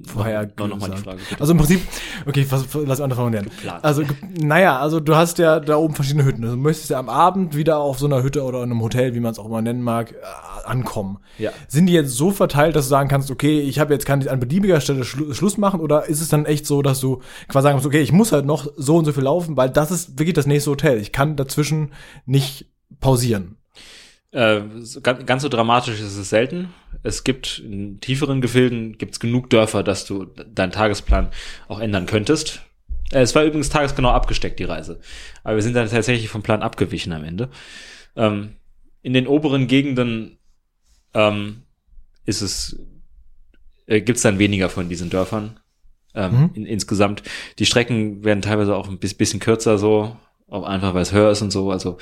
Speaker 1: Vorher
Speaker 3: noch, noch mal die
Speaker 1: gesagt.
Speaker 3: Frage.
Speaker 1: Also im Prinzip, okay, was, lass andere Fragen lernen.
Speaker 3: Geplant.
Speaker 1: Also, ge- naja, also du hast ja da oben verschiedene Hütten. Also, Du möchtest ja am Abend wieder auf so einer Hütte oder in einem Hotel, wie man es auch immer nennen mag, äh, ankommen.
Speaker 3: Ja.
Speaker 1: Sind die jetzt so verteilt, dass du sagen kannst, okay, ich habe jetzt kann ich an beliebiger Stelle Schlu Schluss machen oder ist es dann echt so, dass du quasi sagen musst, okay, ich muss halt noch so und so viel laufen, weil das ist wirklich das nächste Hotel. Ich kann dazwischen nicht pausieren.
Speaker 3: Äh, so ganz, ganz so dramatisch ist es selten. Es gibt in tieferen Gefilden gibt's genug Dörfer, dass du deinen Tagesplan auch ändern könntest. Äh, es war übrigens tagesgenau abgesteckt, die Reise. Aber wir sind dann tatsächlich vom Plan abgewichen am Ende. Ähm, in den oberen Gegenden ähm, ist es, äh, gibt's dann weniger von diesen Dörfern. Ähm,
Speaker 1: Mhm.
Speaker 3: in, insgesamt. Die Strecken werden teilweise auch ein bis- bisschen kürzer so, auch einfach weil es höher ist und so. Also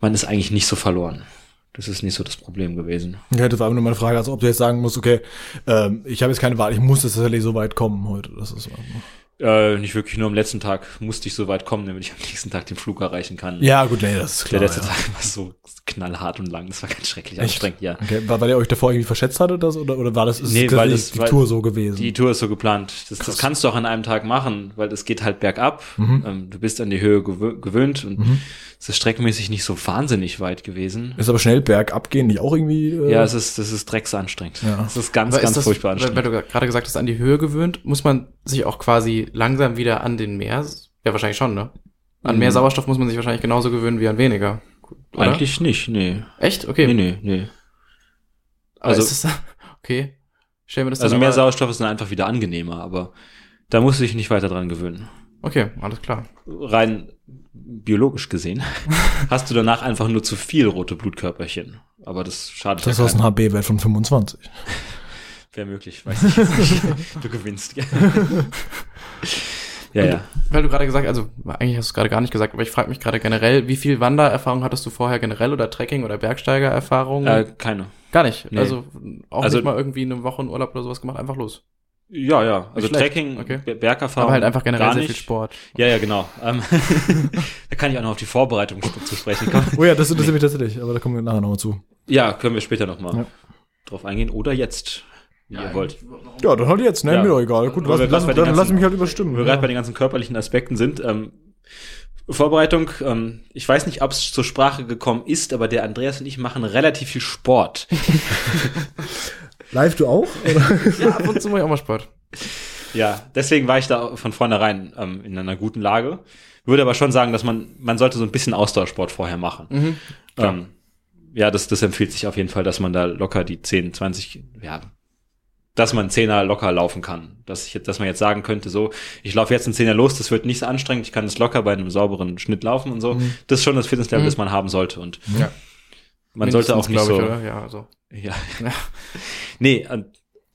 Speaker 3: man ist eigentlich nicht so verloren. Das ist nicht so das Problem gewesen.
Speaker 1: Ja, das war aber nur meine Frage, also ob du jetzt sagen musst, okay, ähm, ich habe jetzt keine Wahl, ich muss jetzt tatsächlich so weit kommen heute. Das ist
Speaker 3: Äh, nicht wirklich, nur am letzten Tag musste ich so weit kommen, damit ich am nächsten Tag den Flug erreichen kann.
Speaker 1: ja gut, nee, das ist klar.
Speaker 3: Der letzte
Speaker 1: ja.
Speaker 3: Tag war so knallhart und lang. Das war ganz schrecklich
Speaker 1: Echt?
Speaker 3: anstrengend, ja.
Speaker 1: Okay, war, weil ihr euch davor irgendwie verschätzt hattet das oder, oder war das, ist
Speaker 3: Nee,
Speaker 1: tatsächlich
Speaker 3: weil das-
Speaker 1: die
Speaker 3: weil-
Speaker 1: Tour so gewesen?
Speaker 3: Die Tour ist so geplant. Das, das kannst du auch an einem Tag machen, weil das geht halt bergab.
Speaker 1: Mhm.
Speaker 3: Ähm, du bist an die Höhe gewö gewöhnt und es ist streckenmäßig nicht so wahnsinnig weit gewesen.
Speaker 1: ist aber schnell bergab gehen, nicht auch irgendwie. Äh,
Speaker 3: Ja, es ist, das ist drecksanstrengend.
Speaker 1: Ja.
Speaker 3: Es ist ganz,
Speaker 2: Aber
Speaker 3: ganz
Speaker 2: ist das,
Speaker 3: furchtbar
Speaker 2: weil, weil
Speaker 3: anstrengend.
Speaker 2: du gerade gesagt hast, an die Höhe gewöhnt, muss man sich auch quasi langsam wieder an den mehr, ja wahrscheinlich schon, ne? An
Speaker 3: Mhm.
Speaker 2: mehr Sauerstoff muss man sich wahrscheinlich genauso gewöhnen wie an weniger. Oder?
Speaker 3: Eigentlich nicht, nee.
Speaker 2: Echt? Okay.
Speaker 3: Nee, nee, nee.
Speaker 2: Also,
Speaker 3: Also-
Speaker 2: ist das, (laughs) okay. Ich Stell mir das
Speaker 3: Also
Speaker 2: dann
Speaker 3: mehr
Speaker 2: aber-
Speaker 3: Sauerstoff ist dann einfach wieder angenehmer, aber da musst du dich nicht weiter dran gewöhnen.
Speaker 2: Okay, alles klar.
Speaker 3: Rein
Speaker 2: (laughs)
Speaker 3: biologisch gesehen hast du danach einfach nur zu viel rote Blutkörperchen. Aber das schadet
Speaker 1: das
Speaker 3: ja
Speaker 1: ist ein
Speaker 3: keinem.
Speaker 1: HB-Wert von 25.
Speaker 3: Wäre möglich, weiß ich
Speaker 2: (laughs)
Speaker 3: jetzt nicht. Du gewinnst. ja, ja. ja.
Speaker 2: Weil du gerade gesagt, also eigentlich hast du es gerade gar nicht gesagt, aber ich frage mich gerade generell, wie viel Wandererfahrung hattest du vorher generell oder Trekking oder Bergsteigererfahrung?
Speaker 3: Äh, keine.
Speaker 2: gar nicht.
Speaker 3: nee.
Speaker 2: Also auch
Speaker 3: Also-
Speaker 2: nicht mal irgendwie eine Woche in Urlaub oder sowas gemacht, einfach los.
Speaker 3: Ja, ja. Also
Speaker 2: Nicht schlecht.
Speaker 3: Trekking,
Speaker 2: Okay.
Speaker 3: Be- Bergerfahrung.
Speaker 2: Aber halt einfach generell
Speaker 3: gar
Speaker 2: sehr
Speaker 3: nicht.
Speaker 2: viel Sport.
Speaker 3: Ja, ja, genau. Ähm, (laughs) da kann ich auch noch auf die Vorbereitung zu sprechen kommen.
Speaker 2: (laughs)
Speaker 1: Oh ja, das interessiert mich tatsächlich, aber da kommen wir nachher nochmal zu.
Speaker 3: Ja, können wir später nochmal
Speaker 1: Ja.
Speaker 3: drauf eingehen oder jetzt, wie ihr wollt.
Speaker 1: Ja, dann halt jetzt, ne?
Speaker 3: Ja.
Speaker 1: Mir doch egal. Gut,
Speaker 3: Wo
Speaker 1: was,
Speaker 3: wir
Speaker 1: lass,
Speaker 3: gerade bei den
Speaker 1: dann lass
Speaker 3: ganzen-
Speaker 1: mich halt überstimmen.
Speaker 3: Wo wir
Speaker 1: ja.
Speaker 3: gerade bei den ganzen körperlichen Aspekten sind, ähm, Vorbereitung, ähm, ich weiß nicht, ob es zur Sprache gekommen ist, aber der Andreas und ich machen relativ viel Sport.
Speaker 1: Live du
Speaker 3: (laughs)
Speaker 1: auch? Oder?
Speaker 2: Ja, ab und zu mache ich auch mal Sport.
Speaker 3: ja, deswegen war ich da von vornherein ähm, in einer guten Lage. Würde aber schon sagen, dass man, man sollte so ein bisschen Ausdauersport vorher machen.
Speaker 2: Mhm.
Speaker 3: ähm, ja, das, das empfiehlt sich auf jeden Fall, dass man da locker die 10, 20, ja, dass man einen Zehner locker laufen kann. Dass, ich, jetzt- dass man jetzt sagen könnte, so, ich laufe jetzt einen Zehner los, das wird nicht so anstrengend, ich kann das locker bei einem sauberen Schnitt laufen und so. Das ist schon das Fitnesslevel,
Speaker 2: Mhm.
Speaker 3: das man haben sollte. Und
Speaker 2: Ja.
Speaker 3: man sollte auch nicht
Speaker 2: glaube
Speaker 3: so.
Speaker 2: Ich, oder? Ja, also.
Speaker 3: (laughs) Ja.
Speaker 2: Ja.
Speaker 3: nee, und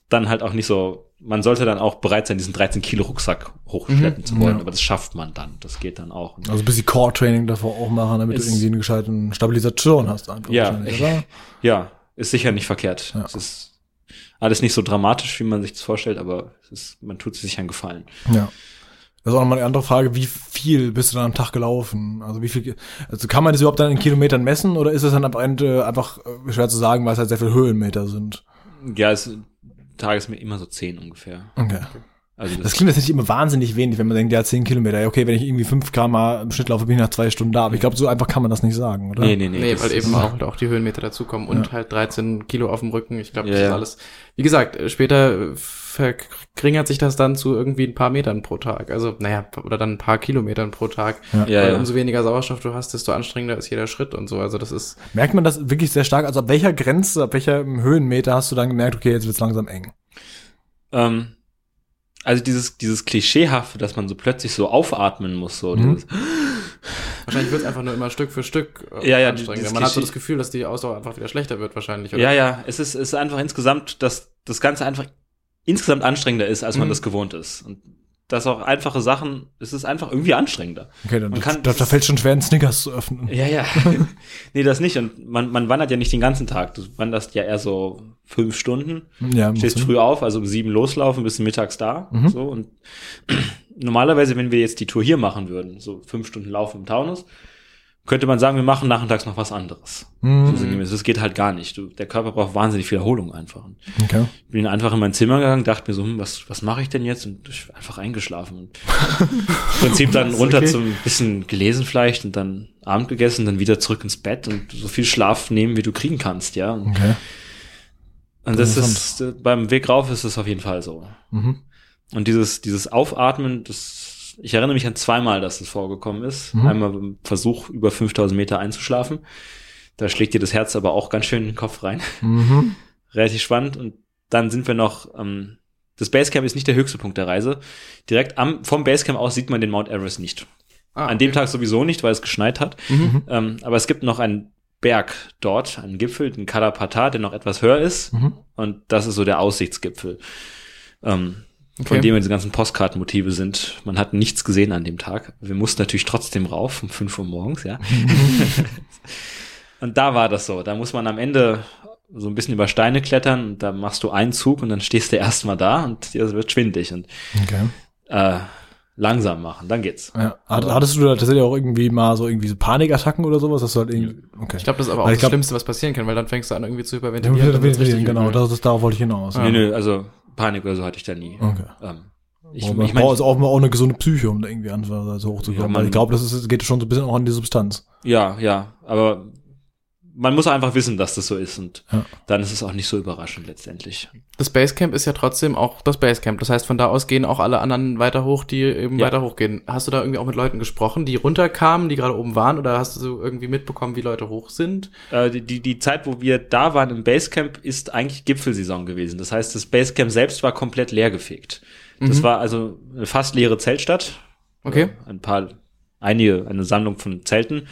Speaker 3: dann halt auch nicht so, man sollte dann auch bereit sein, diesen 13-Kilo-Rucksack
Speaker 2: Mhm.
Speaker 3: hochschleppen zu wollen,
Speaker 1: Ja.
Speaker 3: aber das schafft man dann. Das geht dann auch. Und
Speaker 1: Also ein bisschen Core-Training davor auch machen, damit
Speaker 3: Ist-
Speaker 1: du irgendwie eine gescheiten Stabilisation hast einfach
Speaker 3: Ja.
Speaker 1: wahrscheinlich, oder?
Speaker 3: Ja, ist sicher nicht verkehrt.
Speaker 1: Ja.
Speaker 3: Es ist alles nicht so dramatisch, wie man sich das vorstellt, aber es ist, man tut sich einen Gefallen.
Speaker 1: Ja. Das ist auch nochmal eine andere Frage, wie viel bist du dann am Tag gelaufen? Also wie viel, also kann man das überhaupt dann in Kilometern messen oder ist es dann am Ende einfach äh, schwer zu sagen, weil es halt sehr viele Höhenmeter sind?
Speaker 3: Ja, es Tages mir immer so zehn ungefähr.
Speaker 1: Okay.
Speaker 3: Also
Speaker 1: Das klingt tatsächlich immer wahnsinnig wenig, wenn man denkt, ja, 10 Kilometer. Ja, okay, wenn ich irgendwie 5 km im Schnitt laufe, bin ich nach zwei Stunden da. Aber ich glaube, so einfach kann man das nicht sagen, oder?
Speaker 3: nee, nee, nee.
Speaker 2: Nee,
Speaker 3: das
Speaker 2: weil
Speaker 3: ist-
Speaker 2: eben auch, halt auch die Höhenmeter dazukommen und
Speaker 1: Ja.
Speaker 2: halt 13 Kilo auf dem Rücken. Ich glaube, das
Speaker 3: Ja,
Speaker 2: ist
Speaker 3: ja.
Speaker 2: alles. Wie gesagt, äh, später äh, verringert sich das dann zu irgendwie ein paar Metern pro Tag. Also, naja, oder dann ein paar Kilometern pro Tag.
Speaker 1: Ja.
Speaker 3: Ja,
Speaker 2: weil
Speaker 3: ja.
Speaker 2: umso weniger Sauerstoff du hast, desto anstrengender ist jeder Schritt und so. Also, das ist.
Speaker 1: Merkt man das wirklich sehr stark? Also ab welcher Grenze, ab welcher Höhenmeter hast du dann gemerkt, okay, jetzt wird's langsam eng?
Speaker 3: Ähm, also dieses, dieses Klischeehafte, dass man so plötzlich so aufatmen muss, so
Speaker 1: Mhm.
Speaker 3: dieses,
Speaker 2: Wahrscheinlich wird es einfach nur immer Stück für Stück äh,
Speaker 3: Ja, ja,
Speaker 2: anstrengender.
Speaker 3: dieses
Speaker 2: Man hat so
Speaker 3: Klischee-
Speaker 2: das Gefühl, dass die Ausdauer einfach wieder schlechter wird, wahrscheinlich.
Speaker 3: Ja, ja, es ist, es ist einfach insgesamt, dass das Ganze einfach insgesamt anstrengender ist, als man
Speaker 2: Mhm.
Speaker 3: das gewohnt ist. Und dass auch einfache Sachen, es ist einfach irgendwie anstrengender.
Speaker 1: Okay, dann das-
Speaker 3: Man kann-
Speaker 1: da, da fällt schon schwer, einen Snickers zu öffnen.
Speaker 3: Ja, ja. (laughs) nee, das nicht. Und man, man wandert ja nicht den ganzen Tag. Du wanderst ja eher so fünf Stunden,
Speaker 1: Ja, muss
Speaker 3: stehst
Speaker 1: man.
Speaker 3: früh auf, also um sieben loslaufen, bist mittags da.
Speaker 1: Mhm.
Speaker 3: So. Und (clears throat) normalerweise, wenn wir jetzt die Tour hier machen würden, so fünf Stunden laufen im Taunus, könnte man sagen, wir machen nachmittags noch was anderes.
Speaker 1: Mhm,
Speaker 3: Also, das geht halt gar nicht. Du, der Körper braucht wahnsinnig viel Erholung einfach. Und
Speaker 1: Okay.
Speaker 3: bin einfach in mein Zimmer gegangen, dachte mir so, hm, was, was mache ich denn jetzt? Und ich bin einfach eingeschlafen. Und Im Prinzip dann runter
Speaker 2: okay.
Speaker 3: zum bisschen gelesen vielleicht und dann Abend gegessen, dann wieder zurück ins Bett und so viel Schlaf nehmen, wie du kriegen kannst, ja. Und,
Speaker 1: Okay.
Speaker 3: und das ist, äh, beim Weg rauf ist es auf jeden Fall so.
Speaker 1: Mhm.
Speaker 3: Und dieses, dieses Aufatmen, das, ich erinnere mich an zweimal, dass es vorgekommen ist.
Speaker 1: Mhm.
Speaker 3: Einmal beim Versuch, über 5000 Meter einzuschlafen. Da schlägt dir das Herz aber auch ganz schön in den Kopf rein (laughs)
Speaker 1: Mhm.
Speaker 3: relativ spannend. Und dann sind wir noch, ähm, das Basecamp ist nicht der höchste Punkt der Reise. Direkt am, vom Basecamp aus sieht man den Mount Everest nicht.
Speaker 2: Ah,
Speaker 3: An dem Tag sowieso nicht, weil es geschneit hat.
Speaker 2: Mhm.
Speaker 3: Ähm, aber es gibt noch einen Berg dort, einen Gipfel, den Kadapata, der noch etwas höher ist.
Speaker 1: Mhm.
Speaker 3: Und das ist so der Aussichtsgipfel, ähm,
Speaker 2: Okay.
Speaker 3: von dem diese ganzen Postkartenmotive sind. Man hat nichts gesehen an dem Tag. Wir mussten natürlich trotzdem rauf um 5 Uhr
Speaker 1: (laughs)
Speaker 3: morgens, ja. und da war das so. Da muss man am Ende so ein bisschen über Steine klettern und da machst du einen Zug und dann stehst du erstmal da und dir wird schwindig und
Speaker 1: Okay.
Speaker 3: äh, langsam machen, dann geht's.
Speaker 1: Ja. Hat, hattest du da tatsächlich auch irgendwie mal so irgendwie so Panikattacken oder sowas? Dass du halt irgendwie, okay.
Speaker 2: Ich glaube, das ist aber auch
Speaker 1: Weil ich
Speaker 2: das
Speaker 1: glaub-
Speaker 2: Schlimmste, was passieren kann, weil dann fängst du an, irgendwie zu
Speaker 1: Ja,
Speaker 2: überwintern.
Speaker 1: wir- wir- wir- genau, das, das, darauf wollte ich hinaus.
Speaker 2: Ja.
Speaker 3: Nö, nö, also Panik oder so hatte ich da nie.
Speaker 1: Okay.
Speaker 3: Ähm, ich,
Speaker 1: Ich, man
Speaker 3: ich
Speaker 1: braucht
Speaker 3: mein,
Speaker 1: also auch, mal auch eine gesunde Psyche, um da irgendwie an so hochzukommen.
Speaker 3: Ja, man-
Speaker 1: weil ich glaube, das ist, geht schon so ein bisschen auch an die Substanz.
Speaker 3: Ja, ja, aber man muss einfach wissen, dass das so ist und
Speaker 1: Ja.
Speaker 3: dann ist es auch nicht so überraschend letztendlich.
Speaker 2: Das Basecamp ist ja trotzdem auch das Basecamp. Das heißt, von da aus gehen auch alle anderen weiter hoch, die eben
Speaker 3: Ja.
Speaker 2: weiter hochgehen. Hast du da irgendwie auch mit Leuten gesprochen, die runterkamen, die gerade oben waren? Oder hast du so irgendwie mitbekommen, wie Leute hoch sind?
Speaker 3: Äh, die, die, die Zeit, wo wir da waren im Basecamp, ist eigentlich Gipfelsaison gewesen. Das heißt, das Basecamp selbst war komplett leergefegt. Das
Speaker 2: Mhm.
Speaker 3: war also eine fast leere Zeltstadt.
Speaker 2: Okay.
Speaker 3: Äh, Ein paar, einige, eine Sammlung von Zelten.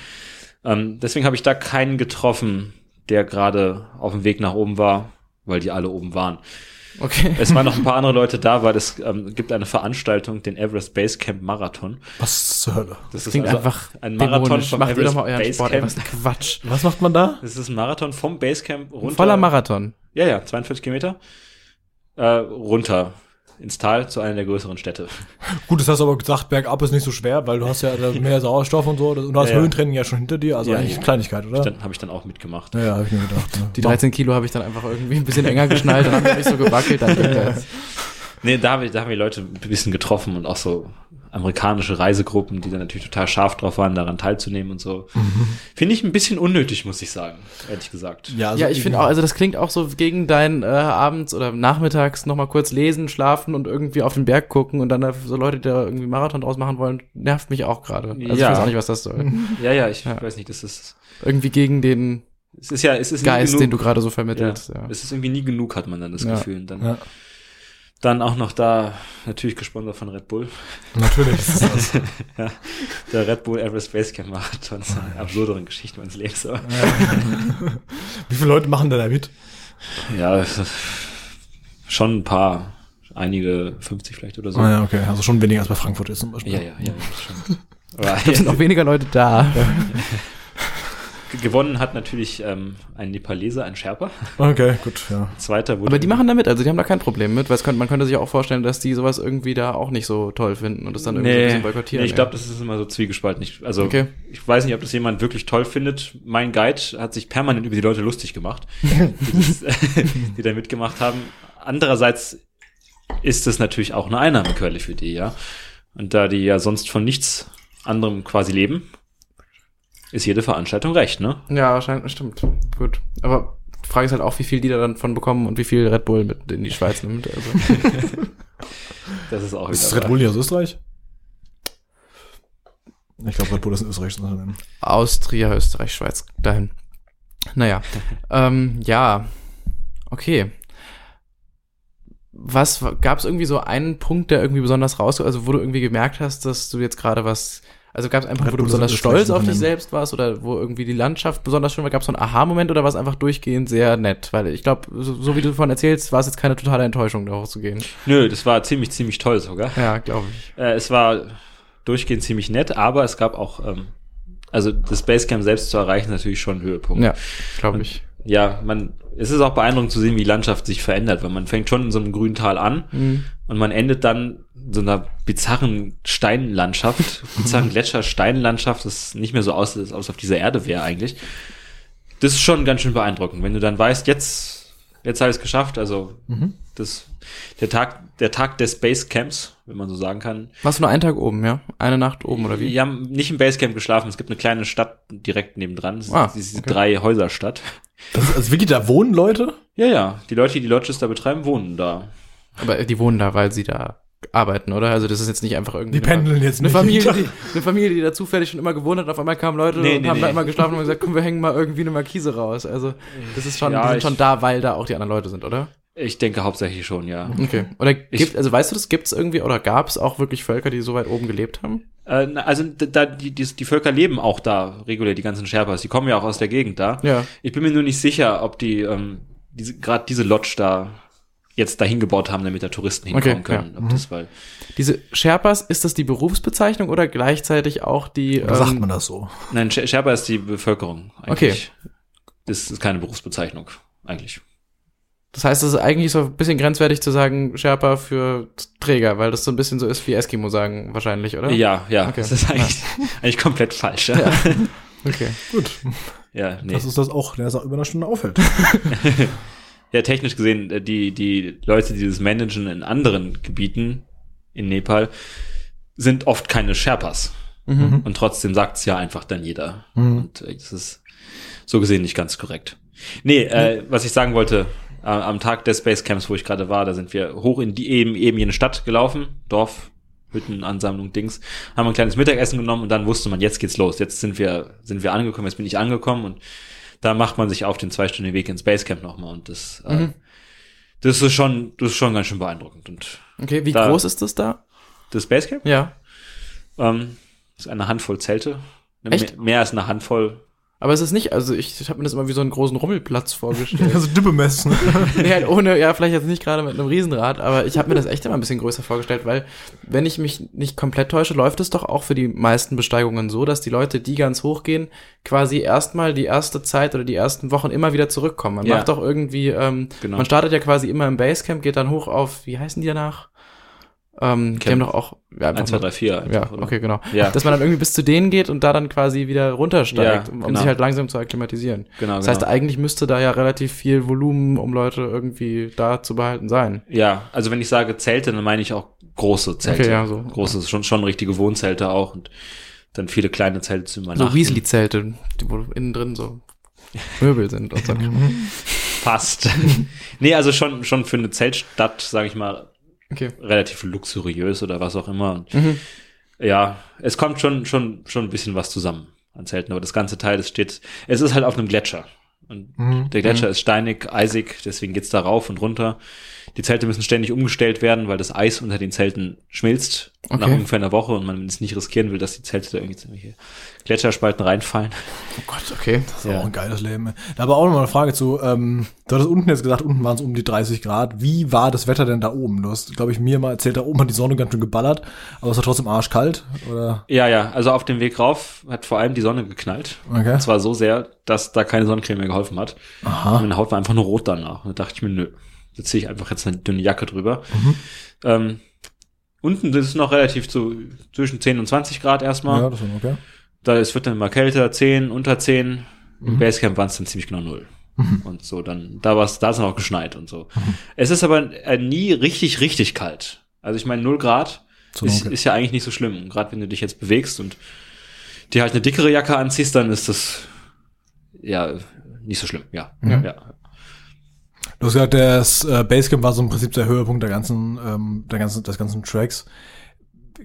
Speaker 3: Ähm, deswegen habe ich da keinen getroffen, der gerade auf dem Weg nach oben war, weil die alle oben waren.
Speaker 2: Okay.
Speaker 3: Es waren noch ein paar andere Leute da, weil es ähm, gibt eine Veranstaltung, den Everest Basecamp Marathon.
Speaker 1: Was zur Hölle?
Speaker 3: Das, also
Speaker 2: klingt einfach
Speaker 3: ein Marathon
Speaker 2: also dämonisch.
Speaker 3: vom
Speaker 2: Macht ihr doch
Speaker 3: Everest
Speaker 2: mal euren Sport. ey, Was
Speaker 3: Basecamp.
Speaker 2: ein Quatsch.
Speaker 1: Was macht man da?
Speaker 3: Das ist ein Marathon vom Basecamp runter.
Speaker 2: Voller Marathon.
Speaker 3: Ja, ja, 42 Kilometer. Äh, runter ins Tal zu einer der größeren Städte.
Speaker 1: Gut, das hast du aber gesagt, bergab ist nicht so schwer, weil du hast ja da mehr Sauerstoff und so. Und du hast
Speaker 3: Ja, ja.
Speaker 1: Höhentraining ja schon hinter dir, also
Speaker 3: Ja,
Speaker 1: eigentlich
Speaker 3: ja.
Speaker 1: Kleinigkeit, oder?
Speaker 3: Dann habe ich dann auch mitgemacht.
Speaker 1: Ja, ja, habe ich mir gedacht. Ja.
Speaker 2: Die 13 Kilo habe ich dann einfach irgendwie ein bisschen enger geschnallt und habe mich so gewackelt. Dann geht
Speaker 3: (laughs)
Speaker 2: das.
Speaker 3: Nee, da haben, wir, da haben wir Leute ein bisschen getroffen und auch so amerikanische Reisegruppen, die dann natürlich total scharf drauf waren, daran teilzunehmen und so. Finde ich ein bisschen unnötig, muss ich sagen, ehrlich gesagt.
Speaker 1: ja, also
Speaker 2: Mhm. ja, ich finde auch, also das klingt auch so gegen dein äh, abends oder nachmittags nochmal kurz lesen, schlafen und irgendwie auf den Berg gucken und dann äh, so Leute, die da irgendwie Marathon draus machen wollen, nervt mich auch gerade. Also ich
Speaker 3: Ja.
Speaker 2: weiß auch nicht, was das soll.
Speaker 3: Ja, ja, ich
Speaker 2: Ja.
Speaker 3: weiß nicht, das ist.
Speaker 2: Irgendwie gegen den
Speaker 3: Es ist ja, es ist nie
Speaker 2: Geist, den du
Speaker 3: genug.
Speaker 2: gerade so
Speaker 3: ja,
Speaker 2: vermittelst. Ja.
Speaker 3: Es ist irgendwie nie genug, hat man dann das
Speaker 2: Ja.
Speaker 3: Gefühl. Und dann,
Speaker 1: Ja.
Speaker 3: dann auch noch da, natürlich gesponsert von Red Bull.
Speaker 1: Natürlich ist das.
Speaker 3: Der Red Bull Everest Basecamp Marathon. Das ist eine absurderen Geschichte meines Lebens. Aber.
Speaker 1: Wie viele Leute machen da da mit?
Speaker 3: Ja, es ist schon ein paar. Einige 50 vielleicht oder so.
Speaker 1: Ah, ja, okay. Also schon weniger als bei Frankfurt ist zum Beispiel.
Speaker 3: ja, ja, ja. das
Speaker 2: (laughs)
Speaker 3: schon. Aber
Speaker 2: Es sind auch weniger Leute da.
Speaker 3: gewonnen hat natürlich ähm, ein Nepaleser, ein Sherpa. (laughs)
Speaker 1: Okay, gut, ja.
Speaker 3: Zweiter wurde.
Speaker 2: Aber die machen da mit, also die haben da kein Problem mit, weil es könnte, man könnte sich auch vorstellen, dass die sowas irgendwie da auch nicht so toll finden und das dann irgendwie so ein
Speaker 3: Nee,
Speaker 2: bisschen boykottieren.
Speaker 3: nee, ich
Speaker 2: ja.
Speaker 3: glaube, das ist immer so zwiegespalten. Ich, also,
Speaker 2: Okay.
Speaker 3: ich weiß nicht, ob das jemand wirklich toll findet. Mein Guide hat sich permanent über
Speaker 2: (laughs)
Speaker 3: die (laughs) Leute lustig gemacht, die, das, die da mitgemacht haben. Andererseits ist das natürlich auch eine Einnahmequelle für die, ja. Und da die ja sonst von nichts anderem quasi leben, ist jede Veranstaltung recht, ne?
Speaker 2: Ja, wahrscheinlich, stimmt. Gut. Aber die Frage ist halt auch, wie viel die da dann von bekommen und wie viel Red Bull mit in die Schweiz nimmt. Also,
Speaker 3: Das ist auch
Speaker 1: Ist
Speaker 3: wahr.
Speaker 1: Red Bull nicht aus Österreich? Ich glaube, Red Bull ist ein österreichisches Unternehmen.
Speaker 2: (laughs) Austria, Österreich, Schweiz, dahin. Naja. ähm, ja. Okay. Was gab es irgendwie so einen Punkt, der irgendwie besonders raus, also wo du irgendwie gemerkt hast, dass du jetzt gerade was, also gab es einen
Speaker 1: Red
Speaker 2: Punkt, wo du
Speaker 1: Bull ist
Speaker 2: besonders
Speaker 1: ein
Speaker 2: stolz auf dich
Speaker 1: Unternehmen.
Speaker 2: selbst warst oder wo irgendwie die Landschaft besonders schön war? Gab es so einen Aha-Moment oder war es einfach durchgehend sehr nett? Weil ich glaube, so, so wie du davon erzählst, war es jetzt keine totale Enttäuschung, da hochzugehen.
Speaker 3: Nö, das war ziemlich, ziemlich toll sogar.
Speaker 2: Ja, glaube ich.
Speaker 3: Äh, es war durchgehend ziemlich nett, aber es gab auch, ähm, also das Basecamp selbst zu erreichen, ist natürlich schon ein Höhepunkt.
Speaker 2: Ja, glaube ich.
Speaker 3: ja, man, es ist auch beeindruckend zu sehen, wie Landschaft sich verändert, weil man fängt schon in so einem grünen Tal an
Speaker 2: Mhm.
Speaker 3: und man endet dann in so einer bizarren Steinlandschaft, bizarren Gletscher-Steinlandschaft, das nicht mehr so aus, als auf dieser Erde wäre eigentlich. Das ist schon ganz schön beeindruckend, wenn du dann weißt, jetzt, jetzt habe ich es geschafft, also das, der Tag, der Tag des Basecamps, wenn man so sagen kann,
Speaker 2: Warst du nur einen Tag oben, ja? Eine Nacht oben oder wie?
Speaker 3: wir haben nicht im Basecamp geschlafen. Es gibt eine kleine Stadt direkt nebendran. Das ist
Speaker 2: Ah,
Speaker 3: diese
Speaker 2: okay.
Speaker 3: Drei-Häuser-Stadt.
Speaker 1: Das ist, also wirklich, da wohnen Leute?
Speaker 3: Ja, ja. Die Leute, die die Lodges da betreiben, wohnen da.
Speaker 2: Aber die wohnen da, weil sie da arbeiten, oder? Also das ist jetzt nicht einfach irgendwie.
Speaker 1: Die pendeln jetzt
Speaker 2: eine
Speaker 1: nicht.
Speaker 2: Familie, die, eine Familie, die da zufällig schon immer gewohnt hat, und auf einmal kamen Leute
Speaker 3: Nee,
Speaker 2: und
Speaker 3: nee,
Speaker 2: haben da
Speaker 3: nee.
Speaker 2: immer geschlafen und gesagt, komm, wir hängen mal irgendwie eine Markise raus. Also das ist schon,
Speaker 3: Ja,
Speaker 2: die sind
Speaker 3: ich-
Speaker 2: schon da, weil da auch die anderen Leute sind, oder?
Speaker 3: Ich denke hauptsächlich schon, ja.
Speaker 2: Okay. Oder gibt, also weißt du, das gibt's irgendwie oder gab's auch wirklich Völker, die so weit oben gelebt haben?
Speaker 3: Äh, na, also d- da, die, die, die Völker leben auch da regulär, die ganzen Sherpas. Die kommen ja auch aus der Gegend da.
Speaker 2: Ja.
Speaker 3: Ich bin mir nur nicht sicher, ob die ähm, diese, gerade diese Lodge da jetzt dahin gebaut haben, damit da Touristen
Speaker 2: Okay,
Speaker 3: hinkommen
Speaker 2: Mhm.
Speaker 3: können. Ob das, weil
Speaker 2: Diese Sherpas, ist das die Berufsbezeichnung oder gleichzeitig auch die. ähm,
Speaker 1: Oder sagt man das so?
Speaker 3: Nein, Sher- Sherpa ist die Bevölkerung eigentlich. Okay. Das ist keine Berufsbezeichnung eigentlich.
Speaker 2: Das heißt, es ist eigentlich so ein bisschen grenzwertig zu sagen, Sherpa für Träger, weil das so ein bisschen so ist wie Eskimo sagen wahrscheinlich, oder?
Speaker 3: Ja, ja.
Speaker 2: Okay.
Speaker 3: Das ist eigentlich, eigentlich komplett falsch. Ja, ja. (laughs)
Speaker 2: Ja. Okay.
Speaker 1: Gut,
Speaker 3: nee.
Speaker 1: dass uns das auch, der ist auch über eine Stunde auffällt.
Speaker 3: Ja, technisch gesehen, äh, die, die Leute, die das managen in anderen Gebieten in Nepal, sind oft keine Sherpas.
Speaker 2: Mhm.
Speaker 3: Und trotzdem sagt's ja einfach dann jeder.
Speaker 1: Mhm.
Speaker 3: Und äh, das ist so gesehen nicht ganz korrekt. Nee, äh, was ich sagen wollte, äh, am Tag des Basecamps, wo ich gerade war, da sind wir hoch in die eben, eben jene Stadt gelaufen, Dorf, Hüttenansammlung, Dings, haben ein kleines Mittagessen genommen und dann wusste man, jetzt geht's los, jetzt sind wir, sind wir angekommen, jetzt bin ich angekommen und da macht man sich auf den zweistündigen Weg ins Basecamp nochmal und das, äh,
Speaker 2: Mhm.
Speaker 3: das ist schon, das ist schon ganz schön beeindruckend. Und
Speaker 2: Okay, wie
Speaker 3: Da-
Speaker 2: groß ist das da?
Speaker 3: das Basecamp
Speaker 2: Ja.
Speaker 3: ähm, ist eine Handvoll Zelte. Eine
Speaker 2: Echt?
Speaker 3: Me- Mehr als eine Handvoll
Speaker 2: Aber es ist nicht, also ich, ich habe mir das immer wie so einen großen Rummelplatz
Speaker 1: (laughs)
Speaker 2: vorgestellt.
Speaker 3: (laughs)
Speaker 1: Also Dippe messen.
Speaker 2: nee, halt ohne, ja, vielleicht jetzt nicht gerade mit einem Riesenrad, aber ich habe mir das echt immer ein bisschen größer vorgestellt, weil, wenn ich mich nicht komplett täusche, läuft es doch auch für die meisten Besteigungen so, dass die Leute, die ganz hoch gehen, quasi erstmal die erste Zeit oder die ersten Wochen immer wieder zurückkommen. Man
Speaker 3: Ja.
Speaker 2: macht doch irgendwie, ähm,
Speaker 3: Genau.
Speaker 2: man startet ja quasi immer im Basecamp, geht dann hoch auf, wie heißen die danach? Ähm, die
Speaker 3: Camp.
Speaker 2: haben doch auch, ja, einfach
Speaker 3: 1, 2,
Speaker 2: nur-
Speaker 3: 3, 4.
Speaker 2: Ja,
Speaker 3: Einfach, oder?
Speaker 2: okay, genau.
Speaker 3: Ja.
Speaker 2: Dass man dann irgendwie bis zu denen geht und da dann quasi wieder runtersteigt,
Speaker 3: Ja,
Speaker 2: um, um
Speaker 3: genau.
Speaker 2: sich halt langsam zu akklimatisieren.
Speaker 3: Genau,
Speaker 2: Das heißt,
Speaker 3: genau.
Speaker 2: eigentlich müsste da ja relativ viel Volumen, um Leute irgendwie da zu behalten sein.
Speaker 3: Ja, also wenn ich sage Zelte, dann meine ich auch große Zelte.
Speaker 2: Okay, ja, so.
Speaker 3: Große, schon, schon richtige Wohnzelte auch und dann viele kleine Zelte zu übernachten.
Speaker 2: So Weasley-Zelte, die- wo innen drin so Möbel sind
Speaker 3: (laughs)
Speaker 2: und so.
Speaker 3: Fast. (laughs) nee, also schon, schon für eine Zeltstadt, sage ich mal,
Speaker 2: Okay.
Speaker 3: relativ luxuriös oder was auch immer. Und
Speaker 2: Mhm.
Speaker 3: ja, es kommt schon, schon, schon ein bisschen was zusammen an Zelten, aber das ganze Teil, das steht, es ist halt auf einem Gletscher. Und
Speaker 2: Mhm.
Speaker 3: der Gletscher ist steinig, eisig, deswegen geht's da rauf und runter. Die Zelte müssen ständig umgestellt werden, weil das Eis unter den Zelten schmilzt nach
Speaker 2: Okay.
Speaker 3: ungefähr einer Woche und man es nicht riskieren will, dass die Zelte da irgendwie ziemliche Gletscherspalten reinfallen.
Speaker 2: Oh Gott, okay.
Speaker 1: Das ist auch ein geiles Leben. ey. Da aber auch nochmal eine Frage zu, ähm, du hattest unten jetzt gesagt, unten waren es um die 30 Grad. Wie war das Wetter denn da oben? Du hast, glaube ich, mir mal erzählt, da oben hat die Sonne ganz schön geballert, aber es war trotzdem arschkalt, oder?
Speaker 3: Ja, ja, also auf dem Weg rauf hat vor allem die Sonne geknallt.
Speaker 1: Okay.
Speaker 3: Und zwar so sehr, dass da keine Sonnencreme mehr geholfen hat. Und
Speaker 1: Aha.
Speaker 3: meine Haut war einfach nur rot danach. Und da dachte ich mir, nö, da ziehe ich einfach jetzt eine dünne Jacke drüber.
Speaker 1: Mhm.
Speaker 3: Ähm, unten ist es noch relativ zu zwischen 10 und 20 Grad erstmal.
Speaker 1: Ja, das war okay. Mhm.
Speaker 3: Da es wird dann immer kälter, 10, unter 10. Im Basecamp waren es dann ziemlich genau null. Und so, dann, da war es, da ist dann auch geschneit und so. Es ist aber äh, nie richtig, richtig kalt. Also ich meine, 0 Grad
Speaker 1: Zum
Speaker 3: ist,
Speaker 1: Onkel.
Speaker 3: ist ja eigentlich nicht so schlimm. Gerade wenn du dich jetzt bewegst und dir halt eine dickere Jacke anziehst, dann ist das ja nicht so schlimm, ja.
Speaker 1: Mhm.
Speaker 3: ja.
Speaker 1: Du hast gesagt, das äh, Basecamp war so im Prinzip der Höhepunkt der ganzen, ähm, der ganzen, des ganzen Tracks.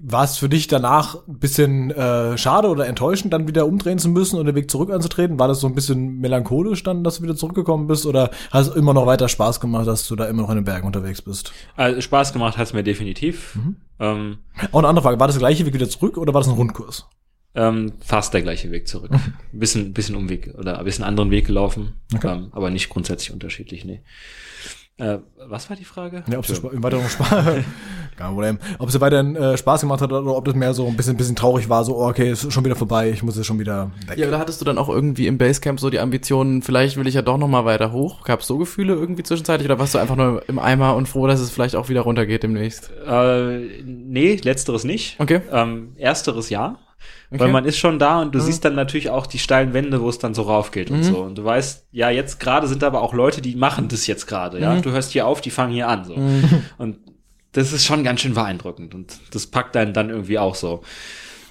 Speaker 1: War es für dich danach ein bisschen äh, schade oder enttäuschend, dann wieder umdrehen zu müssen und den Weg zurück anzutreten? War das so ein bisschen melancholisch dann, dass du wieder zurückgekommen bist? Oder hast es immer noch weiter Spaß gemacht, dass du da immer noch in den Bergen unterwegs bist?
Speaker 3: Also Spaß gemacht hat es mir definitiv.
Speaker 1: Mhm.
Speaker 3: Ähm,
Speaker 1: Auch eine andere Frage, war das der gleiche Weg wieder zurück oder war das ein Rundkurs?
Speaker 3: ähm, fast der gleiche Weg zurück. Ein bisschen, bisschen Umweg oder ein bisschen anderen Weg gelaufen,
Speaker 1: Okay.
Speaker 3: ähm, aber nicht grundsätzlich unterschiedlich, nee. Äh, was war die Frage?
Speaker 1: Ja, ob es dir
Speaker 3: Entschuldigung.
Speaker 1: spa- weiterhin Spaß Kein Problem. Ob es dir weiterhin äh, Spaß gemacht hat oder ob das mehr so ein bisschen, bisschen traurig war, so, oh, okay, ist schon wieder vorbei, ich muss jetzt schon wieder weg.
Speaker 2: Ja, aber da hattest du dann auch irgendwie im Basecamp so die Ambitionen, vielleicht will ich ja doch nochmal weiter hoch. Gab es so Gefühle irgendwie zwischenzeitlich oder warst du einfach nur im Eimer und froh, dass es vielleicht auch wieder runtergeht demnächst?
Speaker 3: Äh, nee, letzteres nicht.
Speaker 2: Okay.
Speaker 3: Ähm, ersteres ja.
Speaker 2: Okay. Mhm.
Speaker 3: Weil man ist schon da und du siehst dann natürlich auch die steilen Wände, wo es dann so rauf geht und so. Und du weißt, ja, jetzt gerade sind aber auch Leute, die machen das jetzt gerade,
Speaker 2: Mhm.
Speaker 3: ja. Du hörst hier auf, die fangen hier an. So. Und das ist schon ganz schön beeindruckend. Und das packt einen dann irgendwie auch so.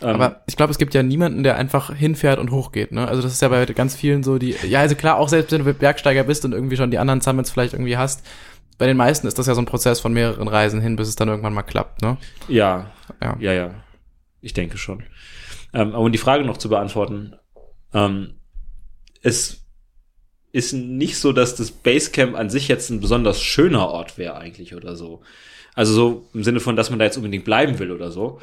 Speaker 3: Ähm,
Speaker 2: Aber ich glaube, es gibt ja niemanden, der einfach hinfährt und hochgeht, ne? Also das ist ja bei ganz vielen so die, ja, also klar, auch selbst wenn du Bergsteiger bist und irgendwie schon die anderen Summits vielleicht irgendwie hast, bei den meisten ist das ja so ein Prozess von mehreren Reisen hin, bis es dann irgendwann mal klappt, ne?
Speaker 3: ja,
Speaker 2: Ja.
Speaker 3: ja, ja. Ich denke schon. Ähm, aber um die Frage noch zu beantworten, ähm, es ist nicht so, dass das Basecamp an sich jetzt ein besonders schöner Ort wäre eigentlich oder so. Also so im Sinne von, dass man da jetzt unbedingt bleiben will oder so.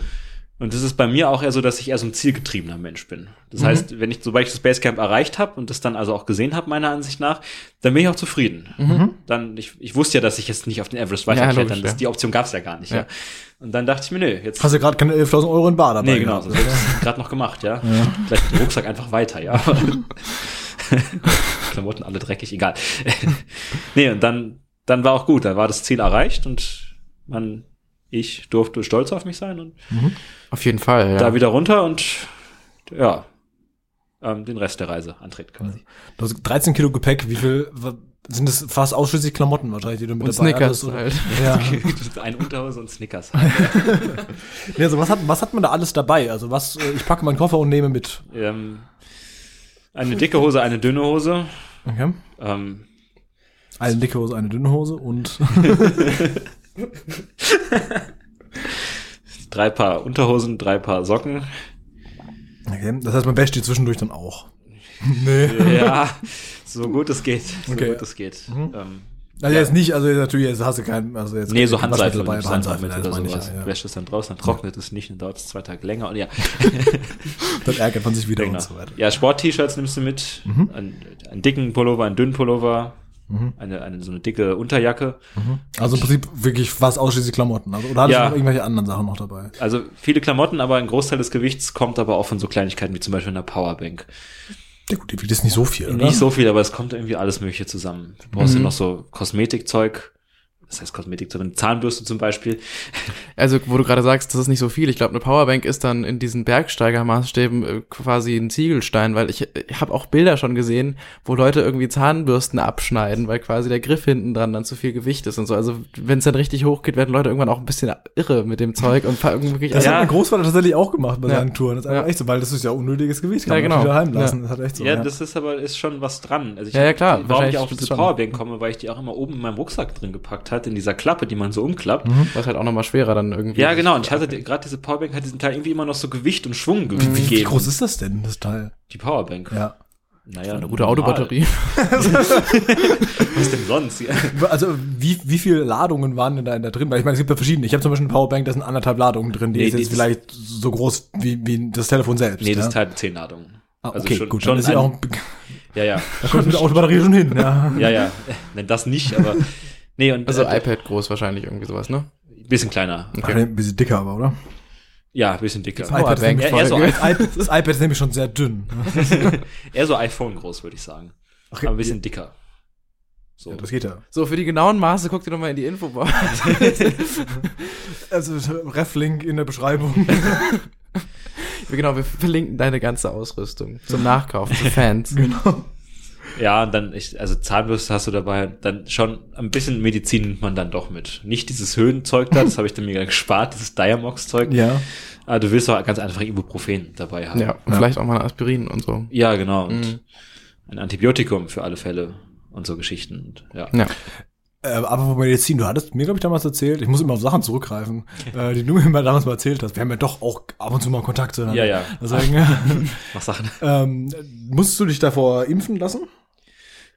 Speaker 3: Und das ist bei mir auch eher so, dass ich eher so ein zielgetriebener Mensch bin.
Speaker 2: Mhm.
Speaker 3: Das heißt, wenn ich, sobald ich das Basecamp erreicht habe und das dann also auch gesehen habe, meiner Ansicht nach, dann bin ich auch zufrieden. Mhm. Dann, ich, ich wusste ja, dass ich jetzt nicht auf den Everest weiterklettern,
Speaker 2: logisch,
Speaker 3: das,
Speaker 2: Mhm. ja.
Speaker 3: die Option gab es ja gar nicht. Ja.
Speaker 2: Ja.
Speaker 3: Und dann dachte ich mir, nö, jetzt
Speaker 1: Hast du gerade keine 11.000 Euro in Bar dabei?
Speaker 3: Nee, genau,
Speaker 1: gehabt,
Speaker 3: das hätte (laughs) ich gerade noch gemacht, ja. Vielleicht mit dem Rucksack einfach weiter, (laughs) ja. Klamotten alle dreckig, egal. (laughs) nee, und dann, dann war auch gut, dann war das Ziel erreicht und man, ich durfte stolz auf mich sein und
Speaker 2: Auf jeden Fall, ja.
Speaker 3: da wieder runter und ja, ähm, den Rest der Reise antreten quasi.
Speaker 1: Du hast 13 Kilo Gepäck, wie viel wa- sind das fast ausschließlich Klamotten wahrscheinlich, die du mit
Speaker 2: und
Speaker 1: dabei
Speaker 2: Snickers
Speaker 1: hattest? oder-
Speaker 2: halt. (laughs)
Speaker 1: Ja.
Speaker 3: (laughs) Ein Unterhose und Snickers.
Speaker 1: Nee, also was hat, was hat man da alles dabei? Also was, äh, ich packe meinen Koffer und nehme mit.
Speaker 3: ähm, eine dicke Hose, eine dünne Hose.
Speaker 1: Okay.
Speaker 3: Ähm,
Speaker 1: Eine dicke Hose, eine dünne Hose und (laughs)
Speaker 3: drei Paar Unterhosen, drei Paar Socken.
Speaker 1: okay. das heißt, man wäscht die zwischendurch dann auch.
Speaker 3: (laughs)
Speaker 1: Nee. (laughs)
Speaker 3: Ja, so gut es geht. So
Speaker 1: Okay.
Speaker 3: gut es geht. Ähm,
Speaker 1: Also jetzt nicht, also jetzt natürlich, jetzt hast du keinen, also jetzt
Speaker 3: nee, so
Speaker 1: kein
Speaker 3: Handseife.
Speaker 1: Waschmittel
Speaker 3: nimmst
Speaker 1: dabei,
Speaker 3: du
Speaker 1: Handseife,
Speaker 3: einfach
Speaker 1: nein, das
Speaker 3: mit oder
Speaker 1: meine ich,
Speaker 3: sowas.
Speaker 1: ja, ja.
Speaker 3: Wäschst es dann draus, dann trocknet es nicht, dann dauert es zwei Tage länger. Und ja,
Speaker 1: Dann ärgert man sich wieder
Speaker 3: genau.
Speaker 1: und so weiter. Mhm.
Speaker 3: ja Sport-T-Shirts nimmst du mit, einen, einen dicken Pullover, einen dünnen Pullover, eine, eine so eine dicke Unterjacke.
Speaker 1: Also im Prinzip wirklich fast ausschließlich Klamotten. Also, oder hattest
Speaker 3: Ja.
Speaker 1: du noch irgendwelche anderen Sachen noch dabei?
Speaker 3: Also viele Klamotten, aber ein Großteil des Gewichts kommt aber auch von so Kleinigkeiten wie zum Beispiel einer Powerbank.
Speaker 1: Ja gut, die wiegt jetzt nicht so viel, oder? Mhm.
Speaker 3: Nicht so viel, aber es kommt irgendwie alles Mögliche zusammen. Du brauchst ja noch so Kosmetikzeug. Das heißt Kosmetikzeug, eine Zahnbürste zum Beispiel.
Speaker 2: Also, wo du gerade sagst, das ist nicht so viel. Ich glaube, eine Powerbank ist dann in diesen Bergsteigermaßstäben äh, quasi ein Ziegelstein, weil ich, ich habe auch Bilder schon gesehen, wo Leute irgendwie Zahnbürsten abschneiden, weil quasi der Griff hinten dran dann zu viel Gewicht ist und so. Also, wenn es dann richtig hoch geht, werden Leute irgendwann auch ein bisschen irre mit dem Zeug und ver- wirklich.
Speaker 1: Das
Speaker 2: Also,
Speaker 3: Ja.
Speaker 1: hat mein Großvater tatsächlich auch gemacht bei
Speaker 2: Ja.
Speaker 1: seinen Touren. Das ist einfach
Speaker 2: Ja.
Speaker 1: echt so, weil das ist ja unnötiges Gewicht, kann man
Speaker 2: Ja, genau.
Speaker 1: genau. wieder heimlassen. Das hat echt so.
Speaker 3: ja, das ist aber ist schon was dran. Also ich
Speaker 2: Ja, ja, klar.
Speaker 3: Warum ich
Speaker 2: Wahrscheinlich
Speaker 3: auch diese
Speaker 2: schon.
Speaker 3: Powerbank komme, weil ich die auch immer oben in meinem Rucksack drin gepackt hatte, in dieser Klappe, die man so umklappt.
Speaker 2: was halt auch nochmal schwerer dann irgendwie.
Speaker 3: Ja, genau. Und ich hatte die- gerade diese Powerbank hat diesen Teil irgendwie immer noch so Gewicht und Schwung ge-
Speaker 2: Mhm.
Speaker 1: wie,
Speaker 3: gegeben.
Speaker 1: wie groß ist das denn, das Teil?
Speaker 3: die Powerbank?
Speaker 1: Ja.
Speaker 3: Naja,
Speaker 2: Eine gute Autobatterie.
Speaker 3: Was denn
Speaker 2: (laughs)
Speaker 3: sonst? Ja.
Speaker 1: Also, wie, wie viele Ladungen waren denn da, da drin? Weil ich meine, es gibt ja verschiedene. Ich habe zum Beispiel eine Powerbank, da sind anderthalb Ladungen drin. Die
Speaker 3: Nee,
Speaker 1: ist
Speaker 3: die
Speaker 1: jetzt
Speaker 3: ist-
Speaker 1: vielleicht so groß wie, wie das Telefon selbst.
Speaker 3: Nee, das
Speaker 1: ja?
Speaker 3: Teil hat zehn Ladungen.
Speaker 1: Ah,
Speaker 3: also
Speaker 1: okay,
Speaker 3: schon-
Speaker 1: gut.
Speaker 3: schon
Speaker 1: dann ist ja
Speaker 3: ein-
Speaker 1: auch,
Speaker 3: Ja, ja.
Speaker 1: da kommt mit der Autobatterie schon hin.
Speaker 3: (laughs)
Speaker 1: Ja.
Speaker 3: Ja, ja. Nein, das nicht, aber. Nee, und
Speaker 2: Also,
Speaker 3: äh,
Speaker 2: iPad groß wahrscheinlich irgendwie sowas, ne?
Speaker 3: bisschen kleiner.
Speaker 2: Okay.
Speaker 1: Ein bisschen dicker aber, oder?
Speaker 3: Ja, ein bisschen dicker.
Speaker 1: iPad ist
Speaker 2: Powerbank.
Speaker 1: nämlich-
Speaker 3: Ja, eher, so,
Speaker 2: Folge.
Speaker 1: Das iPad das iPad ist nämlich schon sehr dünn.
Speaker 3: eher so iPhone groß, würde ich sagen.
Speaker 1: Okay.
Speaker 3: Aber ein bisschen dicker. So.
Speaker 1: Ja, das geht ja.
Speaker 2: So, für die genauen Maße guck dir doch mal in die (laughs) Infobox.
Speaker 1: Also, Reflink in der
Speaker 3: (laughs)
Speaker 1: Beschreibung.
Speaker 2: genau, wir verlinken deine ganze Ausrüstung zum Nachkaufen für Fans.
Speaker 1: genau.
Speaker 3: Ja, und dann, ich, also Zahnbürste hast du dabei, dann schon ein bisschen Medizin nimmt man dann doch mit. Nicht dieses Höhenzeug da, das habe ich dann mir (laughs) gespart, dieses Diamox-Zeug.
Speaker 1: Ja.
Speaker 3: Aber du willst auch ganz einfach Ibuprofen dabei haben.
Speaker 2: Ja, und vielleicht auch mal Aspirin und so.
Speaker 3: Ja, genau. Und
Speaker 2: Mhm.
Speaker 3: ein Antibiotikum für alle Fälle und so Geschichten. Und, ja.
Speaker 2: Ja.
Speaker 1: Äh, aber von Medizin, du hattest mir, glaube ich, damals erzählt, ich muss immer auf Sachen zurückgreifen, äh, die du mir mal damals mal erzählt hast. Wir haben ja doch auch ab und zu mal Kontakt zueinander.
Speaker 3: Ja, ja.
Speaker 1: Deswegen, (laughs)
Speaker 3: Mach Sachen.
Speaker 1: ähm, musst du dich davor impfen lassen?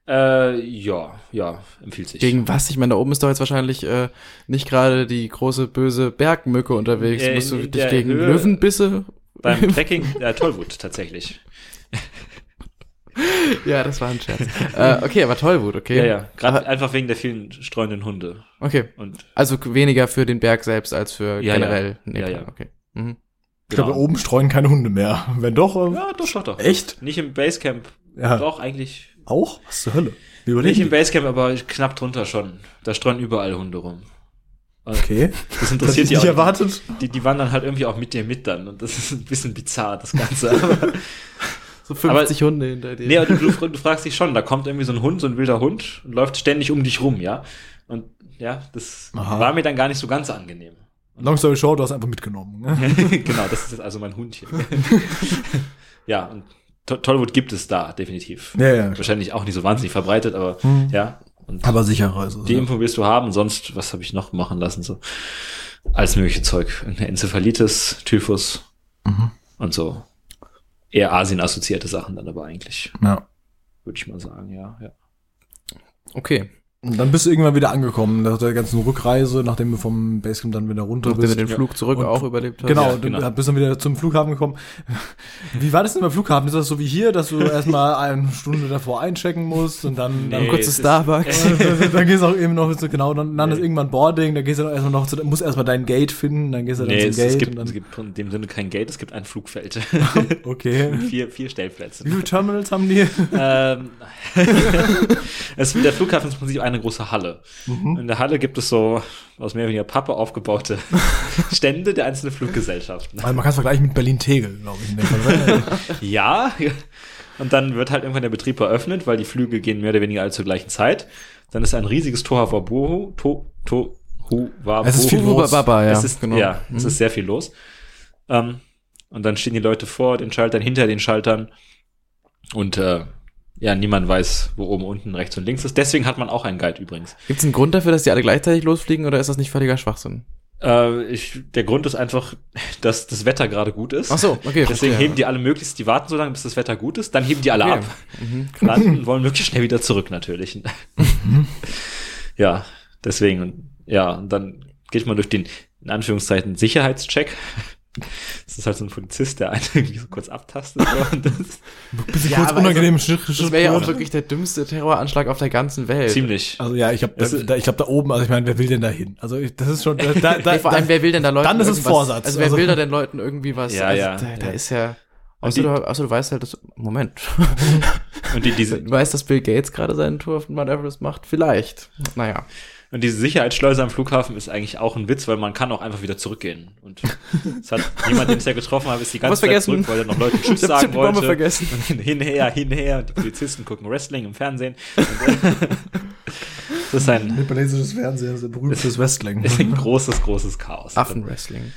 Speaker 3: Äh, ja, ja, empfiehlt sich.
Speaker 2: Gegen was? Ich meine, da oben ist doch jetzt wahrscheinlich äh, nicht gerade die große böse Bergmücke unterwegs.
Speaker 3: Äh,
Speaker 2: Musst du
Speaker 3: in
Speaker 2: dich
Speaker 3: der
Speaker 2: gegen
Speaker 3: Höhe-
Speaker 2: Löwenbisse?
Speaker 3: Beim Trekking, äh, Tollwut tatsächlich.
Speaker 2: Ja, das war ein
Speaker 3: (laughs)
Speaker 2: Scherz. äh, okay, aber Tollwut, okay.
Speaker 3: Ja, ja. Gerade
Speaker 2: Aber-
Speaker 3: einfach wegen der vielen streunenden Hunde.
Speaker 2: Okay.
Speaker 3: Und
Speaker 2: Also k- weniger für den Berg selbst als für
Speaker 3: Ja, ja.
Speaker 2: generell
Speaker 3: Ja, ja.
Speaker 2: Okay. Mhm.
Speaker 1: Ich glaube, da oben streuen keine Hunde mehr. Wenn doch, äh,
Speaker 3: Genau. Ja, doch, doch, doch.
Speaker 1: Echt?
Speaker 3: Nicht im Basecamp.
Speaker 1: Ja.
Speaker 3: Doch, eigentlich.
Speaker 1: auch? Was zur Hölle? Wie
Speaker 3: Nicht im
Speaker 1: Überlegen.
Speaker 3: Basecamp, aber knapp drunter schon. Da streuen überall Hunde rum.
Speaker 1: Okay.
Speaker 3: Das
Speaker 1: Das hätte
Speaker 3: interessiert
Speaker 1: ich
Speaker 3: die
Speaker 1: nicht
Speaker 3: auch.
Speaker 1: erwartet.
Speaker 3: Die, die wandern halt irgendwie auch mit dir mit dann. Und das ist ein bisschen bizarr, das Ganze. (laughs) Aber
Speaker 2: So 50
Speaker 3: 50
Speaker 2: Hunde hinter dir.
Speaker 3: Nee, aber du, du, du fragst dich schon, da kommt irgendwie so ein Hund, so ein wilder Hund und läuft ständig um dich rum, ja. Und ja, das
Speaker 1: Aha.
Speaker 3: war mir dann gar nicht so ganz angenehm. (laughs)
Speaker 1: Long story short, du hast einfach mitgenommen. Ne?
Speaker 3: genau, das ist jetzt also
Speaker 1: (laughs)
Speaker 3: mein Hund hier. ja, und to Tollwood gibt es da, definitiv.
Speaker 1: Ja, ja.
Speaker 3: Wahrscheinlich auch nicht so wahnsinnig verbreitet, aber
Speaker 1: Hm.
Speaker 3: ja. Und
Speaker 1: Aber sichererweise.
Speaker 3: die
Speaker 1: ja.
Speaker 3: Info wirst du haben, sonst, was habe ich noch machen lassen? So alles mögliche Zeug. Irgendeine Enzephalitis, Typhus
Speaker 1: Mhm.
Speaker 3: und so. Eher Asien-assoziierte Sachen dann aber eigentlich,
Speaker 1: ja.
Speaker 3: würde ich mal sagen, ja. ja.
Speaker 2: Okay.
Speaker 1: Und dann bist du irgendwann wieder angekommen nach der ganzen Rückreise, nachdem du vom Basecamp dann wieder runter
Speaker 2: Nachdem du
Speaker 1: bist.
Speaker 2: den
Speaker 3: ja.
Speaker 2: Flug zurück
Speaker 1: Und-
Speaker 2: auch überlebt hast.
Speaker 1: Genau,
Speaker 3: Ja, genau.
Speaker 1: du bist dann wieder zum Flughafen gekommen. Wie war das denn beim Flughafen? Ist das so wie hier, dass du erstmal eine Stunde davor einchecken musst und dann,
Speaker 2: Dann
Speaker 3: Nee,
Speaker 2: kurz zu
Speaker 3: es ist-
Speaker 2: Starbucks.
Speaker 1: (laughs)
Speaker 3: (laughs)
Speaker 1: dann, dann gehst du auch eben noch so genau, dann, dann ist
Speaker 3: Nee.
Speaker 1: irgendwann Boarding, dann gehst du dann erstmal noch zu, musst erstmal dein Gate finden, dann gehst du dann
Speaker 3: Nee,
Speaker 1: zum
Speaker 3: es,
Speaker 1: Gate
Speaker 3: es, gibt,
Speaker 1: und dann,
Speaker 3: es gibt in dem Sinne kein Gate, es gibt ein Flugfeld. (laughs)
Speaker 1: okay.
Speaker 3: vier, vier
Speaker 1: Wie (laughs)
Speaker 3: Stellplätze.
Speaker 1: viele Terminals haben die?
Speaker 3: ähm, (laughs) es, der Flughafen ist im Prinzip eine große Halle.
Speaker 1: Mhm.
Speaker 3: In der Halle gibt es so aus mehr oder weniger Pappe
Speaker 1: (laughs)
Speaker 3: aufgebaute Stände der einzelnen Fluggesellschaften.
Speaker 1: Also man kann es vergleichen mit Berlin-Tegel, glaube ich. In dem Fall.
Speaker 3: Ja. Und dann wird halt irgendwann der Betrieb eröffnet, weil die Flüge gehen mehr oder weniger alle zur gleichen Zeit. Dann ist ein riesiges Tohuwabohu. To, to, hu, wa,
Speaker 1: Es ist
Speaker 3: bohu.
Speaker 1: viel los.
Speaker 2: Baba, ja. genau. Mhm.
Speaker 3: es ist, Ja, es ist sehr viel los. Ähm, und dann stehen die Leute vor den Schaltern, hinter den Schaltern. Und äh, ja, niemand weiß, wo oben, unten, rechts und links ist. Deswegen hat man auch einen Guide übrigens.
Speaker 2: Gibt es einen Grund dafür, dass die alle gleichzeitig losfliegen oder ist das nicht völliger Schwachsinn?
Speaker 3: Äh, ich, der Grund ist einfach, (laughs) dass das Wetter gerade gut ist.
Speaker 2: Ach so, okay.
Speaker 3: Deswegen
Speaker 2: verstehe.
Speaker 3: heben die alle möglichst, die warten so lange, bis das Wetter gut ist, dann heben die alle
Speaker 2: Okay.
Speaker 3: ab. landen und wollen möglichst schnell wieder zurück natürlich. (laughs) ja, deswegen und ja, und dann geht man durch den in Anführungszeichen Sicherheitscheck. Das ist halt so ein Polizist, der einen (laughs) irgendwie so kurz abtastet. so, Und das
Speaker 1: Bisschen
Speaker 2: Ja,
Speaker 1: kurz
Speaker 2: aber
Speaker 1: unangenehm Schritt. Schritt-
Speaker 2: Das wäre ja auch wirklich der dümmste Terroranschlag auf der ganzen Welt.
Speaker 3: ziemlich.
Speaker 1: Also ja, ich glaube, da,
Speaker 3: Das ist-
Speaker 1: da, ich glaub, da oben, also ich meine, wer will denn da hin? Also ich, das ist schon, da, da, da,
Speaker 2: Nee, vor allem,
Speaker 1: da,
Speaker 2: wer will denn da Leuten
Speaker 1: dann ist es
Speaker 2: irgendwas-
Speaker 1: Vorsatz.
Speaker 2: Also wer
Speaker 1: Also-
Speaker 2: will da denn Leuten irgendwie was?
Speaker 3: Ja,
Speaker 2: also,
Speaker 3: ja,
Speaker 2: Da, da
Speaker 3: ja.
Speaker 2: ist ja...
Speaker 3: Und
Speaker 2: Außer
Speaker 3: die-
Speaker 2: du, außer du weißt halt, dass... Moment. (laughs)
Speaker 3: Und die, diese,
Speaker 2: Du weißt, dass Bill Gates gerade seinen Tour auf den Mount Everest macht? Vielleicht. Naja.
Speaker 3: und diese Sicherheitsschleuse am Flughafen ist eigentlich auch ein Witz, weil man kann auch einfach wieder zurückgehen. Und
Speaker 2: (laughs)
Speaker 3: es hat jemand, den ich ja getroffen habe, ist die ganze
Speaker 2: Was
Speaker 3: Zeit
Speaker 2: vergessen.
Speaker 3: zurück, weil er noch Leuten Tschüss
Speaker 2: Ich hab
Speaker 3: sagen
Speaker 2: die Bombe
Speaker 3: wollte.
Speaker 2: vergessen.
Speaker 3: Und hinher, hinher. Und die Polizisten gucken Wrestling
Speaker 2: (laughs)
Speaker 3: im Fernsehen. Und, äh, das ist ein
Speaker 1: Nepalesisches Fernsehen, also berühmtes Wrestling.
Speaker 3: ist ein großes, großes Chaos.
Speaker 2: Affenwrestling.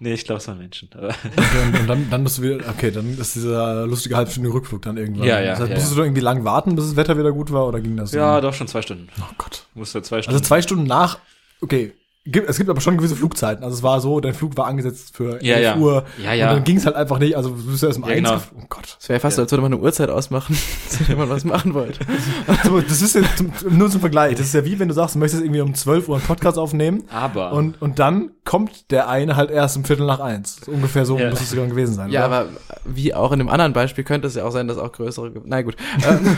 Speaker 3: Nee, ich glaube, es waren Menschen. Aber
Speaker 1: Und dann, dann bist du wieder, okay, dann ist dieser lustige halbstündige Rückflug dann irgendwann.
Speaker 3: Ja, ja,
Speaker 1: Das heißt,
Speaker 3: ja,
Speaker 1: musstest
Speaker 3: ja.
Speaker 1: du irgendwie lang warten, bis das Wetter wieder gut war oder ging das?
Speaker 3: ja,
Speaker 1: so?
Speaker 3: (laughs) doch, schon zwei Stunden.
Speaker 1: Oh Gott.
Speaker 3: Musste zwei Stunden.
Speaker 1: Also zwei Stunden nach, okay, gibt, es gibt aber schon gewisse Flugzeiten. Also es war so, dein Flug war angesetzt für
Speaker 3: Ja,
Speaker 1: 11
Speaker 3: ja.
Speaker 1: Uhr.
Speaker 3: Ja, ja.
Speaker 1: Und dann ging es halt einfach nicht. Also du bist erst um
Speaker 3: Ja,
Speaker 1: eins.
Speaker 3: genau.
Speaker 1: gef- Oh Gott.
Speaker 2: Es wäre fast, so, als würde man eine Uhrzeit ausmachen, (laughs) wenn man was machen
Speaker 3: (laughs)
Speaker 2: wollte.
Speaker 1: Also, das ist jetzt zum, nur zum Vergleich. Das ist ja wie wenn du sagst, du möchtest irgendwie um 12 Uhr einen Podcast aufnehmen.
Speaker 3: aber
Speaker 1: Und, und dann kommt der eine halt erst um Viertel nach eins. Ungefähr so
Speaker 3: Ja.
Speaker 1: muss es dann gewesen sein.
Speaker 2: Ja,
Speaker 1: oder?
Speaker 2: aber wie auch in dem anderen Beispiel könnte es ja auch sein, dass auch größere. Ge- Na gut. Ähm,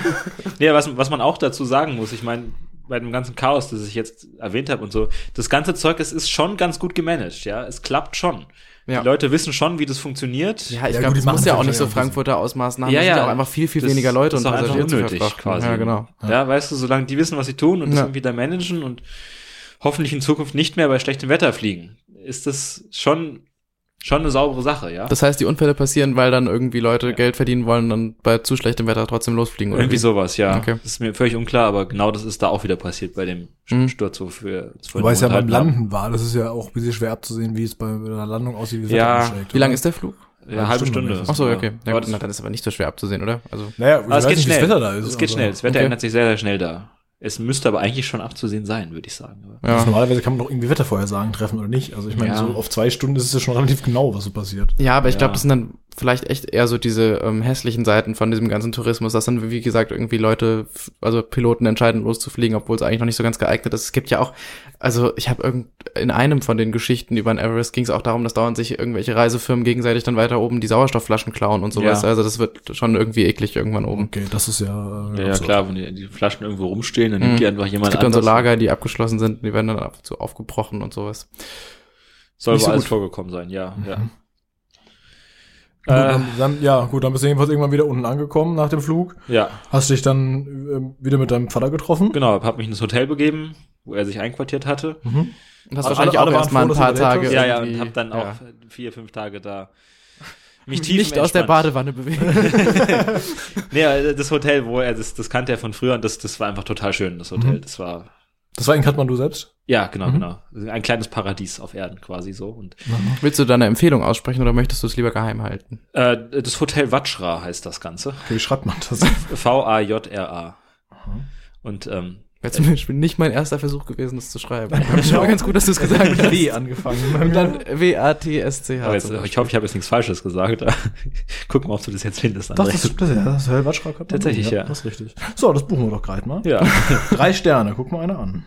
Speaker 3: nee, was, was man auch dazu sagen muss, ich meine, bei dem ganzen Chaos, das ich jetzt erwähnt habe und so, das ganze Zeug, es ist schon ganz gut gemanagt, ja. Es klappt schon.
Speaker 2: Ja.
Speaker 3: Die Leute wissen schon, wie das funktioniert.
Speaker 2: ja, ich
Speaker 1: Ja,
Speaker 2: glaube,
Speaker 1: gut, die
Speaker 2: das muss
Speaker 1: machen
Speaker 2: ja auch
Speaker 1: das
Speaker 2: nicht
Speaker 1: wahrscheinlich
Speaker 2: so
Speaker 1: auch
Speaker 2: Frankfurter Ausmaßen haben.
Speaker 3: Ja,
Speaker 2: Da
Speaker 3: ja.
Speaker 2: sind auch einfach viel, viel
Speaker 3: Das-
Speaker 2: weniger Leute
Speaker 3: das
Speaker 2: und
Speaker 3: ist doch einfach
Speaker 2: Passagiere zu
Speaker 3: unnötig
Speaker 2: verfrachten.
Speaker 3: quasi.
Speaker 2: Ja, genau.
Speaker 3: Ja, weißt du, solange die wissen, was sie tun und das
Speaker 2: Ja.
Speaker 3: irgendwie da managen und hoffentlich in Zukunft nicht mehr bei schlechtem Wetter fliegen, ist das schon Schon eine saubere Sache, ja.
Speaker 2: Das heißt, die Unfälle passieren, weil dann irgendwie Leute Geld verdienen wollen und bei zu schlechtem Wetter trotzdem losfliegen oder
Speaker 3: Irgendwie
Speaker 2: wie?
Speaker 3: sowas, ja.
Speaker 2: Okay.
Speaker 3: Das ist mir völlig unklar, aber genau das ist da auch wieder passiert bei dem
Speaker 2: Mhm.
Speaker 3: Sturz, wofür
Speaker 1: Wobei es ja beim
Speaker 3: Landen
Speaker 1: Landen war. Das ist ja auch ein bisschen schwer abzusehen, wie es bei einer Landung aussieht. Wie
Speaker 3: Ja.
Speaker 2: Wie lang ist der Flug?
Speaker 3: Ja, halbe Stunde.
Speaker 1: Stunde.
Speaker 2: Ach so, okay. Na
Speaker 3: Aber
Speaker 2: gut,
Speaker 3: das,
Speaker 2: na, dann ist aber nicht so schwer abzusehen, oder? Also
Speaker 1: Naja, ich
Speaker 3: aber Ah, es
Speaker 1: weiß
Speaker 3: geht
Speaker 1: nicht, wie
Speaker 3: schnell.
Speaker 1: das Wetter da ist.
Speaker 3: es geht
Speaker 1: aber-
Speaker 3: schnell. Das Wetter
Speaker 2: Okay.
Speaker 3: ändert sich sehr, sehr schnell da. Es müsste aber eigentlich schon abzusehen sein, würde ich sagen. Aber
Speaker 2: ja.
Speaker 1: Normalerweise kann man doch irgendwie Wettervorhersagen treffen oder nicht. Also ich meine,
Speaker 3: Ja.
Speaker 1: so auf zwei Stunden ist es ja schon relativ genau, was so passiert.
Speaker 2: Ja, aber ich
Speaker 3: Ja.
Speaker 2: glaube, das sind dann vielleicht echt eher so diese ähm, hässlichen Seiten von diesem ganzen Tourismus, dass dann, wie gesagt, irgendwie Leute, f- also Piloten entscheiden, loszufliegen, obwohl es eigentlich noch nicht so ganz geeignet ist. Es gibt ja auch, also ich habe irgend in einem von den Geschichten über den Everest ging es auch darum, dass dauernd sich irgendwelche Reisefirmen gegenseitig dann weiter oben die Sauerstoffflaschen klauen und sowas.
Speaker 3: Ja.
Speaker 2: Also das wird schon irgendwie eklig irgendwann
Speaker 3: Mhm.
Speaker 2: oben.
Speaker 1: Okay, das ist ja. äh,
Speaker 3: ja, ja,
Speaker 1: absurd.
Speaker 3: klar, wenn die, die Flaschen irgendwo rumstehen, dann
Speaker 2: Mhm.
Speaker 3: nimmt die einfach jemand
Speaker 2: Es gibt dann so
Speaker 3: anders.
Speaker 2: Lager, die abgeschlossen sind, die werden dann ab, so aufgebrochen und sowas.
Speaker 3: Soll
Speaker 1: Nicht
Speaker 3: wohl
Speaker 1: so
Speaker 3: alles
Speaker 1: gut.
Speaker 3: vorgekommen sein, ja.
Speaker 2: Mhm.
Speaker 3: ja.
Speaker 1: Gut,
Speaker 3: Äh,
Speaker 1: Mhm. dann, dann, ja, gut, dann bist du jedenfalls irgendwann wieder unten angekommen nach dem Flug.
Speaker 3: ja,
Speaker 1: Hast dich dann ähm, wieder mit deinem Vater getroffen.
Speaker 3: genau. Hab mich ins Hotel begeben, wo er sich einquartiert hatte.
Speaker 1: Mhm.
Speaker 2: Und das
Speaker 3: Aber
Speaker 1: alle-
Speaker 2: wahrscheinlich auch
Speaker 1: alle
Speaker 2: erst
Speaker 1: waren
Speaker 2: mal
Speaker 1: froh, dass
Speaker 2: ein paar
Speaker 1: du wieder
Speaker 2: Tage.
Speaker 1: weg
Speaker 3: Ja, ja,
Speaker 2: irgendwie-
Speaker 3: und hab dann
Speaker 2: ja.
Speaker 3: auch vier, fünf Tage da mich tief
Speaker 2: nicht aus der Badewanne bewegen.
Speaker 3: Nee, äh, das Hotel, wo er, das, das kannte er von früher und das, das war einfach total schön, das Hotel.
Speaker 2: Mhm.
Speaker 3: Das war,
Speaker 1: Das war in Kathmandu selbst.
Speaker 3: ja, genau,
Speaker 1: Mhm.
Speaker 3: genau. Ein kleines Paradies auf Erden quasi so. Und
Speaker 2: (laughs) Willst du deine Empfehlung aussprechen oder möchtest du es lieber geheim halten?
Speaker 3: äh, das Hotel Vajra heißt
Speaker 2: (laughs)
Speaker 3: das Ganze.
Speaker 1: Okay, wie schreibt man
Speaker 3: (laughs)
Speaker 1: das?
Speaker 3: V-A-J-R-A. Und ähm,
Speaker 2: Wäre zum Beispiel nicht mein erster Versuch gewesen, das zu (laughs) schreiben. Aber ganz gut, dass du es gesagt
Speaker 1: Mit
Speaker 2: (laughs) hast.
Speaker 1: W angefangen. (laughs)
Speaker 2: Und dann W-A-T-S-C-H.
Speaker 3: aber jetzt,
Speaker 2: zum Beispiel.
Speaker 3: ich hoffe, ich habe jetzt nichts Falsches gesagt. (laughs) Gucken wir, ob du das jetzt findest,
Speaker 1: Doch,
Speaker 3: André.
Speaker 1: das,
Speaker 3: (laughs)
Speaker 1: das, ja, das Herr Watschka Kathmandu,
Speaker 3: Also, Tatsächlich, ja.
Speaker 1: Das ist richtig. So, das buchen wir doch gerade mal.
Speaker 3: ja.
Speaker 1: (laughs) Drei Sterne, guck mal einer an.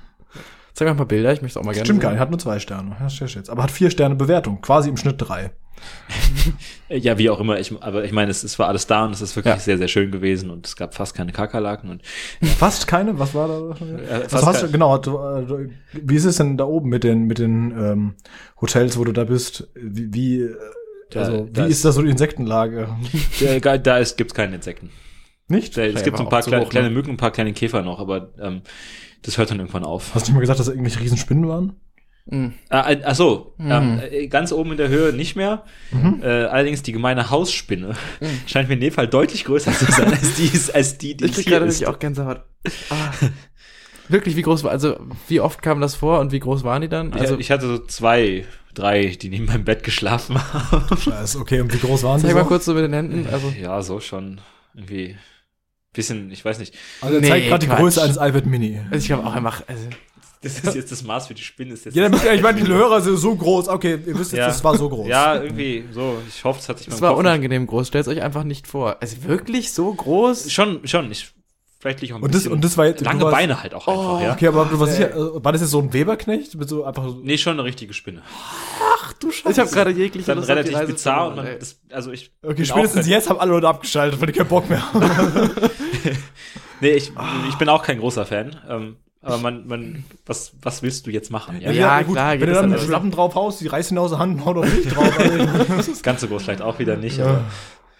Speaker 2: Zeig mir ein paar Bilder, ich möchte es auch mal gerne.
Speaker 1: Stimmt
Speaker 2: sehen.
Speaker 1: gar nicht, hat nur zwei Sterne. Ja, steht jetzt. Aber hat vier Sterne Bewertung, quasi im Schnitt drei.
Speaker 3: Äh, Ja, wie auch immer. Ich, aber ich meine, es, es war alles da und es ist wirklich
Speaker 2: Ja.
Speaker 3: sehr, sehr schön gewesen und es gab fast keine Kakerlaken und
Speaker 1: Fast keine, was war da? was
Speaker 3: fast
Speaker 1: hast du,
Speaker 3: keine.
Speaker 1: genau, hat, äh, wie ist es denn da oben mit den, mit den ähm, Hotels, wo du da bist? Wie, wie, äh,
Speaker 3: Da-
Speaker 1: also,
Speaker 3: da
Speaker 1: wie ist da so die
Speaker 3: (laughs)
Speaker 1: Insektenlage?
Speaker 3: äh, da, da ist, gibt's keine Insekten.
Speaker 1: Nicht?
Speaker 3: Da, es
Speaker 2: Vielleicht
Speaker 3: gibt
Speaker 2: aber
Speaker 3: so ein
Speaker 2: auch
Speaker 3: paar
Speaker 2: zu
Speaker 3: kleine,
Speaker 2: hoch, ne?
Speaker 3: kleine Mücken, ein paar kleine Käfer noch, aber ähm, das hört dann irgendwann auf.
Speaker 1: Hast du nicht mal gesagt, dass da irgendwelche Riesenspinnen
Speaker 3: (laughs)
Speaker 1: waren?
Speaker 2: Mhm.
Speaker 3: Äh, ach so,
Speaker 1: Hm.
Speaker 2: Mhm.
Speaker 3: ähm, äh, ganz oben in der Höhe nicht mehr.
Speaker 1: Mhm.
Speaker 3: Äh, allerdings die gemeine Hausspinne
Speaker 1: Hm.
Speaker 3: (laughs) scheint mir in dem Fall deutlich größer zu sein als die, als die, die
Speaker 2: Ich krieg gerade nämlich auch Gänsehaut. (laughs) Ah. Wirklich, wie groß war, also wie oft kam das vor und wie groß waren die dann?
Speaker 3: Ich,
Speaker 2: Also,
Speaker 3: ich hatte so zwei, drei, die neben meinem Bett geschlafen haben.
Speaker 1: Scheiße, okay, und wie groß waren sie?
Speaker 2: zeig mal
Speaker 1: So?
Speaker 2: kurz so mit den Händen. Also,
Speaker 1: Hm.
Speaker 3: Ja, so schon irgendwie bisschen, ich weiß nicht.
Speaker 1: Also, er
Speaker 2: Nee,
Speaker 1: zeigt gerade die
Speaker 2: Quatsch.
Speaker 1: Größe eines iPad Mini.
Speaker 2: also ich glaube auch einfach, also,
Speaker 3: Das ist jetzt das Maß für die Spinne. Ist jetzt
Speaker 1: Ja, damit, ich meine, die Hörer sind so groß. Okay, ihr wisst jetzt,
Speaker 3: Ja.
Speaker 1: das war so groß.
Speaker 3: Ja, irgendwie so. Ich hoffe, es hat sich
Speaker 2: es
Speaker 3: meinem
Speaker 2: war
Speaker 3: Kopf nicht-
Speaker 2: unangenehm groß, stellt euch einfach nicht vor. Also wirklich so groß?
Speaker 3: Schon, schon. Ich, vielleicht liege ich auch ein
Speaker 1: Und das,
Speaker 3: bisschen
Speaker 1: und das war jetzt. du
Speaker 3: lange
Speaker 1: warst- Oh,
Speaker 3: Beine halt auch einfach, ja.
Speaker 1: Okay, aber du warst sicher, äh, war das jetzt so ein Weberknecht? Mit so einfach so
Speaker 3: Nee, schon eine richtige Spinne.
Speaker 2: Ich habe gerade jegliche
Speaker 3: Dann
Speaker 2: Lust auf die
Speaker 3: relativ
Speaker 2: Reise
Speaker 3: bizarr und
Speaker 2: verloren, ey.
Speaker 3: man, das, also ich.
Speaker 1: Okay,
Speaker 3: bin
Speaker 1: spätestens
Speaker 3: auch kein-
Speaker 1: jetzt haben alle Leute abgeschaltet, weil die keinen Bock mehr haben.
Speaker 3: Nee, ich, ich bin auch kein großer Fan. Ähm, aber man, man, was, was willst du jetzt machen? Ja,
Speaker 2: Ja, klar,
Speaker 1: Wenn
Speaker 2: geht
Speaker 1: du
Speaker 2: das
Speaker 1: dann mit
Speaker 2: dann
Speaker 1: Schlappen drauf haust, die reißen aus der Hand, hau doch nicht drauf. Also,
Speaker 3: Das ganze groß vielleicht auch wieder nicht. Aber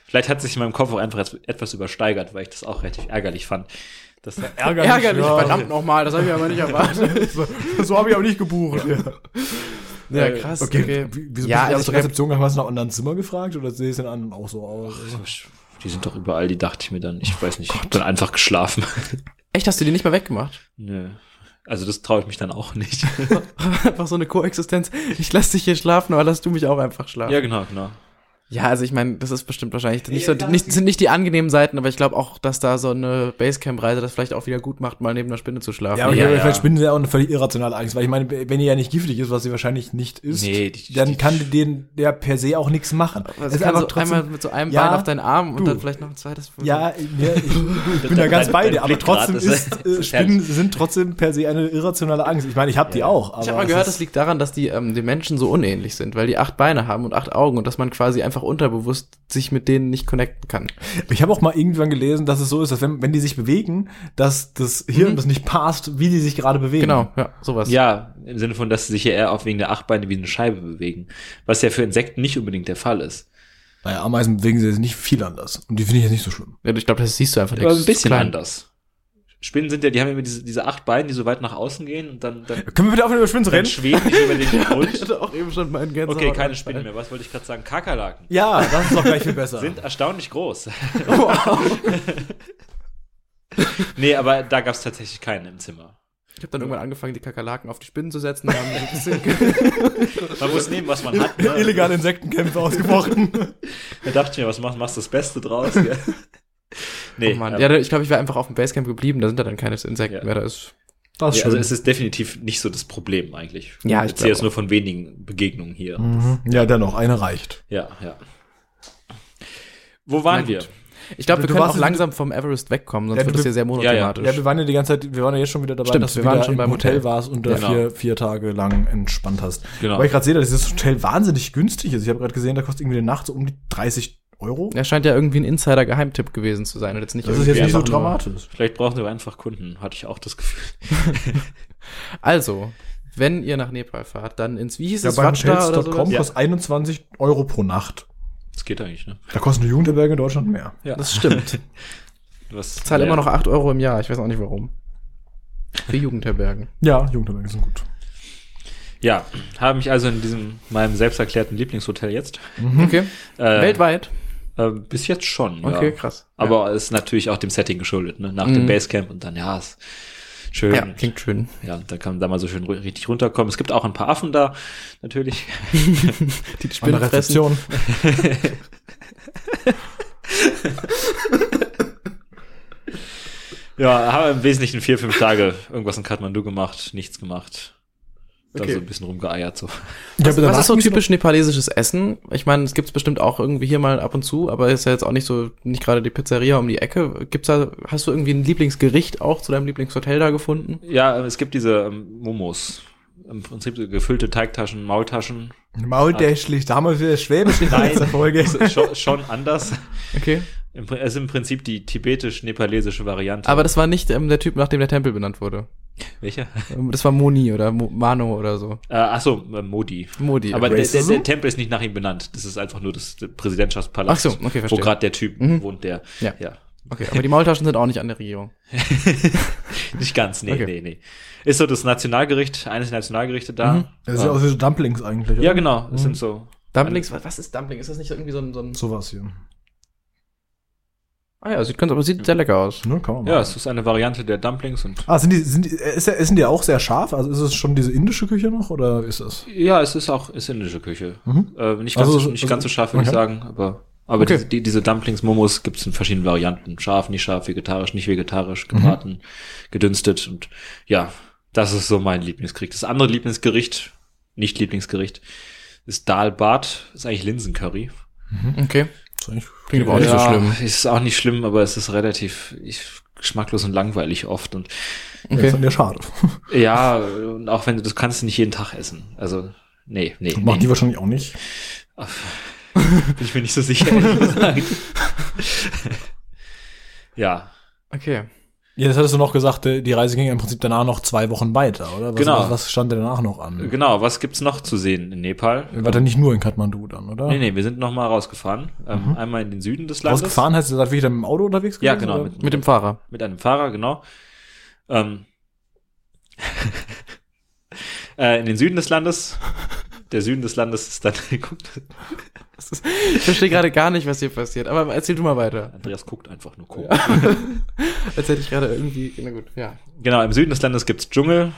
Speaker 3: vielleicht hat sich in meinem Kopf auch einfach jetzt etwas übersteigert, weil ich das auch relativ ärgerlich fand. Das,
Speaker 1: ärgerlich,
Speaker 2: Ärgerlich,
Speaker 1: ja.
Speaker 2: verdammt nochmal, das habe ich aber
Speaker 3: (laughs)
Speaker 2: nicht erwartet.
Speaker 1: So habe ich aber nicht gebucht. Ja,
Speaker 2: ja,
Speaker 3: Äh,
Speaker 2: krass,
Speaker 1: okay.
Speaker 2: okay.
Speaker 1: Wie, wieso
Speaker 2: ja,
Speaker 1: ja, bist du
Speaker 2: also
Speaker 1: also
Speaker 2: ich
Speaker 1: zur Rezeption gegangen? Hast du nach anderen Zimmer gefragt oder sehe ich den anderen auch so aus?
Speaker 3: die sind doch überall, die dachte ich mir dann. Ich weiß nicht. Ich hab dann einfach geschlafen.
Speaker 2: echt, hast du die nicht mal weggemacht? (laughs)
Speaker 3: Nö. Also das traue ich mich dann auch nicht.
Speaker 2: einfach so eine Koexistenz. Ich lass dich hier schlafen, aber lass du mich auch einfach schlafen.
Speaker 3: ja,
Speaker 2: Ja,
Speaker 3: genau, genau.
Speaker 2: also ich meine, das ist bestimmt wahrscheinlich nicht
Speaker 3: Ja,
Speaker 2: so,
Speaker 3: ja.
Speaker 2: nicht, sind nicht die angenehmen Seiten, aber ich glaube auch, dass da so eine Basecamp-Reise das vielleicht auch wieder gut macht, mal neben einer Spinne zu schlafen.
Speaker 1: Ja, aber
Speaker 3: Ja,
Speaker 1: ja,
Speaker 3: ja.
Speaker 1: vielleicht spinnen sie ja auch eine völlig irrationale Angst, weil ich meine, wenn die ja nicht giftig ist, was sie wahrscheinlich nicht ist,
Speaker 3: Nee, die-
Speaker 1: dann
Speaker 3: die-
Speaker 1: kann die den der per se auch nichts machen.
Speaker 2: Also
Speaker 1: Es
Speaker 2: kann so einmal mit so einem
Speaker 1: Ja,
Speaker 2: Bein auf deinen Arm
Speaker 1: du.
Speaker 2: und dann vielleicht noch ein zweites. (laughs)
Speaker 1: ja, ja, ich, ich
Speaker 3: (laughs)
Speaker 1: bin da
Speaker 3: Dein-
Speaker 1: ganz
Speaker 3: dein
Speaker 1: bei dir, aber
Speaker 3: Blickgrad
Speaker 1: trotzdem
Speaker 3: ist-
Speaker 1: ist, äh,
Speaker 3: ist
Speaker 1: Spinnen sind trotzdem per se eine irrationale Angst. Ich meine, ich habe die auch, aber
Speaker 2: Ich habe mal
Speaker 1: es
Speaker 2: gehört,
Speaker 1: ist-
Speaker 2: das liegt daran, dass die ähm, den Menschen so unähnlich sind, weil die acht Beine haben und acht Augen und dass man quasi einfach unterbewusst sich mit denen nicht connecten kann.
Speaker 1: Ich habe auch mal irgendwann gelesen, dass es so ist, dass wenn, wenn die sich bewegen, dass das Hirn
Speaker 2: Mhm.
Speaker 1: das nicht passt, wie die sich gerade bewegen.
Speaker 2: Genau, ja, sowas.
Speaker 3: Ja, im Sinne von, dass sie sich ja eher auch wegen der Achtbeine wie eine Scheibe bewegen. Was ja für Insekten nicht unbedingt der Fall ist.
Speaker 1: Naja, Ameisen bewegen sich nicht viel anders. Und die finde ich jetzt nicht so schlimm.
Speaker 2: (laughs) Ja, ich glaube, das siehst du einfach
Speaker 3: Aber ein bisschen anders. Spinnen sind ja, die haben ja immer diese, diese acht Beine, die so weit nach außen gehen und dann, dann,
Speaker 1: Können wir bitte aufhören, über Spinnen zu
Speaker 3: dann
Speaker 1: reden?
Speaker 3: schweben die über den
Speaker 1: Ich
Speaker 3: Grund.
Speaker 1: hatte auch eben schon meinen Gänsehaut.
Speaker 3: Okay, keine Spinnen mehr. Was wollte ich gerade sagen? Kakerlaken
Speaker 1: Ja, das ist doch gleich viel besser.
Speaker 3: sind erstaunlich groß. (laughs) nee, aber da gab es tatsächlich keinen im Zimmer.
Speaker 2: Ich habe dann irgendwann angefangen, die Kakerlaken auf die Spinnen
Speaker 1: (laughs)
Speaker 2: zu setzen. Wir haben ein bisschen
Speaker 3: Man muss nehmen, was man
Speaker 1: (laughs)
Speaker 3: hat. Ne?
Speaker 1: Illegale Insektenkämpfe ausgebrochen.
Speaker 3: Da dachte ich mir, was machst, machst du das Beste draus? Ja. Nee, ähm,
Speaker 2: oh Mann.
Speaker 3: ja.
Speaker 2: Ja, da- ich glaube, ich wäre einfach auf dem Basecamp geblieben. Da sind ja dann keine Insekten
Speaker 3: Ja.
Speaker 2: mehr. Da ist
Speaker 1: Das
Speaker 3: Nee, also es ist definitiv nicht so das Problem eigentlich.
Speaker 2: Ja, ich
Speaker 3: ich sehe jetzt
Speaker 2: glaub
Speaker 3: nur von wenigen Begegnungen hier.
Speaker 1: Ja, dennoch, eine reicht.
Speaker 3: Ja, ja. Wo
Speaker 2: Na
Speaker 3: waren
Speaker 2: gut.
Speaker 3: wir?
Speaker 2: Ich glaube, wir
Speaker 1: Du
Speaker 2: können
Speaker 1: warst
Speaker 2: auch
Speaker 1: jetzt-
Speaker 2: langsam vom Everest wegkommen, sonst
Speaker 1: Ja, du
Speaker 2: wird es
Speaker 1: be-
Speaker 2: hier sehr monothematisch.
Speaker 1: Ja, wir waren ja die ganze Zeit, wir waren ja jetzt schon wieder dabei,
Speaker 2: Stimmt,
Speaker 1: dass
Speaker 2: wir
Speaker 1: du
Speaker 2: waren
Speaker 1: wieder
Speaker 2: schon
Speaker 1: im
Speaker 2: beim
Speaker 1: Hotel,
Speaker 2: Hotel.
Speaker 1: warst und da
Speaker 3: Genau.
Speaker 1: vier, vier Tage lang entspannt hast.
Speaker 3: Genau.
Speaker 1: Weil ich gerade sehe, dass dieses Hotel wahnsinnig günstig ist. Ich habe gerade gesehen, da kostet irgendwie eine Nacht so um die 30 Euro.
Speaker 2: Er scheint ja irgendwie ein Insider-Geheimtipp gewesen zu sein. und Jetzt nicht
Speaker 1: das ist
Speaker 2: irgendwie
Speaker 1: jetzt nicht so
Speaker 2: einfach nur-
Speaker 1: dramatisch.
Speaker 3: Vielleicht brauchen wir einfach Kunden, hatte ich auch das Gefühl. (laughs)
Speaker 2: Also, wenn ihr nach Nepal fahrt, dann ins, wie hieß
Speaker 1: Ja,
Speaker 2: es,
Speaker 1: bei
Speaker 2: Swatchda oder sowas?
Speaker 1: Hotels.com
Speaker 3: Ja.
Speaker 1: kostet 21 Euro pro Nacht.
Speaker 3: Das geht eigentlich, ne?
Speaker 1: Da kostet eine Jugendherberge in Deutschland mehr.
Speaker 3: Ja.
Speaker 2: Das
Speaker 3: (laughs)
Speaker 2: stimmt.
Speaker 3: Was,
Speaker 2: Ich zahle
Speaker 3: ja.
Speaker 2: immer noch 8 Euro im Jahr. Ich weiß auch nicht warum. Für Jugendherbergen.
Speaker 1: Ja, Jugendherbergen sind gut.
Speaker 3: Ja, habe mich also in diesem meinem selbst erklärten Lieblingshotel jetzt.
Speaker 2: Okay.
Speaker 3: Äh,
Speaker 2: Weltweit.
Speaker 3: Äh, bis jetzt schon.
Speaker 2: Okay,
Speaker 3: ja.
Speaker 2: krass.
Speaker 3: Aber ist natürlich auch dem Setting geschuldet, ne? Nach dem
Speaker 2: Mhm.
Speaker 3: Basecamp und dann, ja, ist schön.
Speaker 2: Ja, klingt schön.
Speaker 3: Ja, da kann man da mal so schön ru- richtig runterkommen. Es gibt auch ein paar Affen da, natürlich. (laughs)
Speaker 2: Die
Speaker 1: An der Rezeption.
Speaker 3: Ja, haben im Wesentlichen vier, fünf Tage irgendwas in Kathmandu gemacht, nichts gemacht. Da
Speaker 2: Okay.
Speaker 3: so ein bisschen rumgeeiert so.
Speaker 1: Ich hab
Speaker 2: Was
Speaker 1: danach
Speaker 2: ist so
Speaker 1: nie
Speaker 2: typisch nepalesisches Essen? Ich meine, es gibt's bestimmt auch irgendwie hier mal ab und zu, aber ist ja jetzt auch nicht so, nicht gerade die Pizzeria um die Ecke. Gibt's da, hast du irgendwie ein Lieblingsgericht auch zu deinem Lieblingshotel da gefunden?
Speaker 3: Ja, es gibt diese ähm, Momos. Im Prinzip so gefüllte Teigtaschen, Maultaschen.
Speaker 1: Maultäschlich, da haben wir wieder Schwäbisch in
Speaker 3: Nein.
Speaker 1: letzter Folge.
Speaker 2: (laughs)
Speaker 3: Ist Schon, schon anders.
Speaker 2: Okay.
Speaker 3: Im Pri- Es ist im Prinzip die tibetisch-nepalesische Variante.
Speaker 2: Aber das war nicht ähm, der Typ, nach dem der Tempel benannt wurde.
Speaker 3: Welche?
Speaker 2: Ähm, Das war Moni oder Mo Mano oder so.
Speaker 3: Äh, achso, Modi.
Speaker 2: Modi.
Speaker 3: Aber der, der,
Speaker 1: Racism?
Speaker 3: der Tempel ist nicht nach ihm benannt. Das ist einfach nur das der Präsidentschaftspalast,
Speaker 2: Ach so, okay,
Speaker 3: wo
Speaker 2: verstehe.
Speaker 3: gerade der Typ
Speaker 2: Mhm.
Speaker 3: wohnt, der.
Speaker 2: Ja.
Speaker 3: ja. (laughs)
Speaker 2: okay, aber die Maultaschen sind auch nicht an der Regierung.
Speaker 3: Nicht ganz, nee,
Speaker 2: Okay.
Speaker 3: nee, nee. Ist so das Nationalgericht, eines der Nationalgerichte da.
Speaker 2: Mhm.
Speaker 1: Das sieht
Speaker 3: Ah.
Speaker 1: aus wie so Dumplings eigentlich.
Speaker 3: Ja,
Speaker 1: oder?
Speaker 3: genau. Es
Speaker 1: Mhm.
Speaker 3: sind so.
Speaker 2: Dumplings, wa- was ist (laughs) Dumpling? Ist das nicht irgendwie so ein, so ein
Speaker 1: Sowas hier. Ne,
Speaker 2: Ah ja, sieht ganz, aber sieht sehr lecker aus.
Speaker 1: Ne, kann man
Speaker 3: Ja,
Speaker 1: machen.
Speaker 3: es ist eine Variante der Dumplings und.
Speaker 1: Ah, sind die, sind die, ist, der- essen die auch sehr scharf? Also ist es schon diese indische Küche noch oder ist das?
Speaker 3: Ja, es ist auch ist indische Küche.
Speaker 1: Mhm.
Speaker 3: Äh, nicht ganz,
Speaker 1: Also,
Speaker 3: so, nicht
Speaker 1: also-
Speaker 3: ganz so scharf, würde ich
Speaker 1: okay.
Speaker 3: sagen, aber. Aber
Speaker 2: Okay.
Speaker 3: diese- die, diese Dumplings, Momos gibt's in verschiedenen Varianten. Scharf, nicht scharf, vegetarisch, nicht vegetarisch, gebraten, gedünstet und ja, das ist so mein Lieblingsgericht. Das andere Lieblingsgericht, nicht Lieblingsgericht, ist Dal Bhat, ist eigentlich Linsencurry.
Speaker 2: Okay.
Speaker 1: Ist eigentlich-
Speaker 2: Klingt aber auch nicht so
Speaker 3: Ja,
Speaker 2: schlimm.
Speaker 3: Ist auch nicht schlimm, aber es ist relativ ich, geschmacklos und langweilig oft. Und
Speaker 1: Das ist
Speaker 2: Okay.
Speaker 1: dann ja schade.
Speaker 3: (laughs) ja, und auch wenn du das kannst du nicht jeden Tag essen. Also, nee, nee.
Speaker 1: Machen die
Speaker 3: nee.
Speaker 1: wahrscheinlich auch nicht.
Speaker 3: Bin ich mir nicht so sicher, (laughs) ehrlich gesagt. (laughs) ja.
Speaker 2: Okay.
Speaker 1: Ja, das hattest du noch gesagt, äh, die Reise ging ja im Prinzip danach noch zwei Wochen weiter, oder? Was,
Speaker 3: Genau.
Speaker 1: Was, was stand denn danach noch an?
Speaker 3: Genau, was gibt's noch zu sehen in Nepal?
Speaker 1: War dann nicht nur in Kathmandu dann, oder?
Speaker 3: Nee, nee, wir sind nochmal rausgefahren. Ähm, Einmal in den Süden des Landes.
Speaker 1: Rausgefahren heißt, ihr seid wirklich dann mit dem Auto unterwegs
Speaker 3: Ja,
Speaker 1: gewesen,
Speaker 3: genau.
Speaker 1: oder?
Speaker 2: Mit dem Fahrer.
Speaker 3: mit einem Fahrer, genau. Ähm, (laughs) äh, in den Süden des Landes. Der Süden des Landes ist dann, (laughs) guckt,
Speaker 2: Das ist- Ich verstehe gerade gar nicht, was hier passiert, aber erzähl du mal weiter.
Speaker 3: Andreas guckt einfach nur gucken.
Speaker 2: Als hätte ich gerade irgendwie, na gut, ja.
Speaker 3: Genau, im Süden des Landes gibt's Dschungel.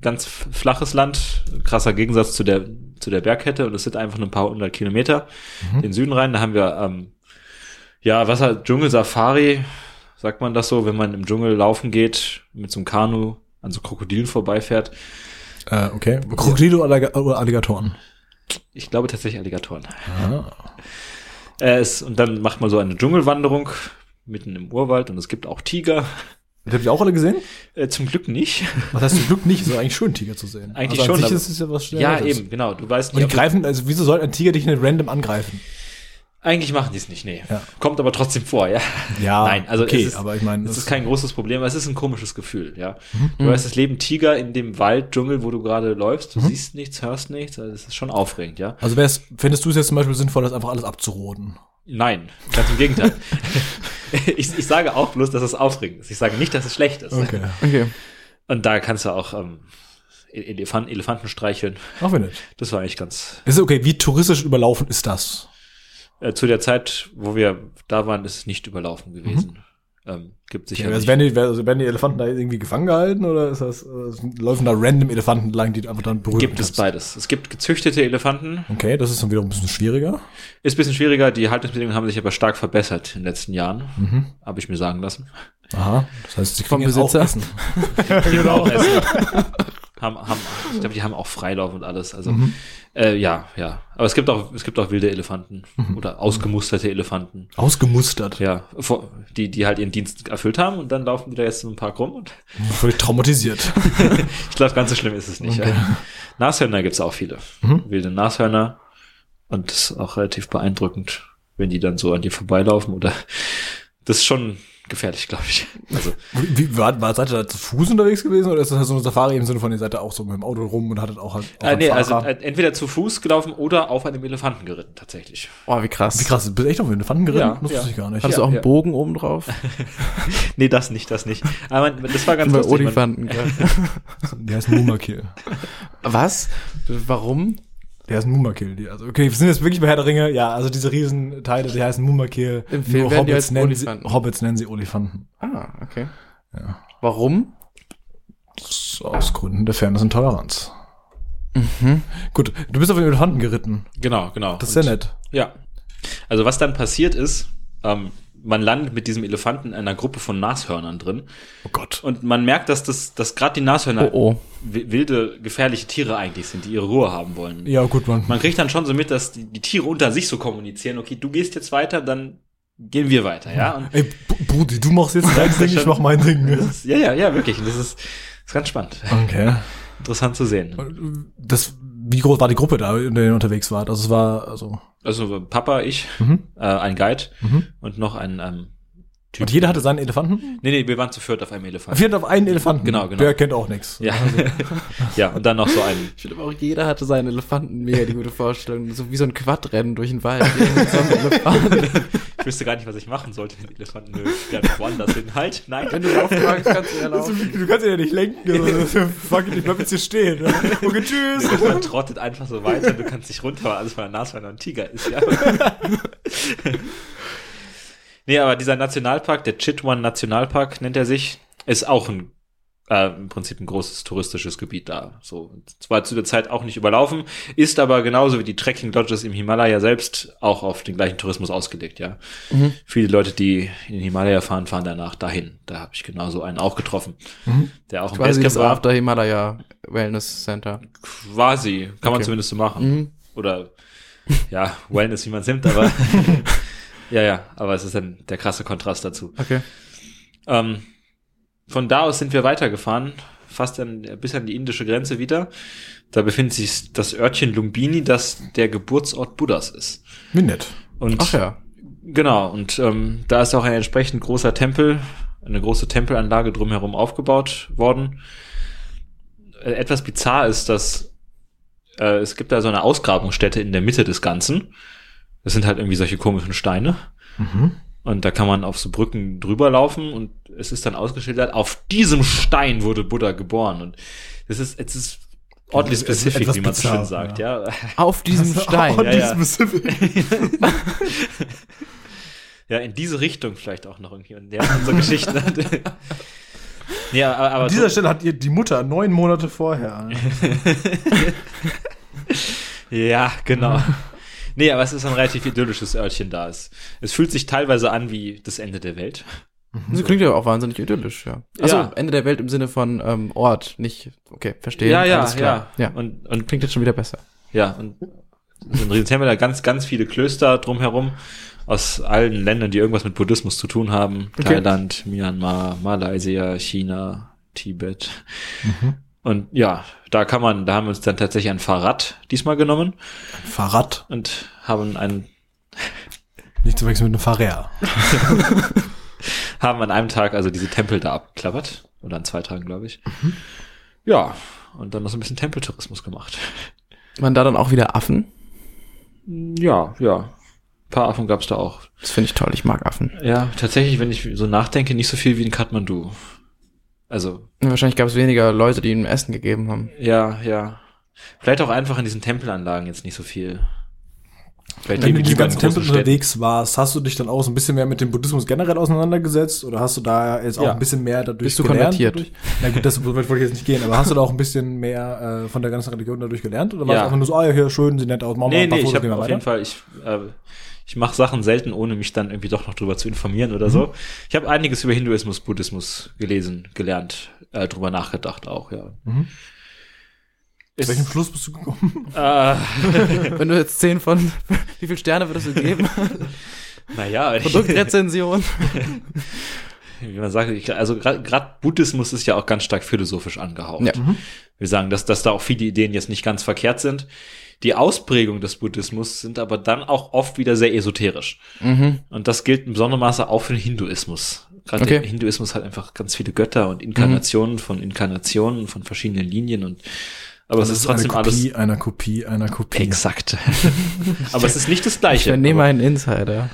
Speaker 3: Ganz f- flaches Land, krasser Gegensatz zu der, zu der Bergkette und es sind einfach nur ein paar hundert Kilometer in
Speaker 1: Mhm.
Speaker 3: den Süden rein. Da haben wir, ähm, ja, was halt Dschungel-Safari, sagt man das so, wenn man im Dschungel laufen geht, mit so einem Kanu an so Krokodilen vorbeifährt.
Speaker 1: Äh, okay. Krokodile oder Alliga- oder Alligatoren?
Speaker 3: Ich glaube tatsächlich Alligatoren.
Speaker 1: Ah.
Speaker 3: Äh, es, und dann macht man so eine Dschungelwanderung mitten im Urwald und es gibt auch Tiger.
Speaker 1: Die habt ihr auch alle gesehen?
Speaker 3: Äh, zum Glück nicht. (laughs)
Speaker 1: Was heißt zum Glück nicht? Es ist eigentlich schön, Tiger zu sehen.
Speaker 3: Eigentlich
Speaker 1: also an Sich
Speaker 3: schon, aber-
Speaker 1: ist es ja was
Speaker 3: Ja,
Speaker 1: Nettes.
Speaker 3: eben, genau. Du weißt
Speaker 1: Und die
Speaker 3: nicht, ob-
Speaker 1: greifen, also wieso soll ein Tiger dich nicht random angreifen?
Speaker 3: eigentlich machen die es nicht, nee.
Speaker 1: Ja.
Speaker 3: Kommt aber trotzdem vor, ja.
Speaker 1: Ja,
Speaker 3: Nein, also
Speaker 1: okay,
Speaker 3: es ist-
Speaker 1: aber ich meine,
Speaker 3: Es
Speaker 1: das- Mhm.
Speaker 3: ist kein großes Problem, aber es ist ein komisches Gefühl, ja. Du weißt, es leben Tiger in dem Wald, Dschungel, wo du gerade läufst. Du
Speaker 1: Mhm.
Speaker 3: siehst nichts, hörst nichts. Also es ist schon aufregend, ja.
Speaker 1: also wär's, findest du es jetzt zum Beispiel sinnvoll, das einfach alles abzuroden? (laughs)
Speaker 3: Nein, ganz im Gegenteil. (laughs) ich, ich sage auch bloß, dass es aufregend ist. Ich sage nicht, dass es schlecht ist.
Speaker 1: Okay.
Speaker 2: Okay.
Speaker 3: Und da kannst du auch ähm, Elefant, Elefanten streicheln.
Speaker 1: Auch wenn nicht.
Speaker 3: Das war eigentlich ganz.
Speaker 1: Ist okay, wie touristisch überlaufen ist das?
Speaker 3: Äh, zu der Zeit, wo wir da waren, ist es nicht überlaufen gewesen. Ähm, gibt sicher.
Speaker 1: also
Speaker 3: nicht.
Speaker 1: werden, die, also werden die Elefanten da irgendwie gefangen gehalten oder ist das, äh, laufen da random Elefanten lang, die du einfach dann berühren
Speaker 3: gibt es
Speaker 1: kannst?
Speaker 3: beides. Es gibt gezüchtete Elefanten.
Speaker 1: Okay, das ist dann wieder ein bisschen schwieriger.
Speaker 3: Ist ein bisschen schwieriger. Die Haltungsbedingungen haben sich aber stark verbessert in den letzten Jahren. Habe ich mir sagen lassen.
Speaker 1: Mhm. Aha, das heißt, sie
Speaker 2: Vom
Speaker 1: kriegen jetzt auch
Speaker 2: Besitzer?
Speaker 1: Essen.
Speaker 3: genau. haben, haben, ich glaube, die haben auch Freilauf und alles. Also äh, ja, ja. Aber es gibt auch es gibt auch wilde Elefanten oder ausgemusterte Elefanten.
Speaker 1: Ausgemustert.
Speaker 3: Ja, vor- die die halt ihren Dienst erfüllt haben und dann laufen die da jetzt so ein Park rum und
Speaker 1: Völlig traumatisiert.
Speaker 3: ich glaube, ganz so schlimm ist es nicht. Nashörner gibt's auch viele.
Speaker 1: Mhm.
Speaker 3: Wilde Nashörner. Und das ist auch relativ beeindruckend, wenn die dann so an dir vorbeilaufen oder (laughs) das ist schon gefährlich, glaube ich. Also
Speaker 1: Wie, wie- war, war, seid ihr da zu Fuß unterwegs gewesen oder ist das halt so eine Safari im Sinne von, ihr seid da auch so mit dem Auto rum und hattet auch halt. Auch
Speaker 3: Äh,
Speaker 2: Ah,
Speaker 1: einen
Speaker 3: nee, also
Speaker 1: Fahrer?
Speaker 3: äh, entweder zu Fuß gelaufen oder auf einem Elefanten geritten, tatsächlich.
Speaker 2: Oh, wie krass.
Speaker 1: Wie krass, du bist echt auf den Elefanten geritten?
Speaker 3: Ja,
Speaker 1: das
Speaker 3: ja.
Speaker 1: wusste ich gar nicht.
Speaker 2: Hattest
Speaker 3: Ja,
Speaker 2: du auch einen
Speaker 3: ja.
Speaker 2: Bogen oben drauf?
Speaker 3: Nee, das nicht, das nicht. Aber das war ganz
Speaker 2: Bei
Speaker 3: lustig.
Speaker 2: (laughs)
Speaker 3: Man-
Speaker 2: Olifanten. gell?
Speaker 1: Die heißen Mumakil.
Speaker 2: Was? Warum?
Speaker 1: Die heißen Mumakil. Die, also, okay, wir sind jetzt wirklich bei Herr der Ringe. Ja, also diese Riesenteile, die heißen Mumakil.
Speaker 2: Im Film werden die als
Speaker 1: nennen sie,
Speaker 2: Olifanten.
Speaker 1: Hobbits nennen sie Olifanten.
Speaker 2: Ah, okay. Warum?
Speaker 1: Das ist Aus Gründen der Fairness und Toleranz.
Speaker 2: Mhm.
Speaker 1: Gut, du bist auf den Elefanten geritten.
Speaker 3: Genau, genau.
Speaker 1: Das ist ja
Speaker 3: Und-
Speaker 1: nett.
Speaker 3: Ja. Also was dann passiert ist, ähm, man landet mit diesem Elefanten in einer Gruppe von Nashörnern drin
Speaker 1: Oh Gott.
Speaker 3: und man merkt, dass das, dass gerade die Nashörner
Speaker 2: Oh, oh.
Speaker 3: wi- wilde, gefährliche Tiere eigentlich sind, die ihre Ruhe haben wollen.
Speaker 1: Ja, gut, man.
Speaker 3: Man kriegt dann schon so mit, dass die, die Tiere unter sich so kommunizieren, okay, du gehst jetzt weiter, dann gehen wir weiter, ja. Und
Speaker 1: Ey, B- Brudi, du machst
Speaker 2: (laughs)
Speaker 1: jetzt dein Ding, ich mach mein Ding.
Speaker 3: das, ja, ja, ja, wirklich. Und das ist, ist ganz spannend.
Speaker 1: Okay.
Speaker 3: Interessant zu sehen.
Speaker 1: Das, wie groß war die Gruppe da, in der ihr unterwegs wart? Also es war, also.
Speaker 3: Also Papa, ich,
Speaker 1: Mhm.
Speaker 3: äh, ein Guide
Speaker 1: Mhm.
Speaker 3: und noch ein ähm, Typ.
Speaker 1: Und jeder hatte seinen Elefanten?
Speaker 3: Nee, nee, wir waren zu viert auf einem Elefanten.
Speaker 1: Wir hatten auf einen Elefanten.
Speaker 3: Genau, genau.
Speaker 1: Der kennt auch nichts.
Speaker 3: Ja. (laughs) ja, und dann noch so ein.
Speaker 2: Ich finde aber auch, jeder hatte seinen Elefanten. Mega die gute Vorstellung. So wie so ein Quadrennen durch den (laughs) Wald. Jeder mit seinem Elefanten.
Speaker 3: Ich wüsste gar nicht, was ich machen sollte mit Elefanten. Nö, gerne woanders hin. Halt,
Speaker 2: Wenn
Speaker 3: nein.
Speaker 2: du drauf magst, kannst du ja
Speaker 1: Das
Speaker 2: laufen.
Speaker 1: ist- Du kannst ihn ja nicht lenken.
Speaker 3: (laughs)
Speaker 1: Also, fuck it, ich bleib jetzt hier stehen. Okay, tschüss.
Speaker 3: Man trottet einfach so weiter, du kannst dich runter, weil alles von der Nase ein Tiger ist, ja. nee, aber dieser Nationalpark, der Chitwan Nationalpark nennt er sich, ist auch ein, äh, im Prinzip ein großes touristisches Gebiet da. So, zwar zu der Zeit auch nicht überlaufen, ist aber genauso wie die Trekking Lodges im Himalaya selbst auch auf den gleichen Tourismus ausgelegt, ja.
Speaker 2: Mhm.
Speaker 3: Viele Leute, die in den Himalaya fahren, fahren danach dahin. Da habe ich genauso einen auch getroffen,
Speaker 1: Mhm.
Speaker 3: der auch im
Speaker 2: Quasi
Speaker 3: Basecamp
Speaker 2: das
Speaker 3: war.
Speaker 2: After Himalaya Wellness Center.
Speaker 3: Quasi, kann man
Speaker 2: Okay.
Speaker 3: zumindest so machen
Speaker 2: Mhm.
Speaker 3: oder ja, Wellness, wie man es nimmt,
Speaker 2: (laughs)
Speaker 3: aber ja, ja, aber es ist dann der krasse Kontrast dazu.
Speaker 2: Okay.
Speaker 3: Ähm, von da aus sind wir weitergefahren, fast an, bis an die indische Grenze wieder. Da befindet sich das Örtchen Lumbini, das der Geburtsort Buddhas ist.
Speaker 1: Wie nett.
Speaker 3: Und
Speaker 2: Ach ja.
Speaker 3: genau, und ähm, da ist auch ein entsprechend großer Tempel, eine große Tempelanlage drumherum aufgebaut worden. Äh, Etwas bizarr ist, dass äh, es gibt da so eine Ausgrabungsstätte in der Mitte des Ganzen. Das sind halt irgendwie solche komischen Steine.
Speaker 1: Mhm.
Speaker 3: Und da kann man auf so Brücken drüber laufen und es ist dann ausgeschildert, auf diesem Stein wurde Buddha geboren. Und das ist, es ist ordentlich
Speaker 1: Es ist
Speaker 3: spezifisch,
Speaker 1: etwas
Speaker 3: wie man so
Speaker 1: bizarr,
Speaker 3: schön sagt, ja.
Speaker 2: Auf diesem Stein.
Speaker 1: Oh,
Speaker 3: Ja,
Speaker 1: die
Speaker 3: ja.
Speaker 1: specific.
Speaker 3: Ja, in diese Richtung vielleicht auch noch irgendjemand, der an so Geschichten hat. Ja, aber, aber
Speaker 1: An dieser Stelle hat ihr die Mutter neun Monate vorher.
Speaker 3: Ja, genau. Nee, aber es ist ein relativ idyllisches Örtchen da. Es, es fühlt sich teilweise an wie das Ende der Welt.
Speaker 2: Das klingt ja auch wahnsinnig idyllisch, ja. Achso,
Speaker 3: Ja.
Speaker 2: Ende der Welt im Sinne von ähm, Ort, nicht, okay, verstehe. alles klar.
Speaker 3: ja.
Speaker 2: ja.
Speaker 3: Und, und
Speaker 2: Klingt jetzt schon wieder besser.
Speaker 3: Ja, und es ist ein Riesentempel, da ganz, ganz viele Klöster drumherum aus allen Ländern, die irgendwas mit Buddhismus zu tun haben.
Speaker 2: Okay.
Speaker 3: Thailand, Myanmar, Malaysia, China, Tibet. Und ja, da kann man, da haben wir uns dann tatsächlich ein Fahrrad diesmal genommen
Speaker 1: Fahrrad.
Speaker 3: und haben ein,
Speaker 1: Nicht zu wechseln mit einem Fahrräder.
Speaker 3: haben an einem Tag also diese Tempel da abgeklappert. Oder an zwei Tagen, glaube ich. Mhm. Ja, und dann noch so ein bisschen Tempeltourismus gemacht.
Speaker 2: Man da dann auch wieder Affen?
Speaker 3: Ja, ja. paar Affen gab es da auch.
Speaker 2: Das finde ich toll, ich mag Affen.
Speaker 3: Ja, tatsächlich, wenn ich so nachdenke, nicht so viel wie in Kathmandu. Also,
Speaker 2: Wahrscheinlich gab es weniger Leute, die ihm Essen gegeben haben.
Speaker 3: ja, ja. Vielleicht auch einfach in diesen Tempelanlagen jetzt nicht so viel. Vielleicht
Speaker 1: Wenn du
Speaker 3: leben die
Speaker 1: die
Speaker 3: lieber in
Speaker 1: ganzen
Speaker 3: großen
Speaker 1: Tempel
Speaker 3: Städten.
Speaker 1: unterwegs warst, hast du dich dann auch so ein bisschen mehr mit dem Buddhismus generell auseinandergesetzt oder hast du da jetzt auch
Speaker 3: Ja.
Speaker 1: ein bisschen mehr dadurch
Speaker 2: Bist du
Speaker 1: gelernt?
Speaker 2: konvertiert?
Speaker 1: Dadurch? Na gut, das so weit wollte ich jetzt nicht gehen, aber hast du da auch ein bisschen mehr äh, von der ganzen Religion dadurch gelernt oder war
Speaker 3: Ja.
Speaker 1: es einfach nur so, ah ja, hier, schön, sieht nett aus, machen wir
Speaker 3: Nee,
Speaker 1: ein paar
Speaker 3: nee, ich
Speaker 1: Fotos, gehen
Speaker 3: habe
Speaker 1: wir
Speaker 3: auf
Speaker 1: weiter?
Speaker 3: jeden Fall, ich, äh, ich mache Sachen selten, ohne mich dann irgendwie doch noch drüber zu informieren oder
Speaker 1: Mhm.
Speaker 3: so. Ich habe einiges über Hinduismus, Buddhismus gelesen, gelernt, äh, drüber nachgedacht auch, ja.
Speaker 1: Mhm. Zu welchem
Speaker 3: Ist,
Speaker 1: Schluss bist du
Speaker 3: (laughs)
Speaker 1: gekommen?
Speaker 3: äh,
Speaker 2: (laughs) Wenn du jetzt 10 von, (laughs) wie viel Sterne würdest du (laughs) geben?
Speaker 3: naja, (laughs)
Speaker 2: Produktrezension.
Speaker 3: wie man sagt, ich, also gerade Buddhismus ist ja auch ganz stark philosophisch angehaucht.
Speaker 2: Ja.
Speaker 1: Mhm.
Speaker 3: Wir sagen, dass, dass da auch viele Ideen jetzt nicht ganz verkehrt sind. Die Ausprägung des Buddhismus sind aber dann auch oft wieder sehr esoterisch.
Speaker 2: Mhm.
Speaker 3: Und das gilt in besonderem Maße auch für den Hinduismus. Gerade
Speaker 2: Okay. Mhm.
Speaker 3: der Hinduismus hat einfach ganz viele Götter und Inkarnationen von Inkarnationen von verschiedenen Linien und aber es ist trotzdem
Speaker 1: eine Kopie,
Speaker 3: alles
Speaker 1: einer Kopie, einer Kopie.
Speaker 3: exakt. (laughs) aber es ist nicht das
Speaker 2: Genau. Ich
Speaker 3: gleiche.
Speaker 2: nehme
Speaker 3: aber,
Speaker 2: einen Insider.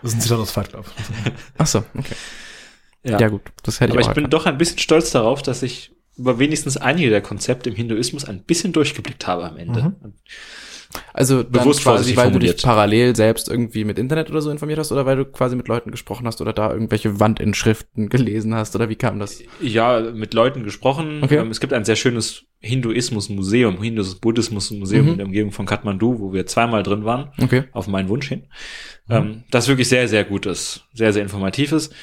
Speaker 1: Das ist ein Zitat aus Fight Club.
Speaker 2: Ach so, okay.
Speaker 3: ja.
Speaker 2: Ja, gut, das hätte
Speaker 3: aber
Speaker 2: ich
Speaker 3: ich
Speaker 2: auch.
Speaker 3: bin
Speaker 2: erkannt.
Speaker 3: doch ein bisschen stolz darauf, dass ich über wenigstens einige der Konzepte im Hinduismus ein bisschen durchgeblickt habe am Ende.
Speaker 2: Mhm. also dann
Speaker 3: bewusst
Speaker 2: quasi,
Speaker 3: vorsichtig
Speaker 2: weil du
Speaker 3: formuliert.
Speaker 2: dich parallel selbst irgendwie mit Internet oder so informiert hast oder weil du quasi mit Leuten gesprochen hast oder da irgendwelche Wandinschriften gelesen hast oder wie kam das?
Speaker 3: Ja, mit Leuten gesprochen.
Speaker 2: Okay.
Speaker 3: Ähm, Es gibt ein sehr schönes Hinduismus-Museum, Hindus-Buddhismus-Museum
Speaker 2: Mhm.
Speaker 3: in der Umgebung von Kathmandu, wo wir zweimal drin waren.
Speaker 2: Okay.
Speaker 3: auf meinen Wunsch hin.
Speaker 2: Mhm.
Speaker 3: Ähm, das wirklich sehr, sehr gut ist, sehr, sehr informativ ist.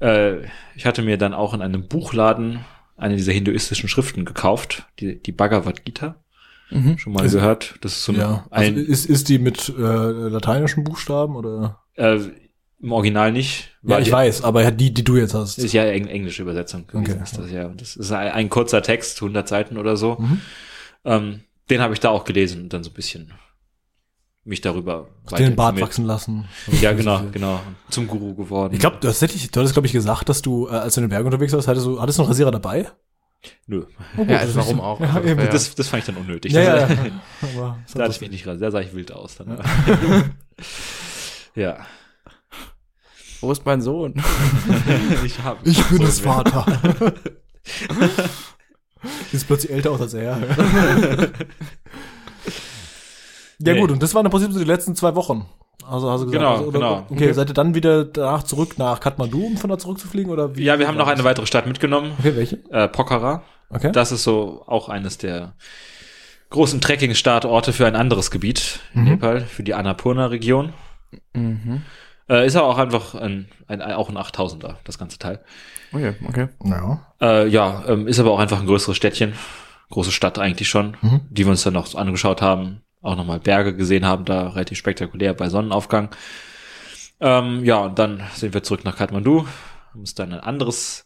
Speaker 3: Äh, ich hatte mir dann auch in einem Buchladen eine dieser hinduistischen Schriften gekauft, die, die Bhagavad Gita.
Speaker 2: Mhm.
Speaker 3: Schon mal
Speaker 1: Ist-
Speaker 3: gehört. Das ist so
Speaker 1: Ja. Also
Speaker 3: ein,
Speaker 1: ist, ist die mit äh, lateinischen Buchstaben oder?
Speaker 3: äh, im Original nicht.
Speaker 1: Ja,
Speaker 3: weil
Speaker 1: ich
Speaker 3: die-
Speaker 1: weiß, aber die, die du jetzt hast.
Speaker 3: Ist ja eng, englische Übersetzung. gewesen,
Speaker 1: Okay.
Speaker 3: Ist das, ja. Und das ist ein, ein kurzer Text, 100 Seiten oder so.
Speaker 1: Mhm.
Speaker 3: Ähm, den habe ich da auch gelesen und dann so ein bisschen mich darüber
Speaker 1: den Bart
Speaker 3: weiter informiert.
Speaker 1: wachsen lassen.
Speaker 3: Ja, genau, genau. Zum Guru geworden.
Speaker 1: Ich glaube, du, hast- hätte ich- du hattest, glaube ich, gesagt, dass du, äh, als du in den Bergen unterwegs warst, hattest du, hattest du einen Rasierer dabei?
Speaker 3: Nö.
Speaker 2: Ja, also warum auch?
Speaker 1: Ja,
Speaker 2: Also
Speaker 1: eben,
Speaker 2: wär-
Speaker 3: Das, das fand ich dann unnötig.
Speaker 1: Ja, ja,
Speaker 3: Das-
Speaker 1: (laughs) ja. Aber das hat
Speaker 3: Da hatte
Speaker 1: das-
Speaker 3: ich mich nicht raus. Da sah ich wild aus. Dann. Ja.
Speaker 2: Wo ist mein Sohn?
Speaker 3: Ich,
Speaker 1: (laughs)
Speaker 3: hab,
Speaker 1: ich bin
Speaker 3: so (laughs)
Speaker 1: das
Speaker 3: mehr.
Speaker 1: Vater. (laughs) Sieht plötzlich älter aus als
Speaker 3: (laughs)
Speaker 1: er. ja
Speaker 3: Nee.
Speaker 1: gut, und das waren im Prinzip so die letzten zwei Wochen. Also hast du gesagt,
Speaker 3: Genau,
Speaker 1: also, oder,
Speaker 3: genau.
Speaker 1: okay, seid ihr dann wieder danach zurück nach Kathmandu, um von da zurückzufliegen oder wie?
Speaker 3: Ja, wir haben noch eine weitere Stadt mitgenommen.
Speaker 1: Okay, welche?
Speaker 3: Äh, Pokhara.
Speaker 1: Okay.
Speaker 3: Das ist so auch eines der großen Trekking-Startorte für ein anderes Gebiet in
Speaker 1: Mhm.
Speaker 3: Nepal, für die Annapurna-Region.
Speaker 2: Mhm.
Speaker 3: Äh, ist aber auch einfach ein, ein, auch ein 8000er, das ganze Teil.
Speaker 2: Okay, okay.
Speaker 1: (laughs) ja.
Speaker 3: Äh, ja, ähm, ist aber auch einfach ein größeres Städtchen. Große Stadt eigentlich schon,
Speaker 1: Mhm.
Speaker 3: die wir uns dann noch so angeschaut haben. Auch nochmal Berge gesehen haben, da relativ spektakulär bei Sonnenaufgang. Ähm, ja, und dann sind wir zurück nach Kathmandu, haben uns dann ein anderes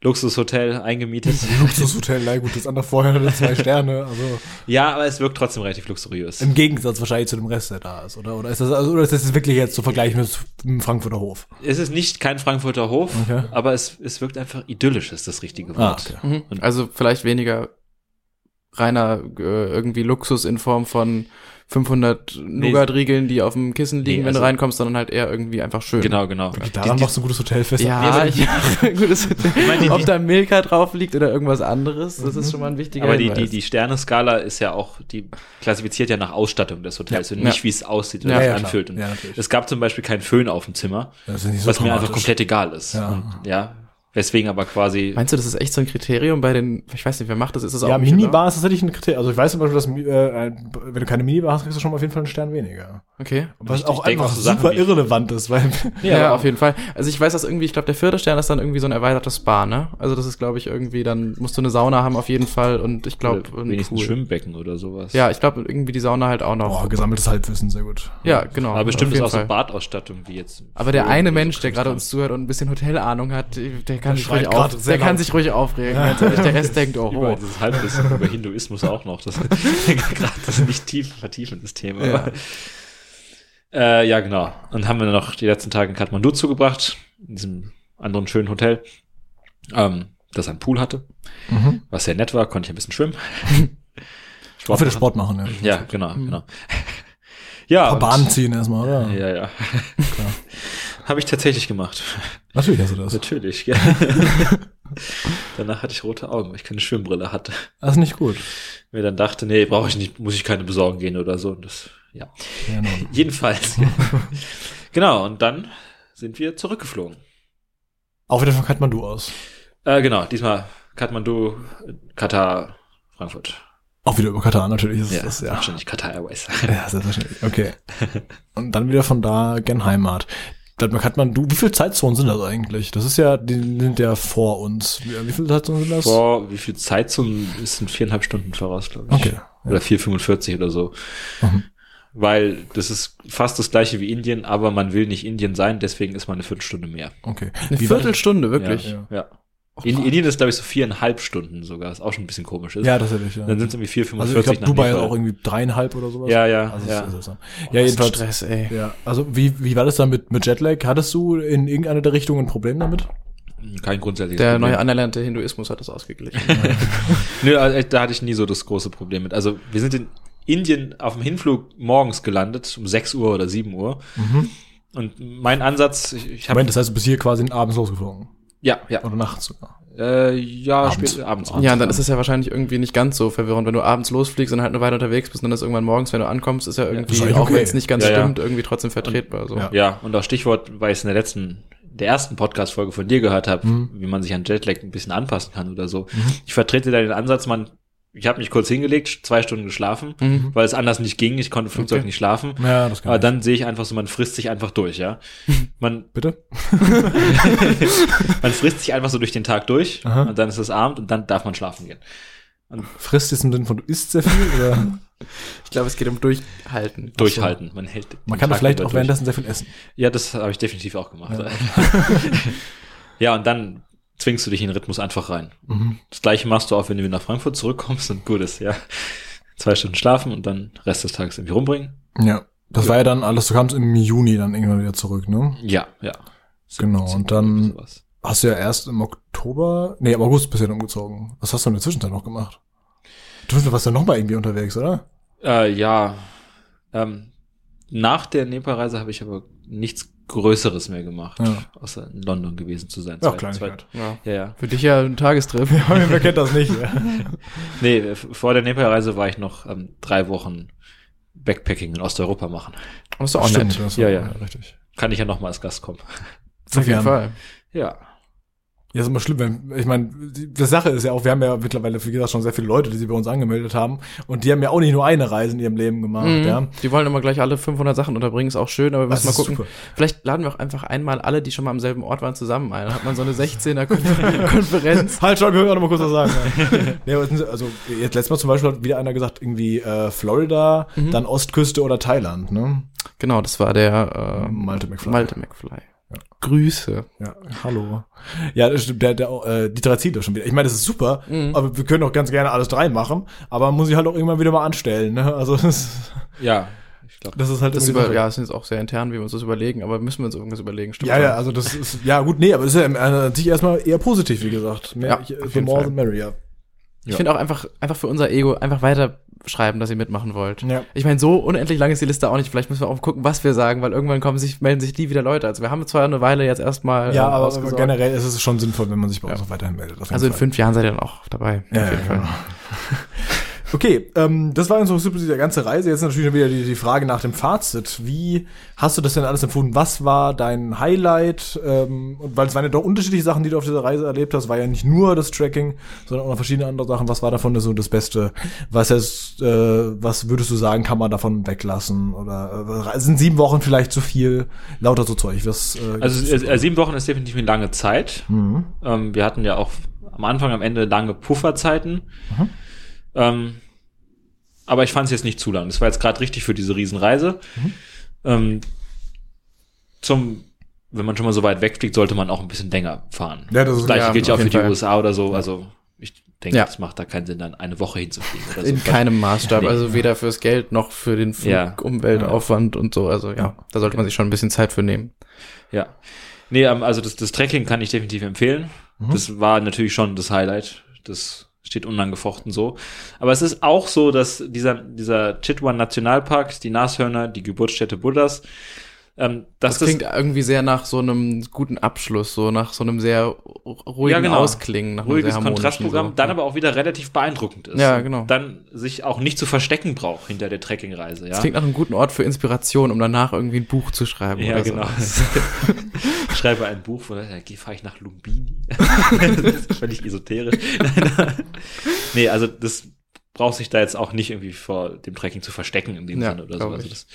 Speaker 3: Luxushotel eingemietet.
Speaker 1: Luxushotel, na gut, das andere vorher hatte zwei Sterne, also
Speaker 3: (laughs) ja, aber es wirkt trotzdem relativ luxuriös.
Speaker 1: im Gegensatz wahrscheinlich zu dem Rest, der da ist, oder? Oder ist das, also, oder ist das wirklich jetzt zu vergleichen mit dem Frankfurter Hof?
Speaker 3: Es ist nicht kein Frankfurter Hof,
Speaker 1: Okay.
Speaker 3: aber es, es wirkt einfach idyllisch, ist das richtige
Speaker 1: Ah,
Speaker 3: Wort.
Speaker 2: Mhm.
Speaker 3: Und-
Speaker 2: Also vielleicht weniger reiner äh, irgendwie Luxus in Form von 500 Nougat-Riegeln, die auf dem Kissen liegen,
Speaker 3: Nee,
Speaker 2: wenn du
Speaker 3: also-
Speaker 2: reinkommst, sondern halt eher irgendwie einfach schön.
Speaker 3: Genau, genau.
Speaker 1: Daran
Speaker 3: Die- die-
Speaker 1: machst du ein gutes Hotel fest.
Speaker 3: Nee,
Speaker 2: Ja, (laughs)
Speaker 3: aber-
Speaker 2: ja gutes
Speaker 3: meine, die- Mhm.
Speaker 2: Ob da Milka drauf liegt oder irgendwas anderes, das ist schon mal ein wichtiger
Speaker 3: Aber die, die,
Speaker 2: Hinweis.
Speaker 3: die Sterneskala ist ja auch, die klassifiziert ja nach Ausstattung des Hotels und nicht,
Speaker 2: Ja.
Speaker 3: wie es aussieht
Speaker 2: Ja,
Speaker 3: oder wie
Speaker 1: ja,
Speaker 3: es
Speaker 1: klar.
Speaker 3: anfühlt. Und
Speaker 1: Ja, natürlich.
Speaker 3: es gab zum Beispiel keinen Föhn auf dem Zimmer,
Speaker 1: Das ist nicht
Speaker 3: was mir einfach
Speaker 1: dramatisch.
Speaker 3: komplett egal ist.
Speaker 1: Ja.
Speaker 3: Und, ja weswegen aber quasi,
Speaker 2: Meinst du, das ist echt so ein Kriterium bei den, ich weiß nicht, wer macht das? Ist das auch
Speaker 1: Ja,
Speaker 2: Michelin?
Speaker 1: Minibar ist tatsächlich ein Kriterium. Also ich weiß zum Beispiel, dass äh, ein- wenn du keine Minibar hast, kriegst du schon mal auf jeden Fall einen Stern weniger.
Speaker 2: Okay.
Speaker 1: Was
Speaker 3: ich
Speaker 1: auch
Speaker 3: denk
Speaker 1: einfach
Speaker 3: auch so Sachen
Speaker 1: super
Speaker 3: wie-
Speaker 1: irrelevant ist,
Speaker 3: (laughs)
Speaker 1: weil
Speaker 2: Ja,
Speaker 3: aber-
Speaker 2: auf jeden Fall. Also ich weiß das irgendwie, ich glaube, der vierte Stern ist dann irgendwie so ein erweitertes Spa, ne? Also das ist, glaube ich, irgendwie, dann musst du eine Sauna haben auf jeden Fall und ich glaube,
Speaker 3: oder äh, wenigstens Schwimmbecken oder sowas.
Speaker 2: Ja, ich glaube, irgendwie die Sauna halt auch noch.
Speaker 1: boah, gesammeltes Halbwissen, sehr gut.
Speaker 2: Ja, genau.
Speaker 3: aber bestimmt
Speaker 2: auf
Speaker 3: ist
Speaker 2: jeden
Speaker 3: auch so
Speaker 2: Fall.
Speaker 3: Badausstattung wie jetzt.
Speaker 2: Aber der
Speaker 1: Oh,
Speaker 3: Föhn
Speaker 2: eine
Speaker 3: oder so
Speaker 2: Mensch, der
Speaker 3: Krimskrams.
Speaker 2: gerade uns zuhört und ein bisschen Hotelahnung hat, der kann, sich
Speaker 1: schreit
Speaker 2: ruhig, auf,
Speaker 1: gerade sehr
Speaker 2: der kann
Speaker 1: laut.
Speaker 2: sich
Speaker 1: (laughs)
Speaker 2: ruhig aufregen. Ganz ehrlich, der Rest denkt, oh,
Speaker 3: Über
Speaker 2: oh.
Speaker 3: dieses Halbwissen über Hinduismus auch noch. Das, (laughs) gerade das ist nicht tief vertiefendes Thema.
Speaker 2: Ja.
Speaker 3: Äh, ja, genau. Und haben wir noch die letzten Tage in Kathmandu zugebracht, in diesem anderen schönen Hotel, ähm, das einen Pool hatte,
Speaker 1: Mhm.
Speaker 3: was sehr nett war, konnte ich ein bisschen schwimmen.
Speaker 1: (laughs) Auch für den Mhm.
Speaker 3: machen.
Speaker 1: Sport machen, ja.
Speaker 3: (laughs) Ja, genau, genau. Ja.
Speaker 1: Ein paar
Speaker 3: und-
Speaker 1: Bahnen ziehen erstmal, oder?
Speaker 3: Ja, ja. (laughs) Habe ich tatsächlich gemacht.
Speaker 1: Natürlich hast du das. (laughs)
Speaker 3: Natürlich, ja. Danach hatte ich rote Augen, weil ich keine Schwimmbrille hatte.
Speaker 1: Das ist nicht gut.
Speaker 3: Mir dann dachte, nee, brauche ich nicht, muss ich keine besorgen gehen oder so. Und das, ja. (laughs)
Speaker 1: Ja, nun.
Speaker 3: Jedenfalls. (laughs) genau, und dann sind wir zurückgeflogen.
Speaker 1: Auch wieder von Kathmandu aus.
Speaker 3: Äh, genau, diesmal Kathmandu, äh, Katar, Frankfurt.
Speaker 1: Auch wieder über Katar, natürlich ist
Speaker 3: Ja,
Speaker 1: das, ja.
Speaker 3: wahrscheinlich Katar Airways.
Speaker 1: Ja, selbstverständlich. Okay. Und dann wieder von da gen Heimat. Dann hat man, du, wie viele Zeitzonen sind das eigentlich? Das ist ja, die sind ja vor uns. Wie, wie viele Zeitzonen sind das?
Speaker 3: Vor wie viel Zeit zum, ist in viereinhalb Stunden voraus, glaube ich.
Speaker 1: Okay.
Speaker 3: Oder 4,45 oder so.
Speaker 1: Mhm.
Speaker 3: Weil das ist fast das gleiche wie Indien, aber man will nicht Indien sein, deswegen ist man eine Viertelstunde mehr.
Speaker 1: Okay.
Speaker 2: Eine
Speaker 1: Wie weit-
Speaker 2: Viertelstunde, wirklich.
Speaker 1: Ja,
Speaker 3: Ja.
Speaker 2: Och,
Speaker 3: In,
Speaker 2: Mann.
Speaker 3: Indien ist, glaube ich, so viereinhalb Stunden sogar. Ist auch schon ein bisschen komisch.
Speaker 1: ja.
Speaker 3: Ist.
Speaker 1: ja, tatsächlich, ja.
Speaker 3: Dann sind es irgendwie 4,45
Speaker 1: also ich glaube,
Speaker 3: nach
Speaker 1: Dubai ist
Speaker 3: Nepal.
Speaker 1: auch irgendwie dreieinhalb oder sowas.
Speaker 3: Ja, ja,
Speaker 1: Also
Speaker 3: ja.
Speaker 1: Ist seltsam.
Speaker 2: Was
Speaker 1: ja
Speaker 2: ein
Speaker 1: jedenfalls.
Speaker 2: Stress, ey.
Speaker 1: Ja, also wie, wie war das dann mit, mit Jetlag? Hattest du in irgendeiner der Richtungen ein Problem damit?
Speaker 3: Kein grundsätzliches
Speaker 2: Der
Speaker 3: Problem.
Speaker 2: neue anerlernte Hinduismus hat das ausgeglichen.
Speaker 3: Nö, also, da hatte ich nie so das große Problem mit. Also wir sind in Indien auf dem Hinflug morgens gelandet, um 6 Uhr oder 7 Uhr. Und mein Ansatz, ich, ich habe
Speaker 1: Mhm. Moment, das heißt, du bist hier quasi abends losgeflogen.
Speaker 3: ja, ja,
Speaker 1: Oder nachts sogar.
Speaker 3: äh, ja,
Speaker 1: Abends.
Speaker 3: spät- abends.
Speaker 2: ja, und dann ist es ja wahrscheinlich irgendwie nicht ganz so verwirrend, wenn du abends losfliegst und halt eine Weile unterwegs bist und dann ist irgendwann morgens, wenn du ankommst, ist ja irgendwie,
Speaker 1: ist eigentlich
Speaker 2: auch
Speaker 1: okay.
Speaker 2: wenn es nicht ganz
Speaker 3: Ja, ja.
Speaker 2: stimmt, irgendwie trotzdem vertretbar. So.
Speaker 1: Ja.
Speaker 3: ja, und auch Stichwort, weil ich es in der letzten, der ersten Podcast-Folge von dir gehört habe,
Speaker 1: Mhm.
Speaker 3: wie man sich an Jetlag ein bisschen anpassen kann oder so. Ich vertrete da den Ansatz, man, ich habe mich kurz hingelegt, zwei Stunden geschlafen,
Speaker 2: Mhm.
Speaker 3: weil es anders nicht ging. Ich konnte im Flugzeug
Speaker 2: Okay.
Speaker 3: nicht schlafen.
Speaker 1: Ja, das kann ich.
Speaker 3: Aber Ah, dann sehe ich einfach so, man frisst sich einfach durch,
Speaker 1: (laughs)
Speaker 3: ja. Man
Speaker 1: Bitte?
Speaker 3: Man frisst sich einfach so durch den Tag durch
Speaker 1: Aha.
Speaker 3: und dann ist es Abend und dann darf man schlafen gehen.
Speaker 1: Frisst jetzt im Sinne von, du isst sehr viel oder?
Speaker 3: (laughs)
Speaker 2: Ich glaube, es geht um Durchhalten.
Speaker 3: Durchhalten. Man hält. den
Speaker 1: Man kann
Speaker 3: Tag
Speaker 1: doch vielleicht
Speaker 3: über
Speaker 1: auch
Speaker 3: durch.
Speaker 1: währenddessen sehr viel essen.
Speaker 3: Ja, das habe ich definitiv auch gemacht.
Speaker 1: (laughs)
Speaker 3: Ja. und dann zwingst du dich in den Rhythmus einfach rein.
Speaker 1: Mhm.
Speaker 3: Das gleiche machst du auch, wenn du wieder nach Frankfurt zurückkommst und gut ist, ja. Zwei Stunden schlafen und dann Rest des Tages irgendwie rumbringen.
Speaker 1: Ja. Das war ja dann alles, du kamst im Juni dann irgendwann wieder zurück, ne?
Speaker 3: Ja, ja.
Speaker 1: Genau, und dann-
Speaker 3: Sowas.
Speaker 1: Hast du ja erst im Oktober, nee, im August bist du ja dann umgezogen. Was hast du in der Zwischenzeit noch gemacht? Du warst ja noch mal irgendwie unterwegs, oder?
Speaker 3: Äh, ja. Ähm, nach der Nepal-Reise habe ich aber nichts Größeres mehr gemacht,
Speaker 1: Ja.
Speaker 3: außer in London gewesen zu sein.
Speaker 1: Ja,
Speaker 3: Zwei-
Speaker 1: Kleinigkeit.
Speaker 3: zwei-
Speaker 2: Ja.
Speaker 3: Ja, ja.
Speaker 2: Für dich ja ein Tagestrip.
Speaker 1: Wer kennt das nicht? (laughs) Ja.
Speaker 3: (laughs) Nee, äh, f- vor der Nepal-Reise war ich noch ähm, drei Wochen Backpacking in Osteuropa machen.
Speaker 2: (laughs) Das ist auch nett.
Speaker 1: Stimmt, das
Speaker 3: Ja,
Speaker 1: war-
Speaker 3: ja.
Speaker 1: Richtig.
Speaker 3: Kann ich ja noch mal als Gast kommen.
Speaker 1: Sehr
Speaker 2: Auf jeden
Speaker 1: gern.
Speaker 2: Fall.
Speaker 3: Ja.
Speaker 1: Ja, ist immer schlimm, wenn, ich meine, die, die Sache ist ja auch, wir haben ja mittlerweile, wie gesagt, schon sehr viele Leute, die sich bei uns angemeldet haben. Und die haben ja auch nicht nur eine Reise in ihrem Leben gemacht,
Speaker 2: Mhm.
Speaker 1: Ah, ja.
Speaker 2: Die wollen immer gleich alle 500 Sachen unterbringen, ist auch schön, aber wir
Speaker 1: Das
Speaker 2: müssen mal
Speaker 1: ist
Speaker 2: gucken.
Speaker 1: super.
Speaker 2: Vielleicht laden wir auch einfach einmal alle, die schon mal am selben Ort waren, zusammen ein. Dann hat man so eine (laughs)
Speaker 1: (laughs)
Speaker 2: 16er-Konferenz.
Speaker 1: Halt, schon, wir hören auch noch mal kurz was sagen. ja. (laughs) nee, aber es sind- also, jetzt letztes Mal zum Beispiel hat wieder einer gesagt, irgendwie äh, Florida, dann Ostküste oder Thailand, ne?
Speaker 2: genau, das war der äh,
Speaker 1: Malte McFly.
Speaker 2: Malte McFly. Grüße.
Speaker 1: Ja, hallo. Ja, das stimmt, der, der, äh, die Trazide schon wieder. Ich meine, das ist super, aber wir können auch ganz gerne alles drei machen, aber man muss sich halt auch irgendwann wieder mal anstellen, ne? Also, das,
Speaker 3: Ja. Ich glaube.
Speaker 1: das ist halt
Speaker 2: Das
Speaker 1: irgendwie
Speaker 2: über,
Speaker 1: so-
Speaker 2: ja, das sind jetzt auch sehr intern, wie wir uns das überlegen, aber müssen wir uns irgendwas überlegen, stimmt
Speaker 1: Ja,
Speaker 2: schon.
Speaker 1: ja, also das ist, ja gut, nee, aber es ist ja im- äh, an sich erstmal eher positiv, wie gesagt. Mehr,
Speaker 2: Ja,
Speaker 1: ich,
Speaker 2: auf
Speaker 1: the
Speaker 2: jeden
Speaker 1: more
Speaker 2: Fall.
Speaker 1: the merrier.
Speaker 2: Ich
Speaker 3: Ja.
Speaker 2: finde auch einfach, einfach für unser Ego einfach weiter schreiben, dass ihr mitmachen wollt.
Speaker 1: Ja.
Speaker 2: Ich meine, so unendlich lang ist die Liste auch nicht. Vielleicht müssen wir auch gucken, was wir sagen, weil irgendwann kommen sich, melden sich die wieder Leute. Also wir haben zwar eine Weile jetzt erstmal.
Speaker 1: Ja,
Speaker 2: ähm,
Speaker 1: aber, aber
Speaker 2: ausgesorgt.
Speaker 1: generell ist es schon sinnvoll, wenn man sich bei uns noch weiterhin meldet. auf jeden
Speaker 2: Also in
Speaker 1: Fall.
Speaker 2: fünf Jahren seid ihr dann auch dabei.
Speaker 1: Ja, ja, genau. (laughs) Okay, ähm, das war im Prinzip die ganze Reise. Jetzt natürlich wieder die, die Frage nach dem Fazit. Wie hast du das denn alles empfunden? Was war dein Highlight? Ähm, und weil es waren ja doch unterschiedliche Sachen, die du auf dieser Reise erlebt hast. War ja nicht nur das Tracking, sondern auch noch verschiedene andere Sachen. Was war davon so das Beste? Was, ist, äh, was würdest du sagen, kann man davon weglassen? Oder äh, sind sieben Wochen vielleicht zu viel? Lauter so Zeug. Was, äh, Mhm.
Speaker 3: Also äh, äh, sieben Wochen ist definitiv eine lange Zeit. Ähm, wir hatten ja auch am Anfang, am Ende lange Pufferzeiten.
Speaker 2: Mhm.
Speaker 3: Ähm, aber ich fand es jetzt nicht zu lang. Das war jetzt gerade richtig für diese Riesenreise.
Speaker 2: Mhm.
Speaker 3: Ähm, zum, wenn man schon mal so weit wegfliegt, sollte man auch ein bisschen länger fahren.
Speaker 1: Ja, das ist-
Speaker 3: das gleiche
Speaker 2: ja,
Speaker 3: gilt ja auch
Speaker 2: auf
Speaker 3: für
Speaker 2: jeden
Speaker 3: die
Speaker 2: Fall.
Speaker 3: USA oder so. Also ich denke,
Speaker 2: Ja.
Speaker 3: das macht da keinen Sinn, dann eine Woche hinzufliegen oder so.
Speaker 2: In keinem Maßstab,
Speaker 3: Also Nee.
Speaker 2: also weder fürs Geld noch für den Flug,
Speaker 3: Ja.
Speaker 2: Umweltaufwand und so. Also ja, da sollte man sich schon ein bisschen Zeit für nehmen.
Speaker 3: Ja.
Speaker 2: Mhm.
Speaker 3: Nee, ähm, also das, das Trekking kann ich definitiv empfehlen. Das war natürlich schon das Highlight. Das steht unangefochten so. Aber es ist auch so, dass dieser, dieser Chitwan Nationalpark, die Nashörner, die Geburtsstätte Buddhas, ähm,
Speaker 2: Das,
Speaker 3: dass das,
Speaker 2: klingt irgendwie sehr nach so einem guten Abschluss, so nach so einem sehr ruhigen
Speaker 3: Ja, genau.
Speaker 2: Ausklingen, nach einem
Speaker 3: ruhiges
Speaker 2: sehr harmonischen
Speaker 3: Kontrastprogramm,
Speaker 2: so.
Speaker 3: dann aber auch wieder relativ beeindruckend ist.
Speaker 2: Ja,
Speaker 3: Und
Speaker 2: genau.
Speaker 3: Dann sich auch nicht zu verstecken braucht hinter der Trekkingreise, ja.
Speaker 2: Das klingt nach einem guten Ort für Inspiration, um danach irgendwie ein Buch zu schreiben
Speaker 3: Ja,
Speaker 2: oder
Speaker 3: genau.
Speaker 2: so.
Speaker 3: Schreibe ein Buch, wo dann fahre ich nach Lumbini. (laughs) das ist völlig esoterisch. nee, also das braucht sich da jetzt auch nicht irgendwie vor dem Trekking zu verstecken in dem
Speaker 2: Ja,
Speaker 3: Sinne oder so.
Speaker 2: glaub
Speaker 3: Also
Speaker 2: ich.
Speaker 3: das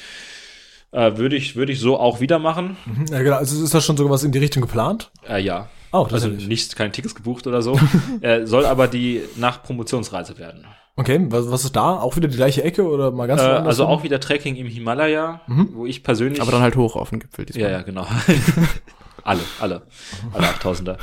Speaker 3: äh, würde ich, würde ich so auch wieder machen.
Speaker 1: Mhm, Ja, genau. Also ist das schon sowas in die Richtung geplant?
Speaker 3: Äh, ja.
Speaker 1: Oh, das
Speaker 3: also
Speaker 1: ist ja nicht.
Speaker 3: nicht, keine Tickets gebucht oder so. äh, soll aber die Nachpromotionsreise werden.
Speaker 1: Okay, was, was ist da? Auch wieder die gleiche Ecke oder mal ganz
Speaker 3: Äh,
Speaker 1: woanders
Speaker 3: also
Speaker 1: hin?
Speaker 3: auch wieder Trekking im Himalaya, wo ich persönlich.
Speaker 2: (laughs) Aber dann halt hoch auf den Gipfel diesmal.
Speaker 3: Ja, ja, genau. (laughs) alle, alle. Alle
Speaker 2: (laughs)
Speaker 3: 8000er.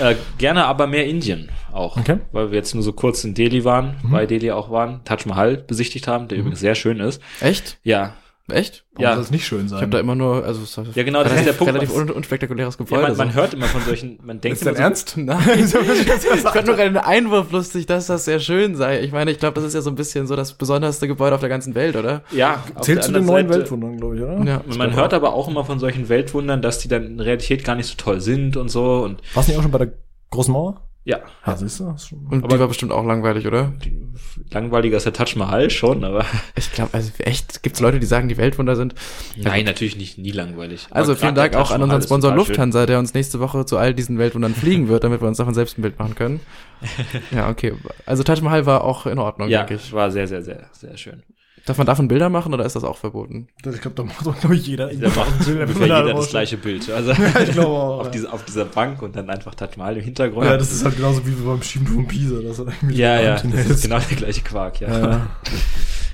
Speaker 3: äh, gerne aber mehr Indien auch.
Speaker 1: Okay.
Speaker 3: Weil wir jetzt nur so kurz in Delhi waren,
Speaker 2: Mhm.
Speaker 3: bei Delhi auch waren, Taj Mahal besichtigt haben, der übrigens sehr schön ist.
Speaker 2: Echt?
Speaker 3: Ja.
Speaker 2: Echt?
Speaker 1: Warum
Speaker 3: ja.
Speaker 1: soll das nicht schön
Speaker 2: Ich habe
Speaker 1: sein?
Speaker 2: da immer nur, also es war
Speaker 3: Ähm, Ja, genau, das ist
Speaker 2: relativ,
Speaker 3: der Punkt.
Speaker 2: relativ un unspektakuläres
Speaker 3: ja
Speaker 2: Gebäude.
Speaker 3: man, man
Speaker 2: so.
Speaker 3: hört immer von solchen, man denkt
Speaker 1: ist dein
Speaker 3: immer so,
Speaker 1: Ernst?
Speaker 2: (laughs) Nein, ich
Speaker 3: (laughs)
Speaker 2: fand nur einen Einwurf lustig, dass das sehr schön sei. Ich meine, ich glaube, das ist ja so ein bisschen so das besonderste Gebäude auf der ganzen Welt, oder?
Speaker 3: ja, auf der
Speaker 1: Zählt zu den
Speaker 3: anderen
Speaker 1: neuen
Speaker 3: Seite-
Speaker 1: Weltwundern, glaube ich, oder?
Speaker 2: Ja.
Speaker 3: Und man hört aber auch immer von solchen Weltwundern, dass die dann in Realität gar nicht so toll sind und so und
Speaker 1: Warst du nicht auch schon bei der Großen Mauer?
Speaker 3: ja,
Speaker 1: Ja, siehst du? Ist schon-
Speaker 2: Und die war bestimmt auch langweilig, oder?
Speaker 3: langweiliger ist der Taj Mahal
Speaker 2: (laughs)
Speaker 3: schon, aber
Speaker 2: Ich glaube, also echt, gibt's Leute, die sagen, die Weltwunder sind.
Speaker 3: nein, natürlich nicht, nie langweilig.
Speaker 2: Also
Speaker 3: Aber
Speaker 2: vielen
Speaker 3: gerade
Speaker 2: Dank
Speaker 3: der
Speaker 2: auch
Speaker 3: Taj
Speaker 2: an
Speaker 3: Mahal
Speaker 2: unseren
Speaker 3: ist
Speaker 2: Sponsor
Speaker 3: total schön.
Speaker 2: Lufthansa, der uns nächste Woche zu all diesen Weltwundern fliegen wird, damit wir uns davon selbst ein Bild machen
Speaker 3: (laughs)
Speaker 2: können. Ja, okay. Also Taj Mahal war auch in Ordnung,
Speaker 3: Ja,
Speaker 2: denke ich.
Speaker 3: war sehr, sehr, sehr, sehr schön.
Speaker 2: Darf man davon Bilder machen oder ist das auch verboten?
Speaker 1: Das- Ich glaube, da macht doch, glaube ich, jeder. (laughs)
Speaker 3: Da macht
Speaker 1: Jeder-
Speaker 3: ungefähr jeder das
Speaker 1: (laughs)
Speaker 3: gleiche Bild. Also
Speaker 1: Ich glaube auch.
Speaker 3: auf,
Speaker 1: ja.
Speaker 3: diese, auf dieser Bank und dann einfach Taj Mahal im Hintergrund.
Speaker 1: ja, das ist halt genauso wie beim Schieben von Pisa. Das hat irgendwie
Speaker 3: ja, ja,
Speaker 1: Kontinent
Speaker 3: das
Speaker 1: ist.
Speaker 3: ist genau der gleiche Quark, ja. ja.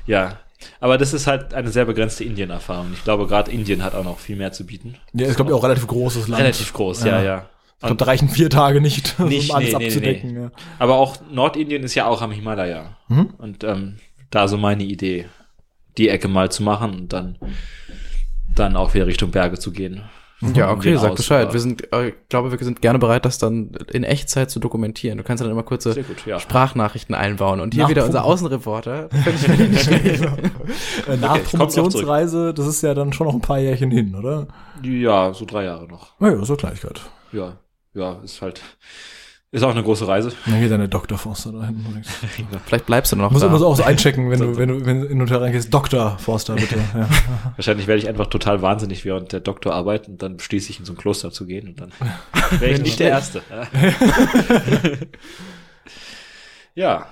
Speaker 1: Ja.
Speaker 3: Aber das ist halt eine sehr begrenzte Indien-Erfahrung. Ich glaube, gerade Indien hat auch noch viel mehr zu bieten.
Speaker 1: ja, ist, glaube ich, auch relativ großes Land.
Speaker 3: Relativ groß, ja,
Speaker 1: Ja.
Speaker 3: ja.
Speaker 1: Ich glaube, da reichen vier Tage nicht,
Speaker 3: Nicht,
Speaker 1: um alles
Speaker 3: nee, nee,
Speaker 1: abzudecken.
Speaker 3: (laughs)
Speaker 1: Ja. (laughs)
Speaker 3: Aber auch Nordindien ist ja auch am Himalaya.
Speaker 1: Mhm.
Speaker 3: Und ähm, da so meine Idee, die Ecke mal zu machen und dann, dann auch wieder Richtung Berge zu gehen.
Speaker 1: Mhm.
Speaker 2: Ja,
Speaker 3: Und
Speaker 2: okay,
Speaker 3: den
Speaker 2: sag
Speaker 3: aus-
Speaker 2: Bescheid. Wir sind, äh, ich glaube, wir sind gerne bereit, das dann in Echtzeit zu dokumentieren. Du kannst dann immer kurze
Speaker 1: Äh,
Speaker 3: Sehr gut, ja.
Speaker 2: Sprachnachrichten einbauen. Und hier
Speaker 1: Nach
Speaker 2: wieder unser
Speaker 1: Punkten.
Speaker 3: (laughs)
Speaker 2: Außenreporter.
Speaker 1: Genau. Äh, Nach
Speaker 3: Okay, ich komm noch zurück.
Speaker 1: Promotionsreise, das ist ja dann schon noch ein paar Jährchen hin, oder?
Speaker 3: Ja, so drei Jahre noch.
Speaker 1: Naja, ist doch Kleinigkeit.
Speaker 3: ja, ja, ist halt, ist auch eine große Reise.
Speaker 1: Dann geht deine Dr. Forster da hin.
Speaker 2: Vielleicht bleibst du noch
Speaker 1: Muss
Speaker 2: da.
Speaker 1: immer so auch so einchecken, wenn du, wenn du, wenn du in den Hotel reingehst. Dr. Forster, bitte. Ja.
Speaker 3: Wahrscheinlich werde ich einfach total wahnsinnig während der Doktorarbeit und dann beschließe ich, in so ein Kloster zu gehen
Speaker 2: (laughs)
Speaker 3: und dann wäre ich nicht der Erste.
Speaker 2: (laughs)
Speaker 3: ja,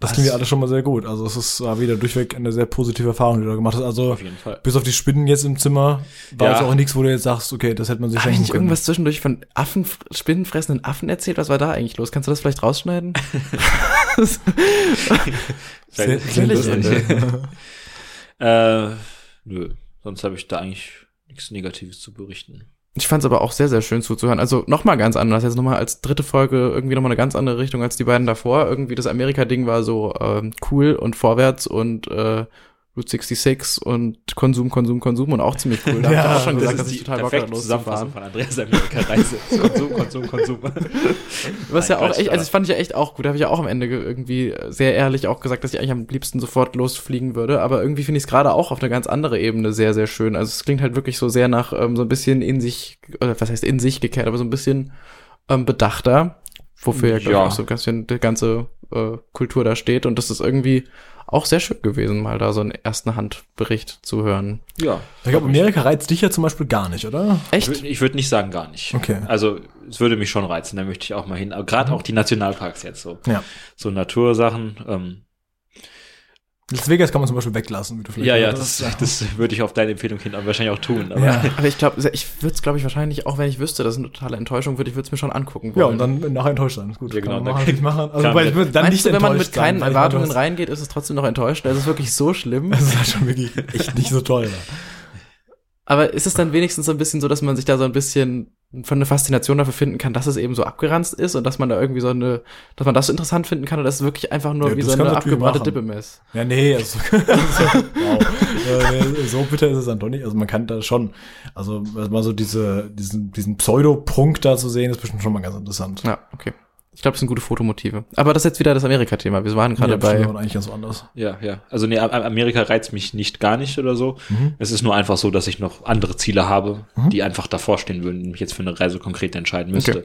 Speaker 1: Das klingt ja alles schon mal sehr gut. Also es ist äh, wieder durchweg eine sehr positive Erfahrung, die du da gemacht hast. Also
Speaker 3: auf jeden Fall.
Speaker 1: bis auf die Spinnen jetzt im Zimmer war
Speaker 3: Ja.
Speaker 1: jetzt auch nichts, wo du jetzt sagst, okay, das hätte man sich
Speaker 2: Habe ich
Speaker 1: schenken
Speaker 2: nicht
Speaker 1: können.
Speaker 2: irgendwas zwischendurch von Affen, spinnenfressenden Affen erzählt? Was war da eigentlich los? Kannst du das vielleicht rausschneiden?
Speaker 1: Sehr-
Speaker 3: Vielleicht-
Speaker 1: sehr
Speaker 2: (laughs)
Speaker 3: äh, nö, sonst habe ich da eigentlich nichts Negatives zu berichten.
Speaker 2: Ich fand es aber auch sehr, sehr schön zuzuhören. Also nochmal ganz anders. Jetzt nochmal als dritte Folge irgendwie nochmal eine ganz andere Richtung als die beiden davor. Irgendwie das Amerika-Ding war so ähm, cool und vorwärts und äh, Route 66 und Konsum, Konsum, Konsum und auch ziemlich cool. Da
Speaker 1: Ja,
Speaker 2: hab ich auch
Speaker 1: das
Speaker 2: schon gesagt,
Speaker 3: ist
Speaker 2: dass
Speaker 3: die
Speaker 2: ich total Bock
Speaker 3: perfekte
Speaker 2: hatte,
Speaker 3: Zusammenfassung
Speaker 2: loszufahren.
Speaker 3: von Andreas Amerika-Reise.
Speaker 2: (laughs)
Speaker 3: Konsum, Konsum, Konsum.
Speaker 2: Was ja
Speaker 3: Nein,
Speaker 2: auch
Speaker 3: Quatsch,
Speaker 2: echt,
Speaker 3: aber-
Speaker 2: also das fand ich ja echt auch gut. Da habe ich ja auch am Ende ge- irgendwie äh, sehr ehrlich auch gesagt, dass ich eigentlich am liebsten sofort losfliegen würde. Aber irgendwie finde ich es gerade auch auf eine ganz andere Ebene sehr, sehr schön. Also es klingt halt wirklich so sehr nach ähm, so ein bisschen in sich, oder was heißt in sich gekehrt, aber so ein bisschen ähm, bedachter, wofür ja, glaub Ich,
Speaker 3: Ja.
Speaker 2: auch so ein bisschen die ganze äh, Kultur da steht. Und das ist irgendwie auch sehr schön gewesen, mal da so einen ersten Handbericht zu hören.
Speaker 3: Ja.
Speaker 1: Ich glaube, Amerika reizt dich ja zum Beispiel gar nicht, oder?
Speaker 3: Ich
Speaker 2: Echt?
Speaker 3: würde ich würd nicht sagen, gar nicht.
Speaker 1: Okay.
Speaker 3: Also es würde mich schon reizen, da möchte ich auch mal hin. Aber gerade auch die Nationalparks jetzt so.
Speaker 1: Mhm. Ja.
Speaker 3: So Natursachen. Ähm,
Speaker 1: Las Vegas kann man zum Beispiel weglassen, wie du vielleicht
Speaker 3: ja, ja, das,
Speaker 1: hörtest.
Speaker 3: das würde ich auf deine Empfehlung hin aber wahrscheinlich auch tun. Aber
Speaker 1: (laughs) Ja.
Speaker 2: Aber ich glaube, ich würde es, glaube ich, wahrscheinlich, auch wenn ich wüsste, dass es eine totale Enttäuschung wird, ich würde es mir schon angucken
Speaker 1: Ja,
Speaker 2: wollen.
Speaker 1: und dann nachher enttäuscht sein. Ist gut.
Speaker 3: Ja,
Speaker 1: Kann
Speaker 3: genau,
Speaker 1: man machen,
Speaker 3: dann-
Speaker 1: nicht machen. Also, weil
Speaker 3: kann man-
Speaker 1: ich würde dann
Speaker 2: Meinst
Speaker 1: nicht
Speaker 2: du, wenn man mit
Speaker 1: enttäuscht sein,
Speaker 2: keinen
Speaker 1: weil ich meine,
Speaker 2: Erwartungen
Speaker 1: das-
Speaker 2: reingeht, ist es trotzdem noch enttäuschend? Also es ist wirklich so
Speaker 1: (laughs)
Speaker 2: schlimm.
Speaker 1: Das ist halt schon wirklich echt nicht so toll. ne?
Speaker 2: Aber ist es dann wenigstens so ein bisschen so, dass man sich da so ein bisschen von eine Faszination dafür finden kann, dass es eben so abgeranzt ist und dass man da irgendwie so eine, dass man das so interessant finden kann oder dass es wirklich einfach nur
Speaker 1: Ja,
Speaker 2: wie
Speaker 1: das
Speaker 2: so
Speaker 1: kannst
Speaker 2: eine
Speaker 1: du natürlich
Speaker 2: abgebrannte
Speaker 1: machen.
Speaker 2: Dippe ist?
Speaker 1: Ja, nee, also, (laughs) also wow. Äh, nee, so bitter ist es dann doch nicht. Also man kann da schon, also also mal so diese, diesen, diesen Pseudoprunk da zu sehen, ist bestimmt schon mal ganz interessant.
Speaker 2: Ja, okay. Ich glaube, das sind gute Fotomotive. Aber das ist jetzt wieder das Amerika-Thema. Wir waren gerade
Speaker 1: ja,
Speaker 2: bei.
Speaker 1: bestimmt, aber eigentlich ganz anders.
Speaker 3: Ja, ja. Also nee, A- A- Amerika reizt mich nicht gar nicht oder so.
Speaker 1: Mhm.
Speaker 3: Es ist nur einfach so, dass ich noch andere Ziele habe, die einfach davor stehen würden, wenn ich jetzt für eine Reise konkret entscheiden müsste.
Speaker 2: Okay.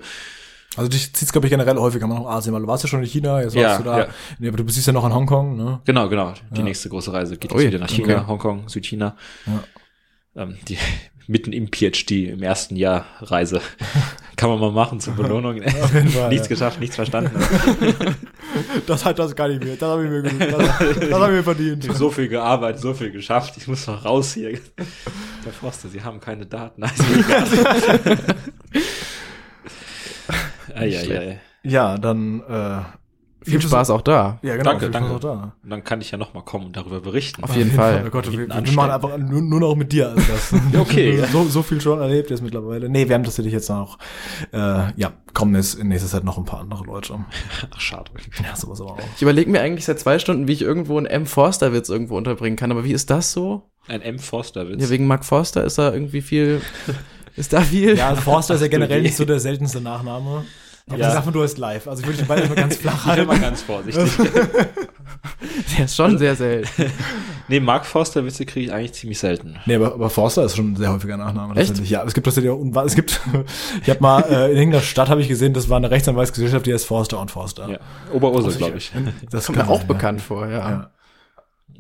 Speaker 1: Also dich zieht's, glaube ich, generell häufiger mal nach Asien, weil du warst ja schon in China, jetzt warst
Speaker 3: Ja,
Speaker 1: du da.
Speaker 3: ja.
Speaker 1: Nee, aber du bist ja noch in Hongkong, ne?
Speaker 3: Genau, genau. Die nächste große Reise geht jetzt
Speaker 2: Ui,
Speaker 3: wieder nach China,
Speaker 2: okay.
Speaker 3: Hongkong, Südchina.
Speaker 1: Ja.
Speaker 3: Ähm, die, (laughs) mitten im PhD, im ersten Jahr Reise. (laughs) Kann man mal machen zur Belohnung.
Speaker 1: (laughs) Auf jeden Fall,
Speaker 3: (laughs) nichts
Speaker 1: ja.
Speaker 3: geschafft, nichts verstanden.
Speaker 1: Das hat das gar nicht mehr. Das habe ich mir genug. Das, das habe ich mir verdient.
Speaker 3: Ich hab so viel gearbeitet, so viel geschafft. Ich muss noch raus hier.
Speaker 1: (laughs)
Speaker 3: Herr Forster, Sie haben keine Daten. (laughs) Also egal. Ei, ei, ei.
Speaker 1: Ja, dann äh,
Speaker 2: Viel Spaß auch da.
Speaker 1: Ja, genau.
Speaker 3: Danke,
Speaker 1: viel
Speaker 3: danke.
Speaker 1: Spaß auch da.
Speaker 3: Und dann kann ich ja nochmal kommen und darüber berichten.
Speaker 2: Auf jeden Fall.
Speaker 1: Oh Gott, wir,
Speaker 3: Hinten
Speaker 1: wir machen
Speaker 3: anstellen.
Speaker 1: einfach nur, nur noch mit dir als (laughs) Gast.
Speaker 3: Okay.
Speaker 1: So, so viel schon erlebt jetzt mittlerweile. Nee, wir haben tatsächlich jetzt noch, äh, ja, kommen jetzt in nächster Zeit noch ein paar andere Leute. (laughs)
Speaker 3: Ach, schade.
Speaker 1: Ja, sowas aber auch.
Speaker 2: Ich überlege mir eigentlich seit zwei Stunden, wie ich irgendwo einen M. Forster-Witz irgendwo unterbringen kann. Aber wie ist das so?
Speaker 3: Ein M. Forster-Witz.
Speaker 2: Ja, wegen Mark Forster ist da
Speaker 1: (laughs)
Speaker 2: irgendwie viel. Ist da viel?
Speaker 1: Ja, also Forster ist ja
Speaker 3: Ach, du
Speaker 1: generell
Speaker 3: je.
Speaker 1: nicht so der seltenste Nachname. Aber
Speaker 3: Ja.
Speaker 1: ja. Sachen, du heißt live. Also (laughs) ich würde die beiden immer ganz flach
Speaker 3: ich bin
Speaker 1: halten.
Speaker 3: mal ganz vorsichtig.
Speaker 2: Der ist (laughs) schon sehr selten.
Speaker 3: nee, Mark Forster-Witze kriege ich eigentlich ziemlich selten.
Speaker 1: Nee, aber, aber Forster ist schon ein sehr häufiger Nachname.
Speaker 2: Echt?
Speaker 1: tatsächlich. Ja, es gibt tatsächlich auch, unwa- es gibt, (laughs) ich habe mal, äh, in irgendeiner Stadt habe ich gesehen, das war eine Rechtsanwaltsgesellschaft, die heißt Forster und Forster.
Speaker 3: Ja. Oberursel, glaube ich.
Speaker 1: Das
Speaker 2: Kommt mir auch
Speaker 1: bekannt.
Speaker 2: bekannt vor, ja.
Speaker 1: Ja.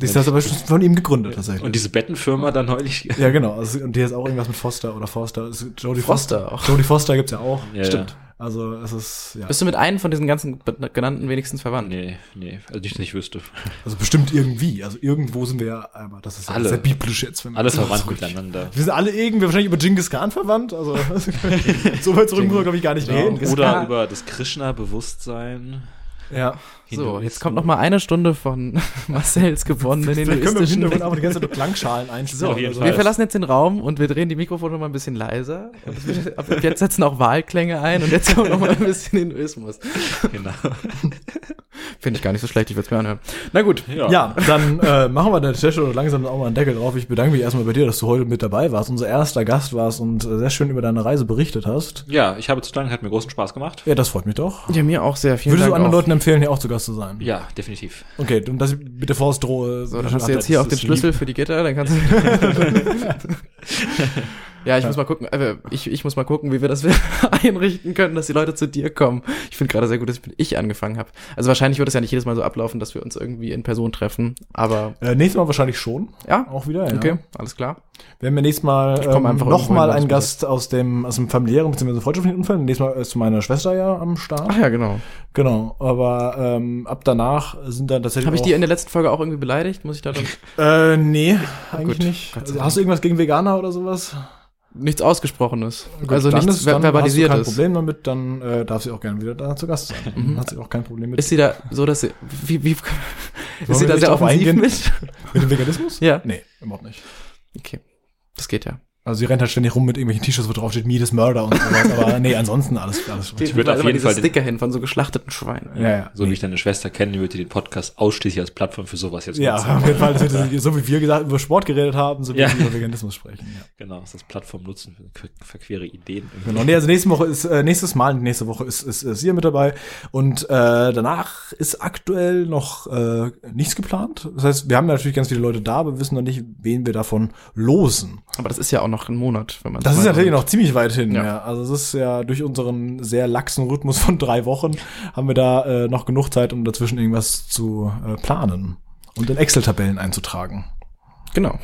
Speaker 1: Ist das aber schon von ihm gegründet, tatsächlich.
Speaker 3: Und diese Bettenfirma dann neulich.
Speaker 1: Ja, genau. Also, und hier ist auch irgendwas mit Foster oder Forster. Es ist Jodie
Speaker 2: Foster auch.
Speaker 1: Jodie Foster gibt's ja auch.
Speaker 3: Ja,
Speaker 2: Stimmt.
Speaker 1: Also es ist, ja.
Speaker 2: Bist du mit einem von diesen ganzen be- genannten wenigstens verwandt?
Speaker 3: (laughs) Nee, nee, also nicht, dass ich wüsste.
Speaker 1: Also bestimmt irgendwie. Also irgendwo sind wir ja einmal. Das ist ja
Speaker 3: Alle.
Speaker 1: sehr biblisch jetzt. Wenn man-
Speaker 3: Alles verwandt
Speaker 1: Zurück.
Speaker 3: miteinander.
Speaker 1: Wir sind alle irgendwie wahrscheinlich über Genghis Khan verwandt. Also (laughs) so weit zurück muss man, glaube ich, gar nicht reden.
Speaker 2: Genghis
Speaker 3: Genau. Oder
Speaker 2: Khan.
Speaker 3: über das Krishna-Bewusstsein.
Speaker 1: Ja.
Speaker 2: So, jetzt
Speaker 3: Hinduismus.
Speaker 2: kommt noch mal eine Stunde von (laughs) Marcells gewonnenen
Speaker 1: Vielleicht können wir im
Speaker 2: hinduistischen
Speaker 1: Hintergrund einfach die ganze Zeit Klangschalen einstellen.
Speaker 3: Auf jeden
Speaker 1: Also,
Speaker 2: Wir
Speaker 3: Fall.
Speaker 2: verlassen jetzt den Raum und wir drehen die Mikrofone mal ein bisschen leiser. Und es wird- ab ab jetzt setzen auch Wahlklänge ein und jetzt kommt noch mal ein bisschen Hinduismus.
Speaker 3: Genau.
Speaker 2: Finde ich gar nicht so schlecht, ich würde es mir anhören. Na gut.
Speaker 1: Ja, dann äh, machen wir der Stelle langsam auch mal einen Deckel drauf. Ich bedanke mich erstmal bei dir, dass du heute mit dabei warst, unser erster Gast warst und äh, sehr schön über deine Reise berichtet hast.
Speaker 3: Ja, ich habe zu danken, hat mir großen Spaß gemacht.
Speaker 1: Ja, das freut mich doch.
Speaker 2: Ja, mir auch sehr. Vielen
Speaker 1: Würdest du
Speaker 2: Dank.
Speaker 1: anderen
Speaker 2: auch.
Speaker 1: Leuten empfehlen, hier auch zu Gast zu sein?
Speaker 3: Ja, definitiv.
Speaker 1: Okay, und das mit der Faust drohe.
Speaker 2: so, dann hast
Speaker 1: Ach,
Speaker 2: du jetzt
Speaker 1: das
Speaker 2: hier auch
Speaker 1: ist
Speaker 2: den
Speaker 1: lieb.
Speaker 2: Schlüssel für die Gitter, dann kannst du.
Speaker 1: (laughs)
Speaker 2: ja, ich muss mal gucken, äh, ich, ich muss mal gucken, wie wir das (laughs) einrichten können, dass die Leute zu dir kommen. Ich finde gerade sehr gut, dass ich angefangen habe. Also wahrscheinlich wird es ja nicht jedes Mal so ablaufen, dass wir uns irgendwie in Person treffen, aber
Speaker 1: Äh, nächstes Mal wahrscheinlich schon.
Speaker 2: ja.
Speaker 1: Auch wieder, ja.
Speaker 2: Okay, alles klar.
Speaker 1: Wenn wir nächstes Mal
Speaker 2: komm einfach irgendwo hin,
Speaker 1: nochmal
Speaker 2: wenn
Speaker 1: einen
Speaker 2: das gut
Speaker 1: Gast aus dem, aus dem familiären bzw. freundschaftlichen Umfeld. Nächstes Mal ist meine Schwester ja am Start.
Speaker 2: Ach ja, genau.
Speaker 1: Genau. Aber ähm, ab danach sind dann tatsächlich.
Speaker 2: Habe ich
Speaker 1: auch-
Speaker 2: die in der letzten Folge auch irgendwie beleidigt? Muss
Speaker 1: (laughs)
Speaker 2: ich da dann
Speaker 1: Äh, nee, eigentlich
Speaker 2: Gut,
Speaker 1: nicht.
Speaker 2: Gott
Speaker 1: Also,
Speaker 2: sei Dank.
Speaker 1: hast du irgendwas gegen Veganer oder sowas?
Speaker 2: nichts ausgesprochenes?
Speaker 1: Gut,
Speaker 2: also
Speaker 1: dann
Speaker 2: nichts
Speaker 1: ist- dann
Speaker 2: ver- verbalisiertes.
Speaker 1: Hast du kein Problem damit, dann äh, darf sie auch gerne wieder da zu Gast sein. Hat sie auch kein Problem mit.
Speaker 2: Mhm. Ist sie da so, dass sie wie, wie ist sie
Speaker 1: wir
Speaker 2: da
Speaker 1: nicht
Speaker 2: sehr
Speaker 1: drauf
Speaker 2: offensiv
Speaker 1: eingehen?
Speaker 2: mit? (laughs)
Speaker 1: mit dem Veganismus?
Speaker 2: Ja.
Speaker 1: Nee, überhaupt nicht.
Speaker 2: Okay. Das geht ja.
Speaker 1: Also sie rennt halt ständig rum mit irgendwelchen T-Shirts, wo drauf steht Meat is Murder und sowas, (laughs) aber nee, ansonsten alles, alles
Speaker 3: Ich würde auf
Speaker 2: Immer
Speaker 3: jeden
Speaker 2: diese
Speaker 3: Fall, den,
Speaker 2: Sticker hin von so geschlachteten Schweinen.
Speaker 1: Ja, ja.
Speaker 3: so wie ich deine Schwester kenne, würde die den Podcast ausschließlich als Plattform für sowas jetzt
Speaker 1: ja,
Speaker 3: nutzen.
Speaker 1: auf (laughs) jeden Fall, das wird- so wie wir gesagt über Sport geredet haben, so wie
Speaker 3: Ja.
Speaker 1: wir über Veganismus sprechen. Ja.
Speaker 3: Genau, das ist Plattform nutzen für que- verquere Ideen.
Speaker 1: Genau. Nee, also nächste Woche ist, äh, nächstes Mal, nächste Woche ist, ist, ist ihr mit dabei. Und äh, danach ist aktuell noch äh, nichts geplant. Das heißt, wir haben natürlich ganz viele Leute da, aber wir wissen noch nicht, wen wir davon losen.
Speaker 2: Aber das ist ja auch noch ein Monat, wenn man
Speaker 1: Das ist natürlich noch ziemlich weit hin.
Speaker 2: Ja.
Speaker 1: Ja. Also es ist ja durch unseren sehr laxen Rhythmus von drei Wochen haben wir da äh, noch genug Zeit, um dazwischen irgendwas zu äh, planen und in Excel-Tabellen einzutragen.
Speaker 2: Genau.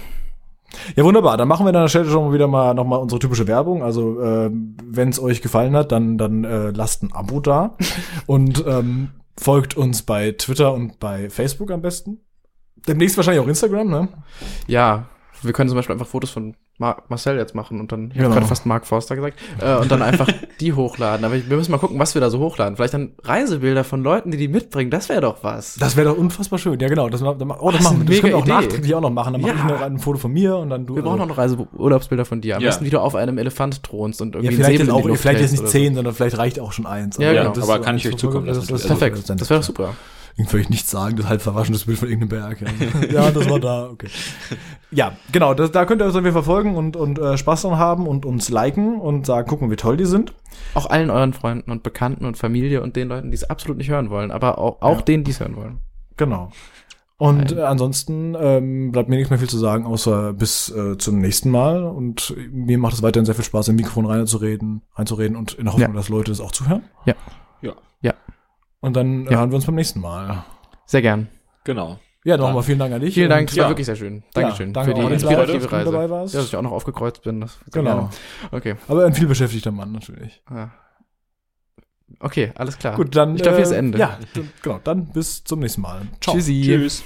Speaker 1: Ja, wunderbar. Dann machen wir an der Stelle schon mal wieder mal nochmal unsere typische Werbung. Also, äh, wenn es euch gefallen hat, dann, dann äh, lasst ein Abo da und ähm, folgt uns bei Twitter und bei Facebook am besten. Demnächst wahrscheinlich auch Instagram, ne?
Speaker 2: Ja, wir können zum Beispiel einfach Fotos von Mar Marcel jetzt machen und dann, ich habe
Speaker 1: Genau.
Speaker 2: gerade fast Mark Forster gesagt, äh, und
Speaker 1: (laughs)
Speaker 2: dann einfach die hochladen. Aber ich, wir müssen mal gucken, was wir da so hochladen. Vielleicht dann Reisebilder von Leuten, die die mitbringen. Das wäre doch was.
Speaker 1: Das wäre doch unfassbar schön. Ja, genau. Das, ma- da ma- oh, das,
Speaker 2: Das ist
Speaker 1: machen wir.
Speaker 2: eine
Speaker 1: Das können wir
Speaker 2: mega
Speaker 1: auch
Speaker 2: Idee.
Speaker 1: nachträglich auch noch machen. Dann mache
Speaker 2: Ja.
Speaker 1: ich noch ein Foto von mir und dann du. also,
Speaker 2: wir brauchen auch noch Reiseurlaubsbilder von dir. Am
Speaker 3: Ja.
Speaker 2: besten, wie du auf einem Elefant thronst und
Speaker 1: ja,
Speaker 2: irgendwie
Speaker 1: vielleicht jetzt
Speaker 2: einen Säbel in
Speaker 1: auch,
Speaker 2: die Luft
Speaker 1: vielleicht jetzt
Speaker 2: hältst
Speaker 1: nicht
Speaker 2: oder
Speaker 1: zehn, sondern vielleicht reicht auch schon eins. Also,
Speaker 2: Ja, genau.
Speaker 1: das
Speaker 3: Aber
Speaker 1: ist
Speaker 3: kann ich
Speaker 1: so-
Speaker 3: euch zukommen
Speaker 1: das-
Speaker 3: lassen,
Speaker 1: das-
Speaker 2: So.
Speaker 3: Also,
Speaker 2: Perfekt. Das wäre doch super.
Speaker 1: ein völlig nichtssagendes, halb verwaschenes Bild von irgendeinem Berg.
Speaker 2: (laughs)
Speaker 1: Ja, ja das war da, okay. Ja, genau, das, da könnt ihr uns auf jeden Fall folgen und, und äh, Spaß dran haben und uns liken und sagen, guck mal, wie toll die sind.
Speaker 2: Auch allen euren Freunden und Bekannten und Familie und den Leuten, die es absolut nicht hören wollen, aber auch, auch
Speaker 1: Ja.
Speaker 2: denen, die es hören wollen.
Speaker 1: Genau. Und äh, ansonsten ähm, bleibt mir nichts mehr viel zu sagen, außer bis äh, zum nächsten Mal. Und mir macht es weiterhin sehr viel Spaß, im Mikrofon reinzureden, reinzureden und in der Hoffnung,
Speaker 2: Ja.
Speaker 1: dass Leute das auch zuhören.
Speaker 3: Ja,
Speaker 1: Und dann äh,
Speaker 2: Ja.
Speaker 1: hören wir uns beim nächsten Mal.
Speaker 2: Sehr gern.
Speaker 3: genau.
Speaker 1: Ja, nochmal vielen Dank an dich.
Speaker 2: Vielen Dank, das
Speaker 3: ja.
Speaker 2: war wirklich sehr schön. Dankeschön
Speaker 1: danke
Speaker 2: für
Speaker 1: auch
Speaker 2: die
Speaker 1: an den
Speaker 2: inspirative
Speaker 1: Leuten, dass
Speaker 2: Reise.
Speaker 1: du dabei warst.
Speaker 2: Ja, dass ich auch noch aufgekreuzt bin. Das sehr
Speaker 1: Genau.
Speaker 2: gerne. Okay.
Speaker 1: Aber ein vielbeschäftigter Mann natürlich.
Speaker 2: Ja. Okay, alles klar.
Speaker 1: Gut, äh, dann.
Speaker 2: Ich glaube, hier ist Ende.
Speaker 1: Ja, d- genau. Dann bis zum nächsten Mal. Ciao.
Speaker 2: Tschüssi.
Speaker 3: Tschüss.